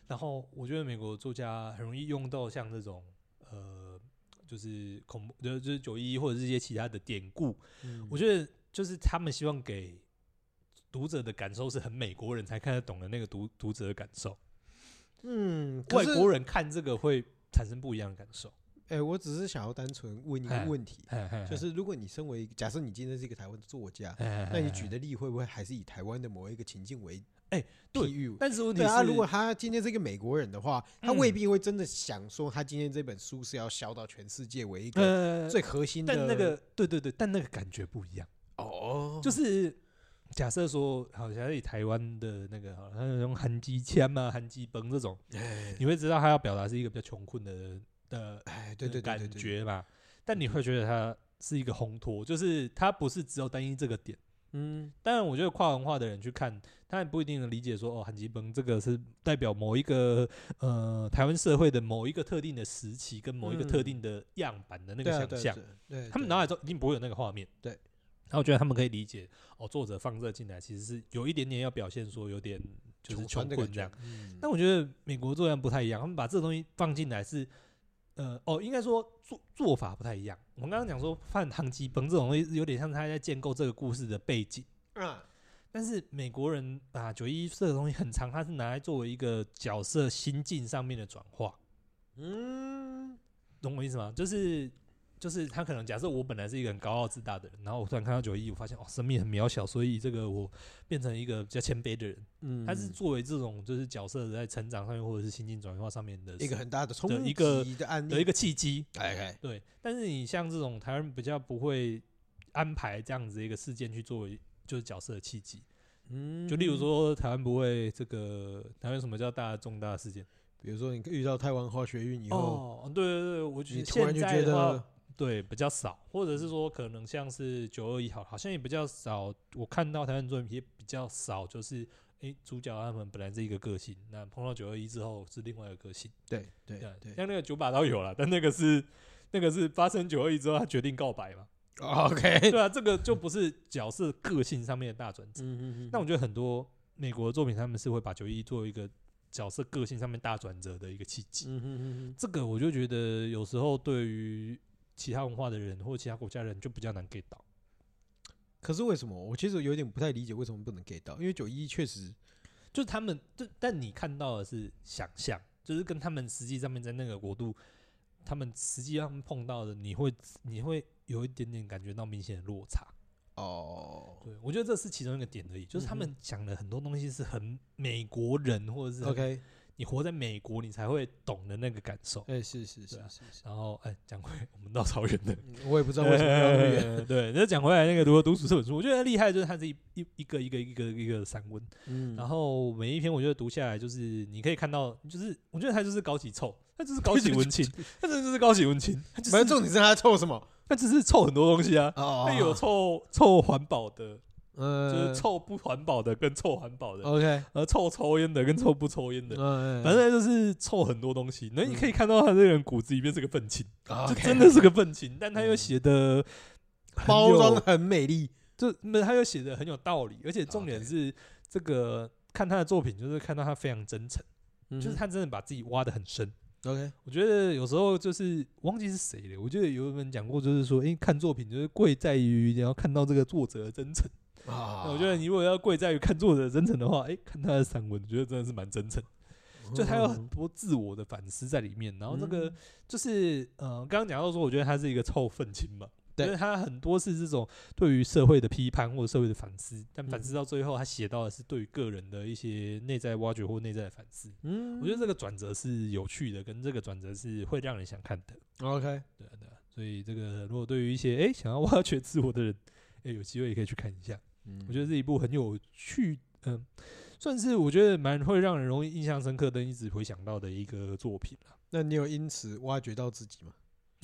[SPEAKER 2] 然后我觉得美国作家很容易用到像这种呃，就是恐怖，就就是九一一或者是一些其他的典故。我
[SPEAKER 1] 得
[SPEAKER 2] 觉得就是他们希望给读者的感受是很美国人才看得懂的那个读读者的感受，
[SPEAKER 1] 嗯，可
[SPEAKER 2] 外
[SPEAKER 1] 是
[SPEAKER 2] 国人看这个会产生不一样的感受。
[SPEAKER 1] 哎，我只是想要单纯问一个
[SPEAKER 2] 哎
[SPEAKER 1] 问题，就
[SPEAKER 2] 就是
[SPEAKER 1] 是如果你身为一个假设你今天是一个台湾的作家，
[SPEAKER 2] 那
[SPEAKER 1] 那你举，的例会不会还是以台湾的某一个情境为
[SPEAKER 2] 哎对
[SPEAKER 1] 譬喻
[SPEAKER 2] 但是问题
[SPEAKER 1] 对
[SPEAKER 2] 是，
[SPEAKER 1] 啊，如果他今天是一个美国人的话，他未
[SPEAKER 2] 嗯
[SPEAKER 1] 必会真的想说，他今天这本书是要销到全世界为一个
[SPEAKER 2] 呃，
[SPEAKER 1] 最核心的。
[SPEAKER 2] 但那个对对对，但那个感觉不一样。
[SPEAKER 1] 哦，
[SPEAKER 2] 就是是假设说，好像以台湾的那个，好像用韩基枪啊、韩基崩这种，你会知道他要表达是一个比较穷困的的
[SPEAKER 1] 哎，对对对对对，
[SPEAKER 2] 感觉嘛。但你会觉得他是一个烘托，就是他不是只有单一这个点。
[SPEAKER 1] 嗯，
[SPEAKER 2] 当然，我觉得跨文化的人去看，他也不一定能理解说，哦，韩基崩这个是代表某一个呃台湾社会的某一个特定的时期跟某一个
[SPEAKER 1] 嗯
[SPEAKER 2] 特定的样板的那
[SPEAKER 1] 那
[SPEAKER 2] 个想象。，
[SPEAKER 1] 对啊，
[SPEAKER 2] 他们
[SPEAKER 1] 拿
[SPEAKER 2] 脑海中一定不会有那个画面。
[SPEAKER 1] 对
[SPEAKER 2] 然后我觉得他们可以理解哦，作者放这进来其实是有一点点要表现说有点就是穷困这样。。
[SPEAKER 1] 嗯
[SPEAKER 2] 但我觉得美国作家不太一样，他们把这个东西放进来是呃哦，应该说做做法不太一样。我们刚刚讲说
[SPEAKER 1] 嗯
[SPEAKER 2] 犯唐基崩这种东西，有点像他在建构这个故事的背景。
[SPEAKER 1] 啊，
[SPEAKER 2] 但是美国人把九一这个东西很长，他是拿来作为一个角色心境上面的转化。
[SPEAKER 1] 嗯，
[SPEAKER 2] 懂我意思吗？就是就是他可能假设我本来是一个很高傲自大的人，然后我突然看到九一，我发现哦，生命很渺小，所以这个我变成一个比较谦卑的人。
[SPEAKER 1] 嗯
[SPEAKER 2] 他是作为这种就是角色在成长上面或者是心境转化上面的
[SPEAKER 1] 一个很大的冲
[SPEAKER 2] 的
[SPEAKER 1] 击
[SPEAKER 2] 一个
[SPEAKER 1] 的案例，
[SPEAKER 2] 的一个契机。
[SPEAKER 1] 哎哎，
[SPEAKER 2] 对，但是你像这种台湾比较不会安排这样子一个事件去作为就是角色的契机，
[SPEAKER 1] 嗯
[SPEAKER 2] 就例如，说台湾不会这个台湾什么叫大的重大的事件
[SPEAKER 1] 比如说你遇到太湾花学运以后，
[SPEAKER 2] 哦，对对对，我觉
[SPEAKER 1] 你
[SPEAKER 2] 得
[SPEAKER 1] 突然
[SPEAKER 2] 现
[SPEAKER 1] 就
[SPEAKER 2] 在
[SPEAKER 1] 觉
[SPEAKER 2] 的话
[SPEAKER 1] 得，
[SPEAKER 2] 对，比较少，或者是说可能像是九二一好，好像也比较少。我看到台湾作品也比较少，就是诶、主角他们本来是一个个性，那碰到九二一之后是另外一个个性。
[SPEAKER 1] 对对
[SPEAKER 2] 这样
[SPEAKER 1] 对
[SPEAKER 2] 像那个九把刀有了，但那个是那个是发生九二一之后他决定告白嘛？
[SPEAKER 1] ，OK，
[SPEAKER 2] 对啊，这个就不是角色个性上面的大转折。
[SPEAKER 1] 嗯嗯
[SPEAKER 2] 那我觉得很多美国的作品他们是会把九一作为一个角色个性上面大转折的一个契机。
[SPEAKER 1] 嗯嗯
[SPEAKER 2] 这个我就觉得有时候对于其他文化的人或其他国家的人就比较难 get 到。
[SPEAKER 1] 可是为什么？我其实有点不太理解为什么不能 get 到，因为九一确实，
[SPEAKER 2] 就是他们，就但你看到的是想象，就是跟他们实际上面在那个国度，他们实际上碰到的，你会你会有一点点感觉到明显的落差。
[SPEAKER 1] 哦
[SPEAKER 2] 对我觉得这是其中一个点而已，就是他
[SPEAKER 1] 嗯
[SPEAKER 2] 们讲的很多东西是很美国人，或者是很
[SPEAKER 1] ，OK，
[SPEAKER 2] 你活在美国你才会懂的那个感受。
[SPEAKER 1] 哎，是是是
[SPEAKER 2] 对啊
[SPEAKER 1] 是是，
[SPEAKER 2] 然后，哎，讲回我们到超远的，
[SPEAKER 1] 嗯我也不知道为什么 要那么远，
[SPEAKER 2] 呃对，那讲回来，那个如何读书这本书，我觉得厉害的就是它是一一一个一个一个一个散文，
[SPEAKER 1] 嗯，
[SPEAKER 2] 然后每一篇我觉得读下来，就是你可以看到，就是我觉得它就是高级臭，它就是高级文青， 它真的就是高级文青，它就
[SPEAKER 1] 反正
[SPEAKER 2] 是
[SPEAKER 1] 重点是他在凑什么？
[SPEAKER 2] 它只是臭很多东西啊，
[SPEAKER 1] 哦，
[SPEAKER 2] 它有臭臭环保的，就
[SPEAKER 1] 呃，
[SPEAKER 2] 是臭不环保的跟臭环保的，
[SPEAKER 1] ，OK，
[SPEAKER 2] 呃，臭抽烟的跟臭不抽烟的。
[SPEAKER 1] 嗯，
[SPEAKER 2] 反正就是臭很多东西，那你可以看到他这个人骨子里面是个愤青，
[SPEAKER 1] 正
[SPEAKER 2] 就真的是个愤青，但他又写的
[SPEAKER 1] 包装啊很美丽，
[SPEAKER 2] 就那他又写的很有道理，而且重点
[SPEAKER 1] OK
[SPEAKER 2] 是这个看他的作品，就是看到他非常真诚，就
[SPEAKER 1] 就是
[SPEAKER 2] 他真的把自己挖得很深。
[SPEAKER 1] 嗯 OK，
[SPEAKER 2] 我觉得有时候就是我忘记是谁了，我记得有人讲过，就是说，因为看作品就是贵在于你要看到这个作者的真诚。
[SPEAKER 1] 啊
[SPEAKER 2] 那我觉得你如果要贵在于看作者的真诚的话，哎、看他的散文，我觉得真的是蛮真诚。就他有很多自我的反思在里面。然后这个
[SPEAKER 1] 嗯
[SPEAKER 2] 就是，呃，刚刚讲到说，我觉得他是一个臭愤青嘛，
[SPEAKER 1] 对
[SPEAKER 2] 因为他很多是这种对于社会的批判或者社会的反思，但反
[SPEAKER 1] 嗯
[SPEAKER 2] 思到最后，他写到的是对于个人的一些内在挖掘或内在的反思。
[SPEAKER 1] 嗯
[SPEAKER 2] 我觉得这个转折是有趣的，跟这个转折是会让人想看的。
[SPEAKER 1] 得嗯 OK，
[SPEAKER 2] 对啊，对啊。所以这个如果对于一些哎、诶想要挖掘自我的人，哎、有机会也可以去看一下。我觉得
[SPEAKER 1] 是
[SPEAKER 2] 是一部很有趣，嗯、算是我觉得蛮会让人容易印象深刻的，一直回想到的一个作品啦。
[SPEAKER 1] 那你有因此挖掘到自己吗？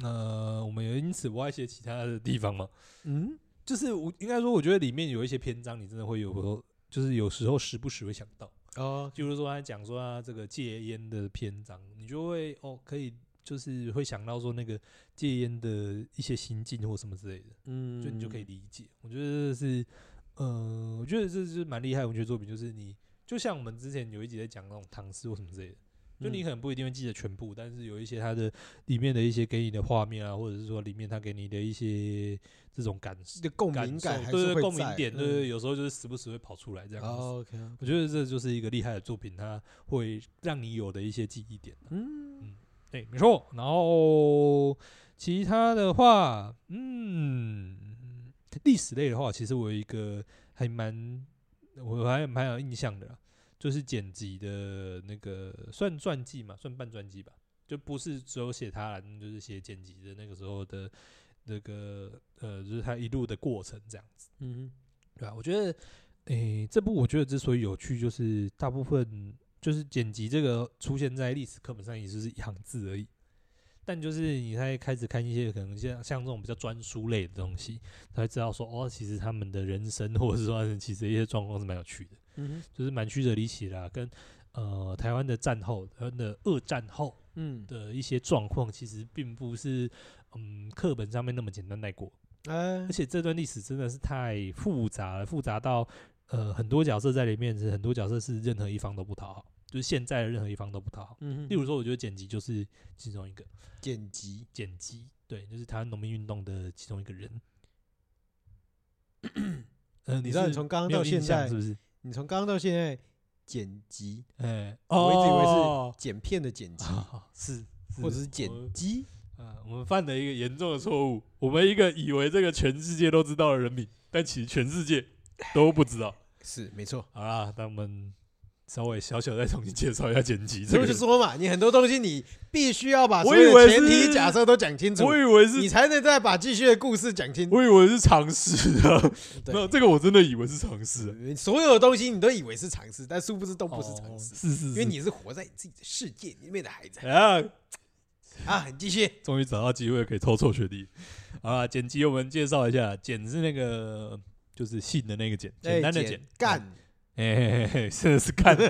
[SPEAKER 2] 呃，我们也因此挖一些其他的地方嘛，
[SPEAKER 1] 嗯，
[SPEAKER 2] 就是我应该说，我觉得里面有一些篇章，你真的会有时候，就是有时候时不时会想到，
[SPEAKER 1] 哦，
[SPEAKER 2] 譬如说他讲说他这个戒烟的篇章，你就会哦，可以就是会想到说那个戒烟的一些心境或什么之类的。
[SPEAKER 1] 嗯
[SPEAKER 2] 就你就可以理解。我觉得是，呃，我觉得这是蛮厉害的文学作品，就是你就像我们之前有一集在讲那种唐诗或什么之类的，就
[SPEAKER 1] 嗯
[SPEAKER 2] 你可能不一定会记得全部，但是有一些它的里面的一些给你的画面啊，或者是说里面它给你的一些这种感
[SPEAKER 1] 你的共
[SPEAKER 2] 感
[SPEAKER 1] 鸣
[SPEAKER 2] 受
[SPEAKER 1] 感，还
[SPEAKER 2] 对
[SPEAKER 1] 是
[SPEAKER 2] 对
[SPEAKER 1] 会
[SPEAKER 2] 共鸣
[SPEAKER 1] 在
[SPEAKER 2] 点，对
[SPEAKER 1] 嗯
[SPEAKER 2] 对，有时候就是时不时会跑出来这样子。
[SPEAKER 1] 哦 OK，
[SPEAKER 2] 我觉得这就是一个厉害的作品，它会让你有的一些记忆点。啊
[SPEAKER 1] 嗯，
[SPEAKER 2] 对，没错。然后其他的话，嗯，历史类的话，其实我有一个还蛮我还蛮有印象的啦，就是剪辑的那个算传记嘛，算半传记吧，就不是只有写他啦，就是写剪辑的那个时候的那个呃，就是他一路的过程这样子，
[SPEAKER 1] 嗯
[SPEAKER 2] 对吧、啊我觉得，诶，这部我觉得之所以有趣，就是大部分就是剪辑这个出现在历史课本上，也就是一行字而已。但就是你在开始看一些可能像像这种比较专书类的东西，才会知道说哦，其实他们的人生或者是说其实一些状况是蛮有趣的，
[SPEAKER 1] 嗯
[SPEAKER 2] 就是蛮曲折离奇的、啊，跟呃台湾的战后、台湾的二战后
[SPEAKER 1] 嗯，
[SPEAKER 2] 的一些状况，其实并不是嗯课本上面那么简单带过。
[SPEAKER 1] 哎
[SPEAKER 2] 而，且这段历史真的是太复杂了，复杂到呃很多角色在里面是很多角色是任何一方都不讨好，就是现在的任何一方都不讨好。
[SPEAKER 1] 嗯
[SPEAKER 2] 例如说，我觉得剪辑就是其中一个
[SPEAKER 1] 剪辑，
[SPEAKER 2] 剪辑，对，就是台湾农民运动的其中一个人。嗯、呃，
[SPEAKER 1] 你
[SPEAKER 2] 你
[SPEAKER 1] 知道
[SPEAKER 2] 是
[SPEAKER 1] 你从刚刚
[SPEAKER 2] 没有
[SPEAKER 1] 到
[SPEAKER 2] 印
[SPEAKER 1] 现
[SPEAKER 2] 象
[SPEAKER 1] 在
[SPEAKER 2] 是，不是？
[SPEAKER 1] 你从刚刚到现在剪辑，
[SPEAKER 2] 哎、
[SPEAKER 1] 我一直以为是
[SPEAKER 2] 哦
[SPEAKER 1] 剪片的剪辑，
[SPEAKER 2] 啊是是
[SPEAKER 1] 或者是
[SPEAKER 2] 我
[SPEAKER 1] 剪辑，
[SPEAKER 2] 啊，我们犯了一个严重的错误，我们一个以为这个全世界都知道的人名，但其实全世界都不知道。
[SPEAKER 1] 是没错。
[SPEAKER 2] 好啦，那我们稍微小小再重新介绍一下剪辑这
[SPEAKER 1] 所以
[SPEAKER 2] 个
[SPEAKER 1] 我就
[SPEAKER 2] 人。
[SPEAKER 1] 说嘛，你很多东西你必须要把所
[SPEAKER 2] 我以
[SPEAKER 1] 有
[SPEAKER 2] 为
[SPEAKER 1] 的前
[SPEAKER 2] 是
[SPEAKER 1] 提假设都讲清楚，
[SPEAKER 2] 我以为
[SPEAKER 1] 你
[SPEAKER 2] 是，
[SPEAKER 1] 才能再把继续的故事讲清楚。
[SPEAKER 2] 我以为是常识的，没有
[SPEAKER 1] 对，
[SPEAKER 2] 这个我真的以为是常识，
[SPEAKER 1] 所有的东西你都以为是常识，但殊不知都不是常识，
[SPEAKER 2] 哦是是，
[SPEAKER 1] 因为你是活在你自己的世界里面的孩子
[SPEAKER 2] 啊，
[SPEAKER 1] 啊。你继续，
[SPEAKER 2] 终于找到机会可以臭臭学弟。好啦，剪辑我们介绍一下，剪是那个就是信的那个剪，简单的
[SPEAKER 1] 哎
[SPEAKER 2] 剪，
[SPEAKER 1] 干，
[SPEAKER 2] 哎，嘿嘿嘿，真的 是干，嘿嘿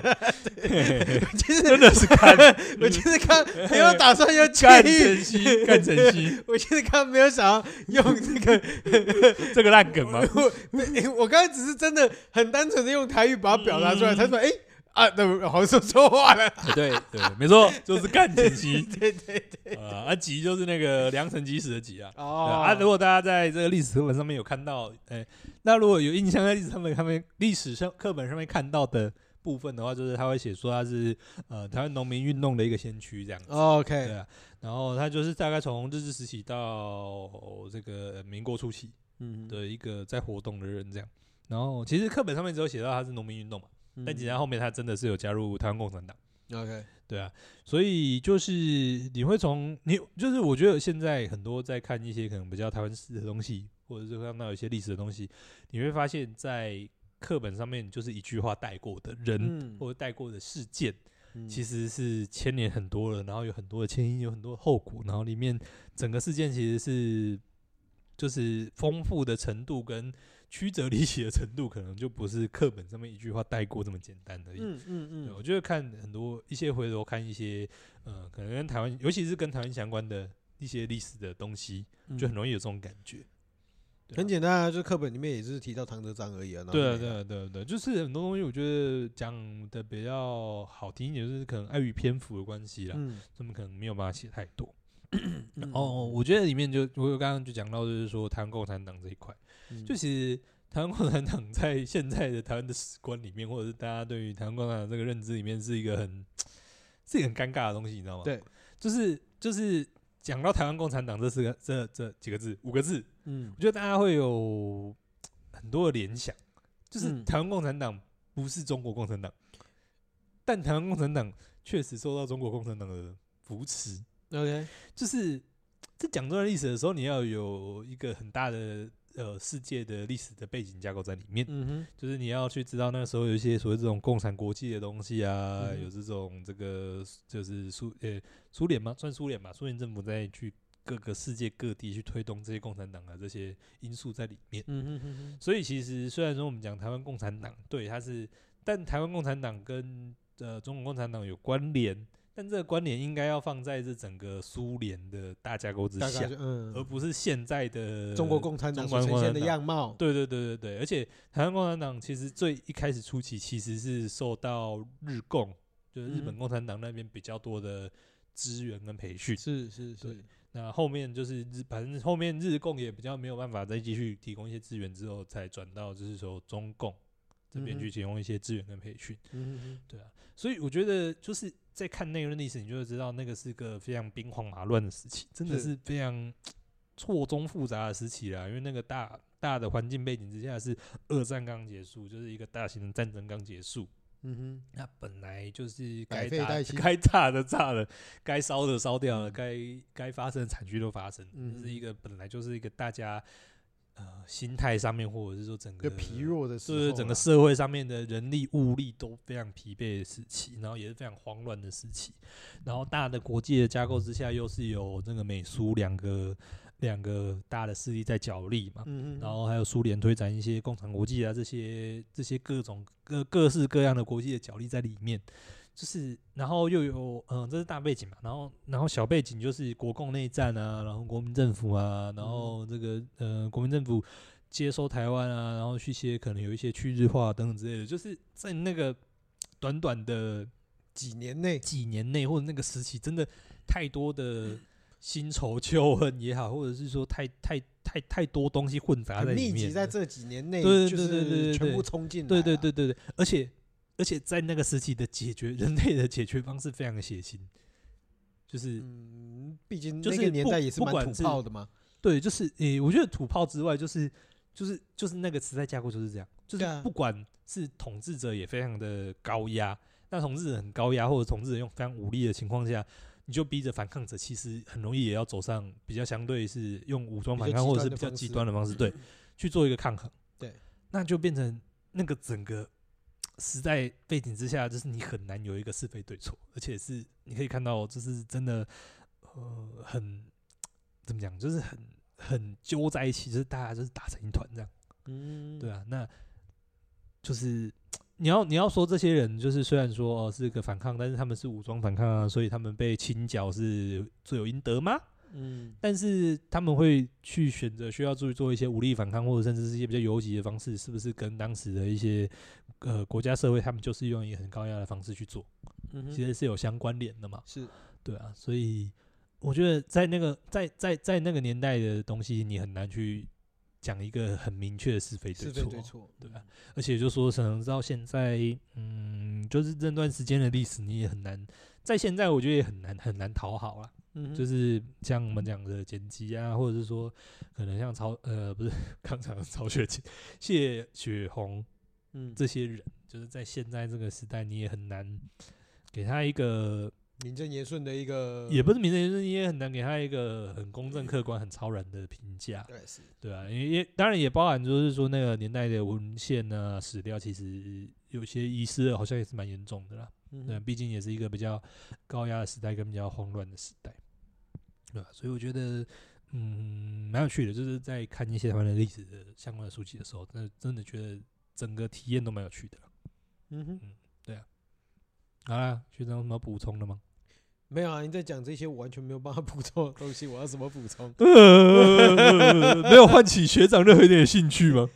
[SPEAKER 2] 嘿
[SPEAKER 1] 其实
[SPEAKER 2] 真的是 干，
[SPEAKER 1] 我其实 刚没有打算要
[SPEAKER 2] 干
[SPEAKER 1] 去，
[SPEAKER 2] 晨曦，干晨曦，
[SPEAKER 1] 我其实刚没有想要用这个，
[SPEAKER 2] 这个烂 梗吗？
[SPEAKER 1] 我诶我刚才只是真的很单纯的用台语把它表达出来，
[SPEAKER 2] 嗯
[SPEAKER 1] 他说哎。啊，那好像说错话了，
[SPEAKER 2] 哎对对，没错，就是干晨曦。
[SPEAKER 1] 对对对，
[SPEAKER 2] 呃，啊，吉就是那个良辰吉时的吉啊。对
[SPEAKER 1] 哦
[SPEAKER 2] 啊，啊如果大家在这个历史课本上面有看到，哎、那如果有印象在历史上面、上面历史上课本上面看到的部分的话，就是他会写说他是呃台湾农民运动的一个先驱这样子。
[SPEAKER 1] 哦
[SPEAKER 2] 对
[SPEAKER 1] OK，
[SPEAKER 2] 啊，然后他就是大概从日治时期到这个民国初期
[SPEAKER 1] 嗯，
[SPEAKER 2] 的一个在活动的人这样。然后其实课本上面只有写到他是农民运动嘛，
[SPEAKER 1] 嗯，
[SPEAKER 2] 但其实他后面他真的是有加入台湾共产党。
[SPEAKER 1] OK，
[SPEAKER 2] 对啊，所以就是你会从你就是我觉得现在很多在看一些可能比较台湾史的东西，或者是看到一些历史的东西，你会发现在课本上面就是一句话带过的人、
[SPEAKER 1] 嗯
[SPEAKER 2] 或者带过的事件，其
[SPEAKER 1] 实
[SPEAKER 2] 实是牵连很多了，然后有很多的牵因，有很多的后果，然后里面整个事件其实是就是丰富的程度跟曲折离奇的程度，可能就不是课本上面一句话带过这么简单而已。
[SPEAKER 1] 嗯嗯
[SPEAKER 2] 对，我
[SPEAKER 1] 嗯，
[SPEAKER 2] 觉得看很多一些回头看一些，呃，可能跟台
[SPEAKER 1] 嗯
[SPEAKER 2] 湾，尤其是跟台湾相关的一些历史的东西，就很容易有这种感觉。对啊
[SPEAKER 1] 很简单啊，就是课本里面也是提到唐德章而已啊。
[SPEAKER 2] 对
[SPEAKER 1] 啊
[SPEAKER 2] 啊，对啊，对啊，对啊，就是很多东西我觉得讲的比较好听一点，就是可能碍于篇幅的关系啦，
[SPEAKER 1] 嗯，
[SPEAKER 2] 他们可能没有办法写太多。
[SPEAKER 1] 嗯
[SPEAKER 2] 啊哦，，我觉得里面就我刚刚就讲到，就是说台湾共产党这一块，
[SPEAKER 1] 嗯
[SPEAKER 2] 就其实台湾共产党在现在的台湾的史观里面，或者是大家对于台湾共产党这个认知里面，是一个很是一个很尴尬的东西，你知道吗？
[SPEAKER 1] 对，
[SPEAKER 2] 就是就是讲到台湾共产党这四个这这几个字五个字，
[SPEAKER 1] 嗯
[SPEAKER 2] 我觉得大家会有很多的联想，就是
[SPEAKER 1] 嗯
[SPEAKER 2] 台湾共产党不是中国共产党，但台湾共产党确实受到中国共产党的扶持。
[SPEAKER 1] ，OK，
[SPEAKER 2] 就是在讲这段历史的时候，你要有一个很大的呃世界的历史的背景架构在里面，
[SPEAKER 1] 嗯哼，
[SPEAKER 2] 就是你要去知道那个时候有一些所谓这种共产国际的东西啊，
[SPEAKER 1] 嗯
[SPEAKER 2] 有这种这个就是苏呃苏联嘛，算苏联吧，苏联政府在去各个世界各地去推动这些共产党啊这些因素在里面。
[SPEAKER 1] 嗯哼哼哼，
[SPEAKER 2] 所以其实虽然说我们讲台湾共产党，对它是，但台湾共产党跟呃中国共产党有关联，但这个关联应该要放在这整个苏联的大架构之
[SPEAKER 1] 大
[SPEAKER 2] 下
[SPEAKER 1] 概就，
[SPEAKER 2] 而
[SPEAKER 1] 嗯，
[SPEAKER 2] 不是现在的
[SPEAKER 1] 中国。共产党
[SPEAKER 2] 中国
[SPEAKER 1] 所呈
[SPEAKER 2] 共
[SPEAKER 1] 现
[SPEAKER 2] 产
[SPEAKER 1] 的
[SPEAKER 2] 党
[SPEAKER 1] 样貌，
[SPEAKER 2] 对对对对对，而且台湾共产党其实最一开始初期其实是受到日共，就是日
[SPEAKER 1] 嗯
[SPEAKER 2] 本共产党那边比较多的支援跟培训。
[SPEAKER 1] 是是
[SPEAKER 2] 对
[SPEAKER 1] 是，
[SPEAKER 2] 那后面就是日，反正后面日共也比较没有办法再继续提供一些资源，之后才转到就是说中共这边
[SPEAKER 1] 嗯哼
[SPEAKER 2] 去提供一些资源跟培训。
[SPEAKER 1] 嗯哼哼
[SPEAKER 2] 对啊，所以我觉得就是在看那段历史，你就会知道那个是个非常兵荒马乱的时期，真的
[SPEAKER 1] 是
[SPEAKER 2] 是非常错综复杂的时期啦。因为那个大大的环境背景之下是二战刚结束，就是一个大型的战争刚结束，
[SPEAKER 1] 嗯哼。
[SPEAKER 2] 那本来就是
[SPEAKER 1] 百
[SPEAKER 2] 该
[SPEAKER 1] 废
[SPEAKER 2] 打
[SPEAKER 1] 待
[SPEAKER 2] 的
[SPEAKER 1] 兴
[SPEAKER 2] 该炸的炸了，该烧的烧掉了，该该发生的惨剧都发生，
[SPEAKER 1] 嗯
[SPEAKER 2] 这是一个本来就是一个大家呃心态上面，或者是说整
[SPEAKER 1] 就
[SPEAKER 2] 个
[SPEAKER 1] 疲，弱的时候啦，
[SPEAKER 2] 对整个社会上面的人力物力都非常疲惫的时期，然后也是非常慌乱的时期，然后大的国际的架构之下，又是有那个美苏两个两个大的势力在角力嘛，
[SPEAKER 1] 嗯哼哼，
[SPEAKER 2] 然后还有苏联推展一些共产国际啊，这些这些各种各各式各样的国际的角力在里面，就是然后又有嗯，这是大背景嘛，然后然后小背景就是国共内战啊，然后国民政府啊，然
[SPEAKER 1] 嗯
[SPEAKER 2] 后这个呃国民政府接收台湾啊，然后去一些可能有一些去日化等等之类的，就是在那个短短的
[SPEAKER 1] 几年内，
[SPEAKER 2] 几年内或者那个时期，真的太多
[SPEAKER 1] 嗯
[SPEAKER 2] 的新仇旧恨也好，或者是说太太太太多东西混杂在
[SPEAKER 1] 很
[SPEAKER 2] 里
[SPEAKER 1] 密
[SPEAKER 2] 面
[SPEAKER 1] 集在
[SPEAKER 2] 了。
[SPEAKER 1] 这几年内，
[SPEAKER 2] 对对
[SPEAKER 1] 就
[SPEAKER 2] 对对对
[SPEAKER 1] 是
[SPEAKER 2] 对
[SPEAKER 1] 全
[SPEAKER 2] 对
[SPEAKER 1] 部冲进来，啊
[SPEAKER 2] 对对，对对对，而且而且在那个时期的解决人类的解决方式非常的血腥，就是、
[SPEAKER 1] 嗯，毕竟
[SPEAKER 2] 就
[SPEAKER 1] 那个
[SPEAKER 2] 是
[SPEAKER 1] 年
[SPEAKER 2] 不
[SPEAKER 1] 代也是
[SPEAKER 2] 不
[SPEAKER 1] 蛮
[SPEAKER 2] 管
[SPEAKER 1] 土
[SPEAKER 2] 是
[SPEAKER 1] 炮的嘛，
[SPEAKER 2] 对，就是诶、我觉得土炮之外，就是就是就是那个时代架构就是这样，就
[SPEAKER 1] 对啊
[SPEAKER 2] 是不管是统治者也非常的高压，那统治者很高压，或者统治者用非常武力的情况下。你就逼着反抗者，其实很容易也要走上比较相对是用武装
[SPEAKER 1] 比
[SPEAKER 2] 反
[SPEAKER 1] 较
[SPEAKER 2] 抗，
[SPEAKER 1] 极
[SPEAKER 2] 或者
[SPEAKER 1] 端
[SPEAKER 2] 是
[SPEAKER 1] 的
[SPEAKER 2] 比较
[SPEAKER 1] 方
[SPEAKER 2] 极
[SPEAKER 1] 式嗯
[SPEAKER 2] 端的方式，对，去做一个抗衡。
[SPEAKER 1] 对，
[SPEAKER 2] 那就变成那个整个时代背景之下，就是你很难有一个是非对错，而且是你可以看到，就是真的，呃，很怎么讲，就是很很揪在一起，就是大家就是打成一团这样，
[SPEAKER 1] 嗯，
[SPEAKER 2] 对，啊，那就是。你要你要说这些人就是虽然说、哦、是个反抗，但是他们是武装反抗啊，所以他们被清剿是罪有应得吗？
[SPEAKER 1] 嗯，
[SPEAKER 2] 但是他们会去选择需要注意做一些武力反抗，或者甚至是一些比较游击的方式，是不是跟当时的一些呃国家社会，他们就是用一个很高压的方式去做，
[SPEAKER 1] 嗯哼
[SPEAKER 2] 其实是有相关联的嘛？
[SPEAKER 1] 是，
[SPEAKER 2] 对啊，所以我觉得在那个在在在那个年代的东西，你很难去讲一个很明确的是非对
[SPEAKER 1] 是非
[SPEAKER 2] 错，
[SPEAKER 1] 对错，
[SPEAKER 2] 对啊而且就说可能到现在，嗯，就是这段时间的历史，你也很难在现在，我觉得也很难很难讨好啦。
[SPEAKER 1] 嗯哼，
[SPEAKER 2] 就是像我们讲的剪辑啊，或者是说可能像曹呃不是刚讲的曹雪芹、谢雪红
[SPEAKER 1] 嗯，
[SPEAKER 2] 这些人，就是在现在这个时代，你也很难给他一个，
[SPEAKER 1] 名正言顺的一个，
[SPEAKER 2] 也不是名正言顺，你也很难给他一个很公正、客观、很超然的评价，
[SPEAKER 1] 对是，
[SPEAKER 2] 对啊，也也当然也包含就是说那个年代的文献啊、史料，其实有些遗失了，好像也是蛮严重的啦。
[SPEAKER 1] 嗯
[SPEAKER 2] 对，
[SPEAKER 1] 哼，
[SPEAKER 2] 毕竟也是一个比较高压的时代跟比较慌乱的时代，对吧、所以我觉得，嗯，蛮有趣的，就是在看一些台湾的历史的相关的书籍的时候，真的真的觉得整个体验都蛮有趣的啦。
[SPEAKER 1] 嗯哼，
[SPEAKER 2] 好啦，学长有什么补充的吗？
[SPEAKER 1] 没有啊，你在讲这些我完全没有办法补充的东西，我要怎么补充？
[SPEAKER 2] 呃，没有唤起学长任何一点的兴趣吗？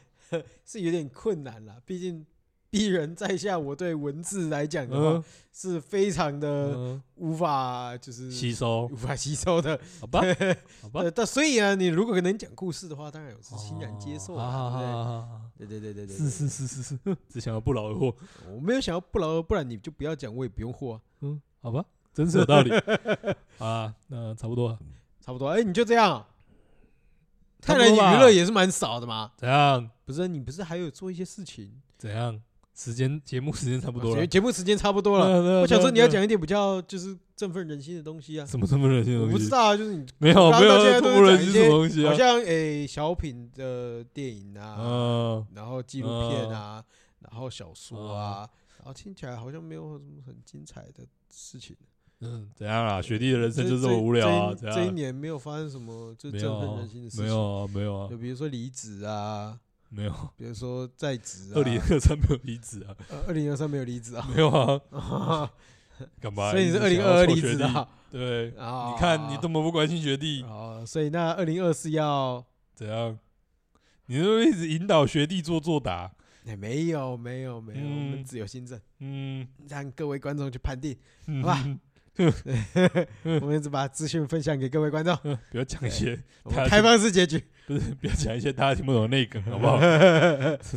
[SPEAKER 1] 是有点困难啦，毕竟鄙人在下，我对文字来讲的话
[SPEAKER 2] 嗯
[SPEAKER 1] 是非常的
[SPEAKER 2] 嗯，
[SPEAKER 1] 无法就是
[SPEAKER 2] 吸收
[SPEAKER 1] 无，法吸收的。
[SPEAKER 2] 好吧，好 吧
[SPEAKER 1] 呃，，但所以啊，你如果能讲故事的话，当然我是欣然接受
[SPEAKER 2] 哦好好
[SPEAKER 1] 啊。
[SPEAKER 2] 好好好好
[SPEAKER 1] 对不对对对对对
[SPEAKER 2] 是
[SPEAKER 1] 对，
[SPEAKER 2] 是是是是， 只想要不劳而获，
[SPEAKER 1] 我没有想要不劳而，不然你就不要讲，我也不用货啊，
[SPEAKER 2] 嗯，好吧，真是 有道理啊，那差不多了，
[SPEAKER 1] 差不多。哎，你就这样啊。
[SPEAKER 2] 差
[SPEAKER 1] 看
[SPEAKER 2] 不多
[SPEAKER 1] 来你
[SPEAKER 2] 吧
[SPEAKER 1] 娱乐也是蛮少的嘛。
[SPEAKER 2] 怎样
[SPEAKER 1] 不是，你不是还有做一些事情？
[SPEAKER 2] 怎样，时间节目时间差不多
[SPEAKER 1] 节
[SPEAKER 2] 了，嗯
[SPEAKER 1] 节啊目时间差不多了，
[SPEAKER 2] 我
[SPEAKER 1] 我想说你要讲一点比较就是振奋人心的东西啊。
[SPEAKER 2] 什么什么人性的
[SPEAKER 1] 我
[SPEAKER 2] 东西，
[SPEAKER 1] 不知道啊，就是你
[SPEAKER 2] 没有
[SPEAKER 1] 大家
[SPEAKER 2] 没有
[SPEAKER 1] 现在都
[SPEAKER 2] 突
[SPEAKER 1] 是
[SPEAKER 2] 然
[SPEAKER 1] 讲一
[SPEAKER 2] 是
[SPEAKER 1] 些
[SPEAKER 2] 什么东西
[SPEAKER 1] 好
[SPEAKER 2] 啊？
[SPEAKER 1] 像诶、小品的电影啊，
[SPEAKER 2] 嗯，嗯
[SPEAKER 1] 然后纪录片啊，然后小说啊，然后听起来好像没有什么很精彩的事情。
[SPEAKER 2] 嗯，怎样
[SPEAKER 1] 呃
[SPEAKER 2] 啊？学弟的人生就这么无聊啊？
[SPEAKER 1] 这
[SPEAKER 2] 怎
[SPEAKER 1] 一这一
[SPEAKER 2] 样？
[SPEAKER 1] 年没有发生什么就
[SPEAKER 2] 没
[SPEAKER 1] 振
[SPEAKER 2] 有
[SPEAKER 1] 奋
[SPEAKER 2] 啊
[SPEAKER 1] 人心的，事情，
[SPEAKER 2] 没有啊，没有啊
[SPEAKER 1] 就，比如说离职啊，
[SPEAKER 2] 没有啊。
[SPEAKER 1] 比如说在职啊，呃
[SPEAKER 2] 二零二三没有离 职啊？
[SPEAKER 1] 二零二三没有离职啊，
[SPEAKER 2] 没有啊， 干嘛？
[SPEAKER 1] 所以你是二
[SPEAKER 2] 一直
[SPEAKER 1] 零
[SPEAKER 2] 想
[SPEAKER 1] 二
[SPEAKER 2] 要
[SPEAKER 1] 二
[SPEAKER 2] 臭
[SPEAKER 1] 离
[SPEAKER 2] 学
[SPEAKER 1] 职
[SPEAKER 2] 弟
[SPEAKER 1] 的啊。
[SPEAKER 2] 对，
[SPEAKER 1] 啊
[SPEAKER 2] 你看你多么不关心学弟，
[SPEAKER 1] 哦，所以那二零二四要
[SPEAKER 2] 怎样？你是不是一直引导学弟做作答？
[SPEAKER 1] 哎没有没有没有，我们
[SPEAKER 2] 嗯
[SPEAKER 1] 自由新政，
[SPEAKER 2] 嗯，
[SPEAKER 1] 让各位观众去判定。
[SPEAKER 2] 嗯
[SPEAKER 1] 好吧
[SPEAKER 2] 嗯
[SPEAKER 1] 我们只把资讯分享给各位观众，
[SPEAKER 2] 嗯 不要讲一些
[SPEAKER 1] 我们
[SPEAKER 2] 他
[SPEAKER 1] 开放式结局，
[SPEAKER 2] 不是不要讲一些大家听不懂的内梗，好不好？真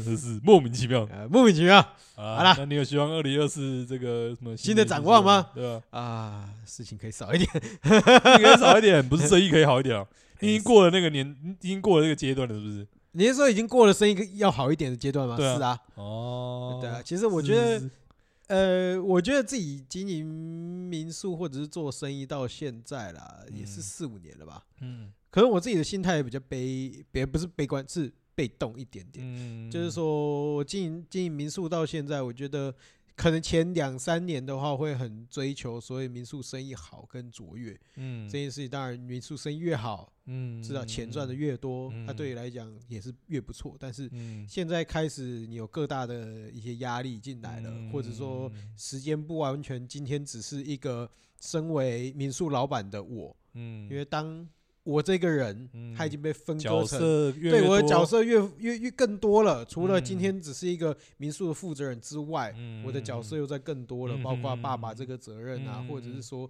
[SPEAKER 2] 的是莫名其妙
[SPEAKER 1] 呃，莫名其妙好
[SPEAKER 2] 好
[SPEAKER 1] 啦
[SPEAKER 2] 那你有希望二零二四这个什么
[SPEAKER 1] 新的展望吗？
[SPEAKER 2] 对吧？
[SPEAKER 1] 啊，事情可以少一点。
[SPEAKER 2] 应该少一点，不是生意可以好一点啊？你
[SPEAKER 1] 哎
[SPEAKER 2] 已经过了那个年，你已经过了那个阶段了，是不是？
[SPEAKER 1] 你是说已经过了生意要好一点的阶段吗？
[SPEAKER 2] 对啊
[SPEAKER 1] 是啊，
[SPEAKER 2] 哦
[SPEAKER 1] 对啊。其实我觉得，呃，我觉得自己经营民宿或者是做生意到现在啦，也是
[SPEAKER 2] 嗯
[SPEAKER 1] 四五年了吧。
[SPEAKER 2] 嗯
[SPEAKER 1] 可能我自己的心态也比较悲，别不是悲观，是被动一点点。
[SPEAKER 2] 嗯
[SPEAKER 1] 就是，说我经营经营民宿到现在，我觉得可能前两三年的话会很追求所谓民宿生意好跟卓越
[SPEAKER 2] 嗯，
[SPEAKER 1] 这件事情。当然，民宿生意越好，
[SPEAKER 2] 嗯
[SPEAKER 1] 知道钱赚的，越多，它对你来讲也是越不错。但是
[SPEAKER 2] 嗯，
[SPEAKER 1] 现在开始，你有各大的一些压力进来了，或者说
[SPEAKER 2] 嗯，
[SPEAKER 1] 时间不完全，今天只是一个身为民宿老板的我，
[SPEAKER 2] 嗯，
[SPEAKER 1] 因为当我这个人
[SPEAKER 2] 嗯
[SPEAKER 1] 他已经被分割
[SPEAKER 2] 角
[SPEAKER 1] 成
[SPEAKER 2] 色越
[SPEAKER 1] 对我的
[SPEAKER 2] 多
[SPEAKER 1] 角，色越越越更多了，除了今
[SPEAKER 2] 嗯
[SPEAKER 1] 天只是一个民宿的负责人之外，
[SPEAKER 2] 嗯
[SPEAKER 1] 我的角色又在更多了，包括爸爸这个责任啊，
[SPEAKER 2] 嗯
[SPEAKER 1] 或者是说，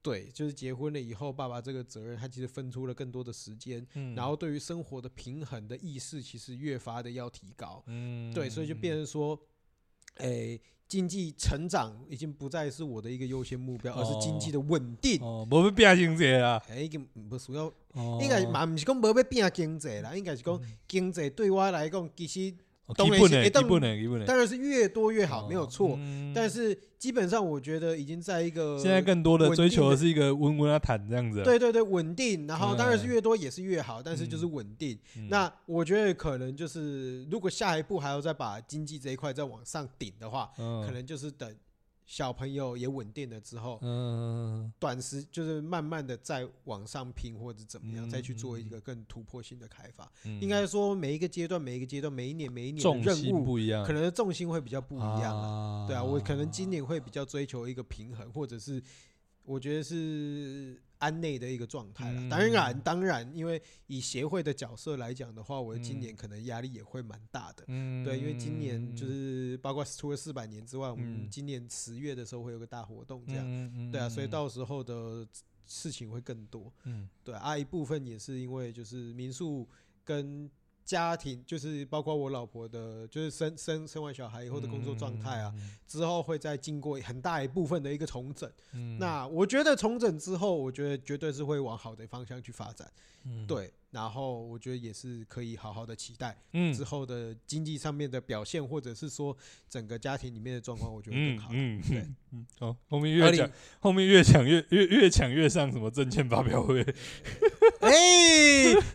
[SPEAKER 1] 对，就是结婚了以后，爸爸这个责任，他其实分出了更多的时间，
[SPEAKER 2] 嗯
[SPEAKER 1] 然后，对于生活的平衡的意识，其实越发的要提高。
[SPEAKER 2] 嗯，
[SPEAKER 1] 对，所以就变成说，诶，经济成长已经不再是我的一个优先目标，而是经济的稳定。
[SPEAKER 2] 哦，我们变形节啊，
[SPEAKER 1] 哎，已经不需要
[SPEAKER 2] 哦嗯
[SPEAKER 1] 应该嘛，毋是讲无要拼经济啦，应该是讲经济对我来讲，其实
[SPEAKER 2] 哦
[SPEAKER 1] 当然
[SPEAKER 2] 基本
[SPEAKER 1] 是
[SPEAKER 2] 的
[SPEAKER 1] 会当
[SPEAKER 2] 基本的基本的
[SPEAKER 1] 当然是越多越好，没有错。
[SPEAKER 2] 嗯
[SPEAKER 1] 但是基本上，我觉得已经在一个
[SPEAKER 2] 现在更多的
[SPEAKER 1] 稳
[SPEAKER 2] 追
[SPEAKER 1] 定
[SPEAKER 2] 求
[SPEAKER 1] 的
[SPEAKER 2] 的是一个温温啊坦这样子啊，
[SPEAKER 1] 对对对稳定，然后当然是
[SPEAKER 2] 嗯
[SPEAKER 1] 越多也是越好，但是就是
[SPEAKER 2] 嗯
[SPEAKER 1] 稳定。
[SPEAKER 2] 嗯，
[SPEAKER 1] 那我觉得可能就是，如果下一步还要再把经济这一块再往上顶的话，
[SPEAKER 2] 可
[SPEAKER 1] 可能就是等小朋友也稳定了之后，
[SPEAKER 2] 嗯，
[SPEAKER 1] 短时就是慢慢的再往上拼或者怎么样，再去做一
[SPEAKER 2] 嗯
[SPEAKER 1] 个更突破性的开发。
[SPEAKER 2] 嗯
[SPEAKER 1] 应该说每一个阶段、每一个阶段、每一年、每一年
[SPEAKER 2] 重
[SPEAKER 1] 的任
[SPEAKER 2] 心
[SPEAKER 1] 务，
[SPEAKER 2] 不一样，啊
[SPEAKER 1] 可能的重心会比较不
[SPEAKER 2] 不
[SPEAKER 1] 一样啊。对啊，我可能
[SPEAKER 2] 哦
[SPEAKER 1] 今年会比较追求一个平衡，或者是我觉得是安内的一个状态了。
[SPEAKER 2] 嗯
[SPEAKER 1] 当然，当然，因为以协会的角色来讲的话，我今
[SPEAKER 2] 嗯
[SPEAKER 1] 年可能压力也会蛮大的。
[SPEAKER 2] 嗯，
[SPEAKER 1] 对，因为今年就是包括除了四百年之外，我们
[SPEAKER 2] 嗯
[SPEAKER 1] 今年十月的时候会有个大活动，这样。
[SPEAKER 2] 样
[SPEAKER 1] 对啊，所以到时候的事情会更多。
[SPEAKER 2] 嗯
[SPEAKER 1] 对啊，一部分也是因为就是民宿跟家庭，就是包括我老婆的，就是生生生完小孩以后的工作状态啊，，之后会再经过很大一部分的一个重整。
[SPEAKER 2] 嗯
[SPEAKER 1] 那我觉得重整之后，我觉得绝对是会往好的方向去发
[SPEAKER 2] 嗯
[SPEAKER 1] 展。，对，然后我觉得也是可以好好的期待
[SPEAKER 2] 嗯
[SPEAKER 1] 之后的经济上面的表现，或者是说整个家庭里面的状况，我觉得会更
[SPEAKER 2] 嗯
[SPEAKER 1] 好。
[SPEAKER 2] 嗯
[SPEAKER 1] 对
[SPEAKER 2] 嗯嗯，好，后面
[SPEAKER 1] 二
[SPEAKER 2] 越
[SPEAKER 1] 零
[SPEAKER 2] 讲后面越讲越越越讲越上什么证券发 表会，
[SPEAKER 1] 哎、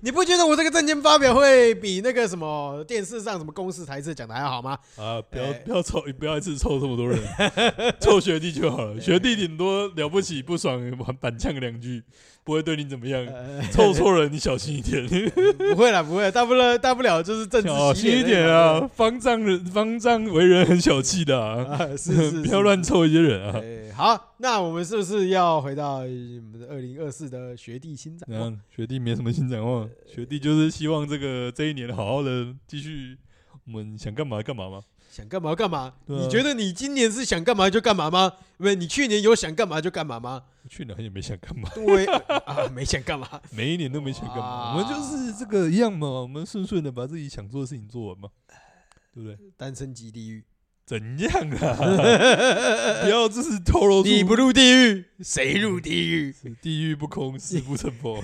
[SPEAKER 1] 你不觉得我这个证件发表会比那个什么电视上什么公司台词讲的还要好吗？
[SPEAKER 2] 啊，不要
[SPEAKER 1] 哎
[SPEAKER 2] 不要凑，不要一次凑这么多人， 凑学弟就好了。学弟顶多了不起不爽板呛两句，不会对你怎么样。
[SPEAKER 1] 呃，
[SPEAKER 2] 凑错人你小心 一点，
[SPEAKER 1] 不会啦，不会啦，大不了大不了就是政治
[SPEAKER 2] 小
[SPEAKER 1] 洗
[SPEAKER 2] 心一
[SPEAKER 1] 脸
[SPEAKER 2] 点
[SPEAKER 1] 而已嘛
[SPEAKER 2] 啊！方丈人方丈为人很小气的
[SPEAKER 1] 对不
[SPEAKER 2] 啊，
[SPEAKER 1] 对！啊，是是，
[SPEAKER 2] 不要乱凑一些人啊。
[SPEAKER 1] 哎，好，那我们是不是要回到我们的二零二四的学弟新展
[SPEAKER 2] 然
[SPEAKER 1] 望？
[SPEAKER 2] 后学弟没什么新展望，
[SPEAKER 1] 呃
[SPEAKER 2] 学弟就是希望这个这一年好好的继续，我们想干嘛干嘛嘛。
[SPEAKER 1] 想干嘛干嘛？
[SPEAKER 2] 对啊
[SPEAKER 1] 你觉得你今年是想干嘛就干嘛吗？不是，你去年有想干嘛就干嘛吗？
[SPEAKER 2] 去年好像没想干嘛，
[SPEAKER 1] 对 啊，没想干嘛。
[SPEAKER 2] 每一年都没想干嘛，
[SPEAKER 1] 哇
[SPEAKER 2] 我们就是这个一样嘛，我们顺顺的把自己想做的事情做完嘛，
[SPEAKER 1] 呃
[SPEAKER 2] 对不对？
[SPEAKER 1] 单身即地狱，
[SPEAKER 2] 怎样 啊？不要就是嗯透露出
[SPEAKER 1] 你不入地狱，谁入地狱？
[SPEAKER 2] 是地狱不空，誓不成 佛。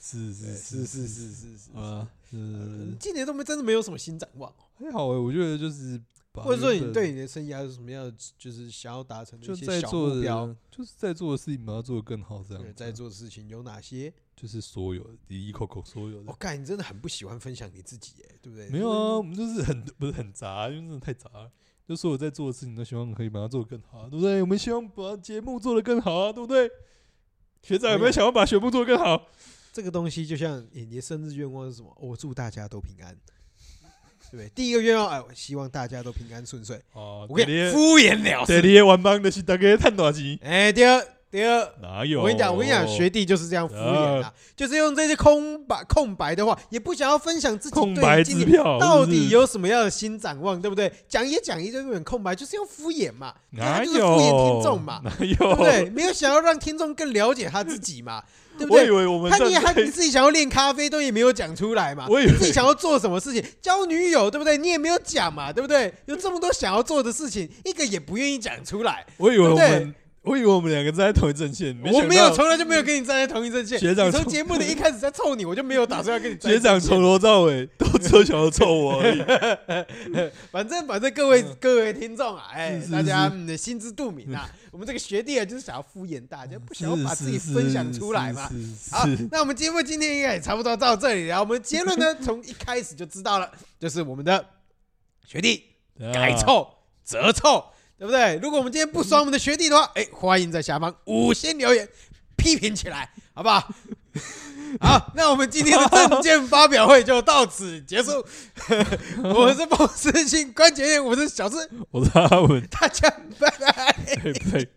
[SPEAKER 2] 是 是
[SPEAKER 1] 是是是是是。
[SPEAKER 2] 啊，是
[SPEAKER 1] 嗯今年都没真的没有什么新展望，
[SPEAKER 2] 还好哎、我觉得就是把
[SPEAKER 1] 或者说
[SPEAKER 2] 原
[SPEAKER 1] 你
[SPEAKER 2] 本
[SPEAKER 1] 对你的生涯有什么样的就是想要达成的
[SPEAKER 2] 就
[SPEAKER 1] 一
[SPEAKER 2] 在
[SPEAKER 1] 些小
[SPEAKER 2] 做
[SPEAKER 1] 目标？
[SPEAKER 2] 的就是在做的事情把它做得更好，这样
[SPEAKER 1] 对，
[SPEAKER 2] 子
[SPEAKER 1] 在
[SPEAKER 2] 啊
[SPEAKER 1] 做的事情有哪些？
[SPEAKER 2] 就是所有的一一口口所有
[SPEAKER 1] 我
[SPEAKER 2] 的。
[SPEAKER 1] 看你真的很不喜欢分享你自己耶，对不对？
[SPEAKER 2] 没有啊，我，们就是很不是很杂，因为真的太杂了。就所有在做的事情都希望可以把它做得更好啊，对不对？我们希望把节目做得更好啊，对不对？学长有没
[SPEAKER 1] 没
[SPEAKER 2] 有
[SPEAKER 1] 有
[SPEAKER 2] 想要把节目做得更好？
[SPEAKER 1] 这个东西就像诶你的生日愿望是什么？我祝大家都平安，对不对？第一个愿望，哎，我希望大家都平安顺遂。
[SPEAKER 2] 哦，
[SPEAKER 1] 我跟
[SPEAKER 2] 第
[SPEAKER 1] 你
[SPEAKER 2] 一
[SPEAKER 1] 讲敷衍了
[SPEAKER 2] 第
[SPEAKER 1] 事。
[SPEAKER 2] 一个玩帮的是大家探大钱，
[SPEAKER 1] 哎，第二，第二。
[SPEAKER 2] 哪有？
[SPEAKER 1] 我跟你讲，我跟你讲，学弟就是这样敷衍啊，就是用这些空白空白的话，也不想要分享自己
[SPEAKER 2] 空
[SPEAKER 1] 对
[SPEAKER 2] 白
[SPEAKER 1] 于今
[SPEAKER 2] 支
[SPEAKER 1] 年
[SPEAKER 2] 票
[SPEAKER 1] 到
[SPEAKER 2] 是不
[SPEAKER 1] 底
[SPEAKER 2] 是
[SPEAKER 1] 有什么样的新展望，对不对？讲也讲一堆很空白，就是要敷衍嘛，
[SPEAKER 2] 哪
[SPEAKER 1] 他就
[SPEAKER 2] 有
[SPEAKER 1] 是敷衍听众嘛，
[SPEAKER 2] 哪
[SPEAKER 1] 对
[SPEAKER 2] 有？
[SPEAKER 1] 不对？没有想要让听众更了解他自己嘛，对不
[SPEAKER 2] 我以
[SPEAKER 1] 对？
[SPEAKER 2] 为我们
[SPEAKER 1] 他你
[SPEAKER 2] 站
[SPEAKER 1] 还
[SPEAKER 2] 在
[SPEAKER 1] 你自己想要练咖啡都也没有讲出来嘛，
[SPEAKER 2] 我以为
[SPEAKER 1] 自己想要做什么事情，交女友对不对？你也没有讲嘛，对不对？有这么多想要做的事情，一个也不愿意讲出来。
[SPEAKER 2] 我以为我
[SPEAKER 1] 对不
[SPEAKER 2] 们，我以为我们两个站在同一阵线，
[SPEAKER 1] 我没有，
[SPEAKER 2] 从
[SPEAKER 1] 从来就没有跟你站在同一阵线。
[SPEAKER 2] 学长
[SPEAKER 1] 你从
[SPEAKER 2] 从
[SPEAKER 1] 节目的一开始在臭你，我就没有打算要跟你站
[SPEAKER 2] 学长从头到尾都只有想要臭我而已。
[SPEAKER 1] 反正反正各位、
[SPEAKER 2] 嗯
[SPEAKER 1] 各位听众啊，哎、
[SPEAKER 2] 是是
[SPEAKER 1] 大家
[SPEAKER 2] 是嗯
[SPEAKER 1] 嗯心知肚明啊。我们这个学弟啊，就是想要敷衍大家，不想要把自己分享出来嘛。
[SPEAKER 2] 是
[SPEAKER 1] 好
[SPEAKER 2] 是，
[SPEAKER 1] 那我们节目今天应该也差不多到这里了。我们结论呢，从一开始就知道了， 就是我们的学弟
[SPEAKER 2] 是
[SPEAKER 1] 改
[SPEAKER 2] 啊
[SPEAKER 1] 臭、折臭，对不对？如果我们今天不爽我们的学弟的话，哎、欢迎在下方五星留言批评起来，好不好？ 好，那我们今天的证件发表会就到此结束。 我是风湿性关节炎，我是小智，
[SPEAKER 2] 我是阿文，哎
[SPEAKER 1] 大家拜拜。
[SPEAKER 2] 对不对？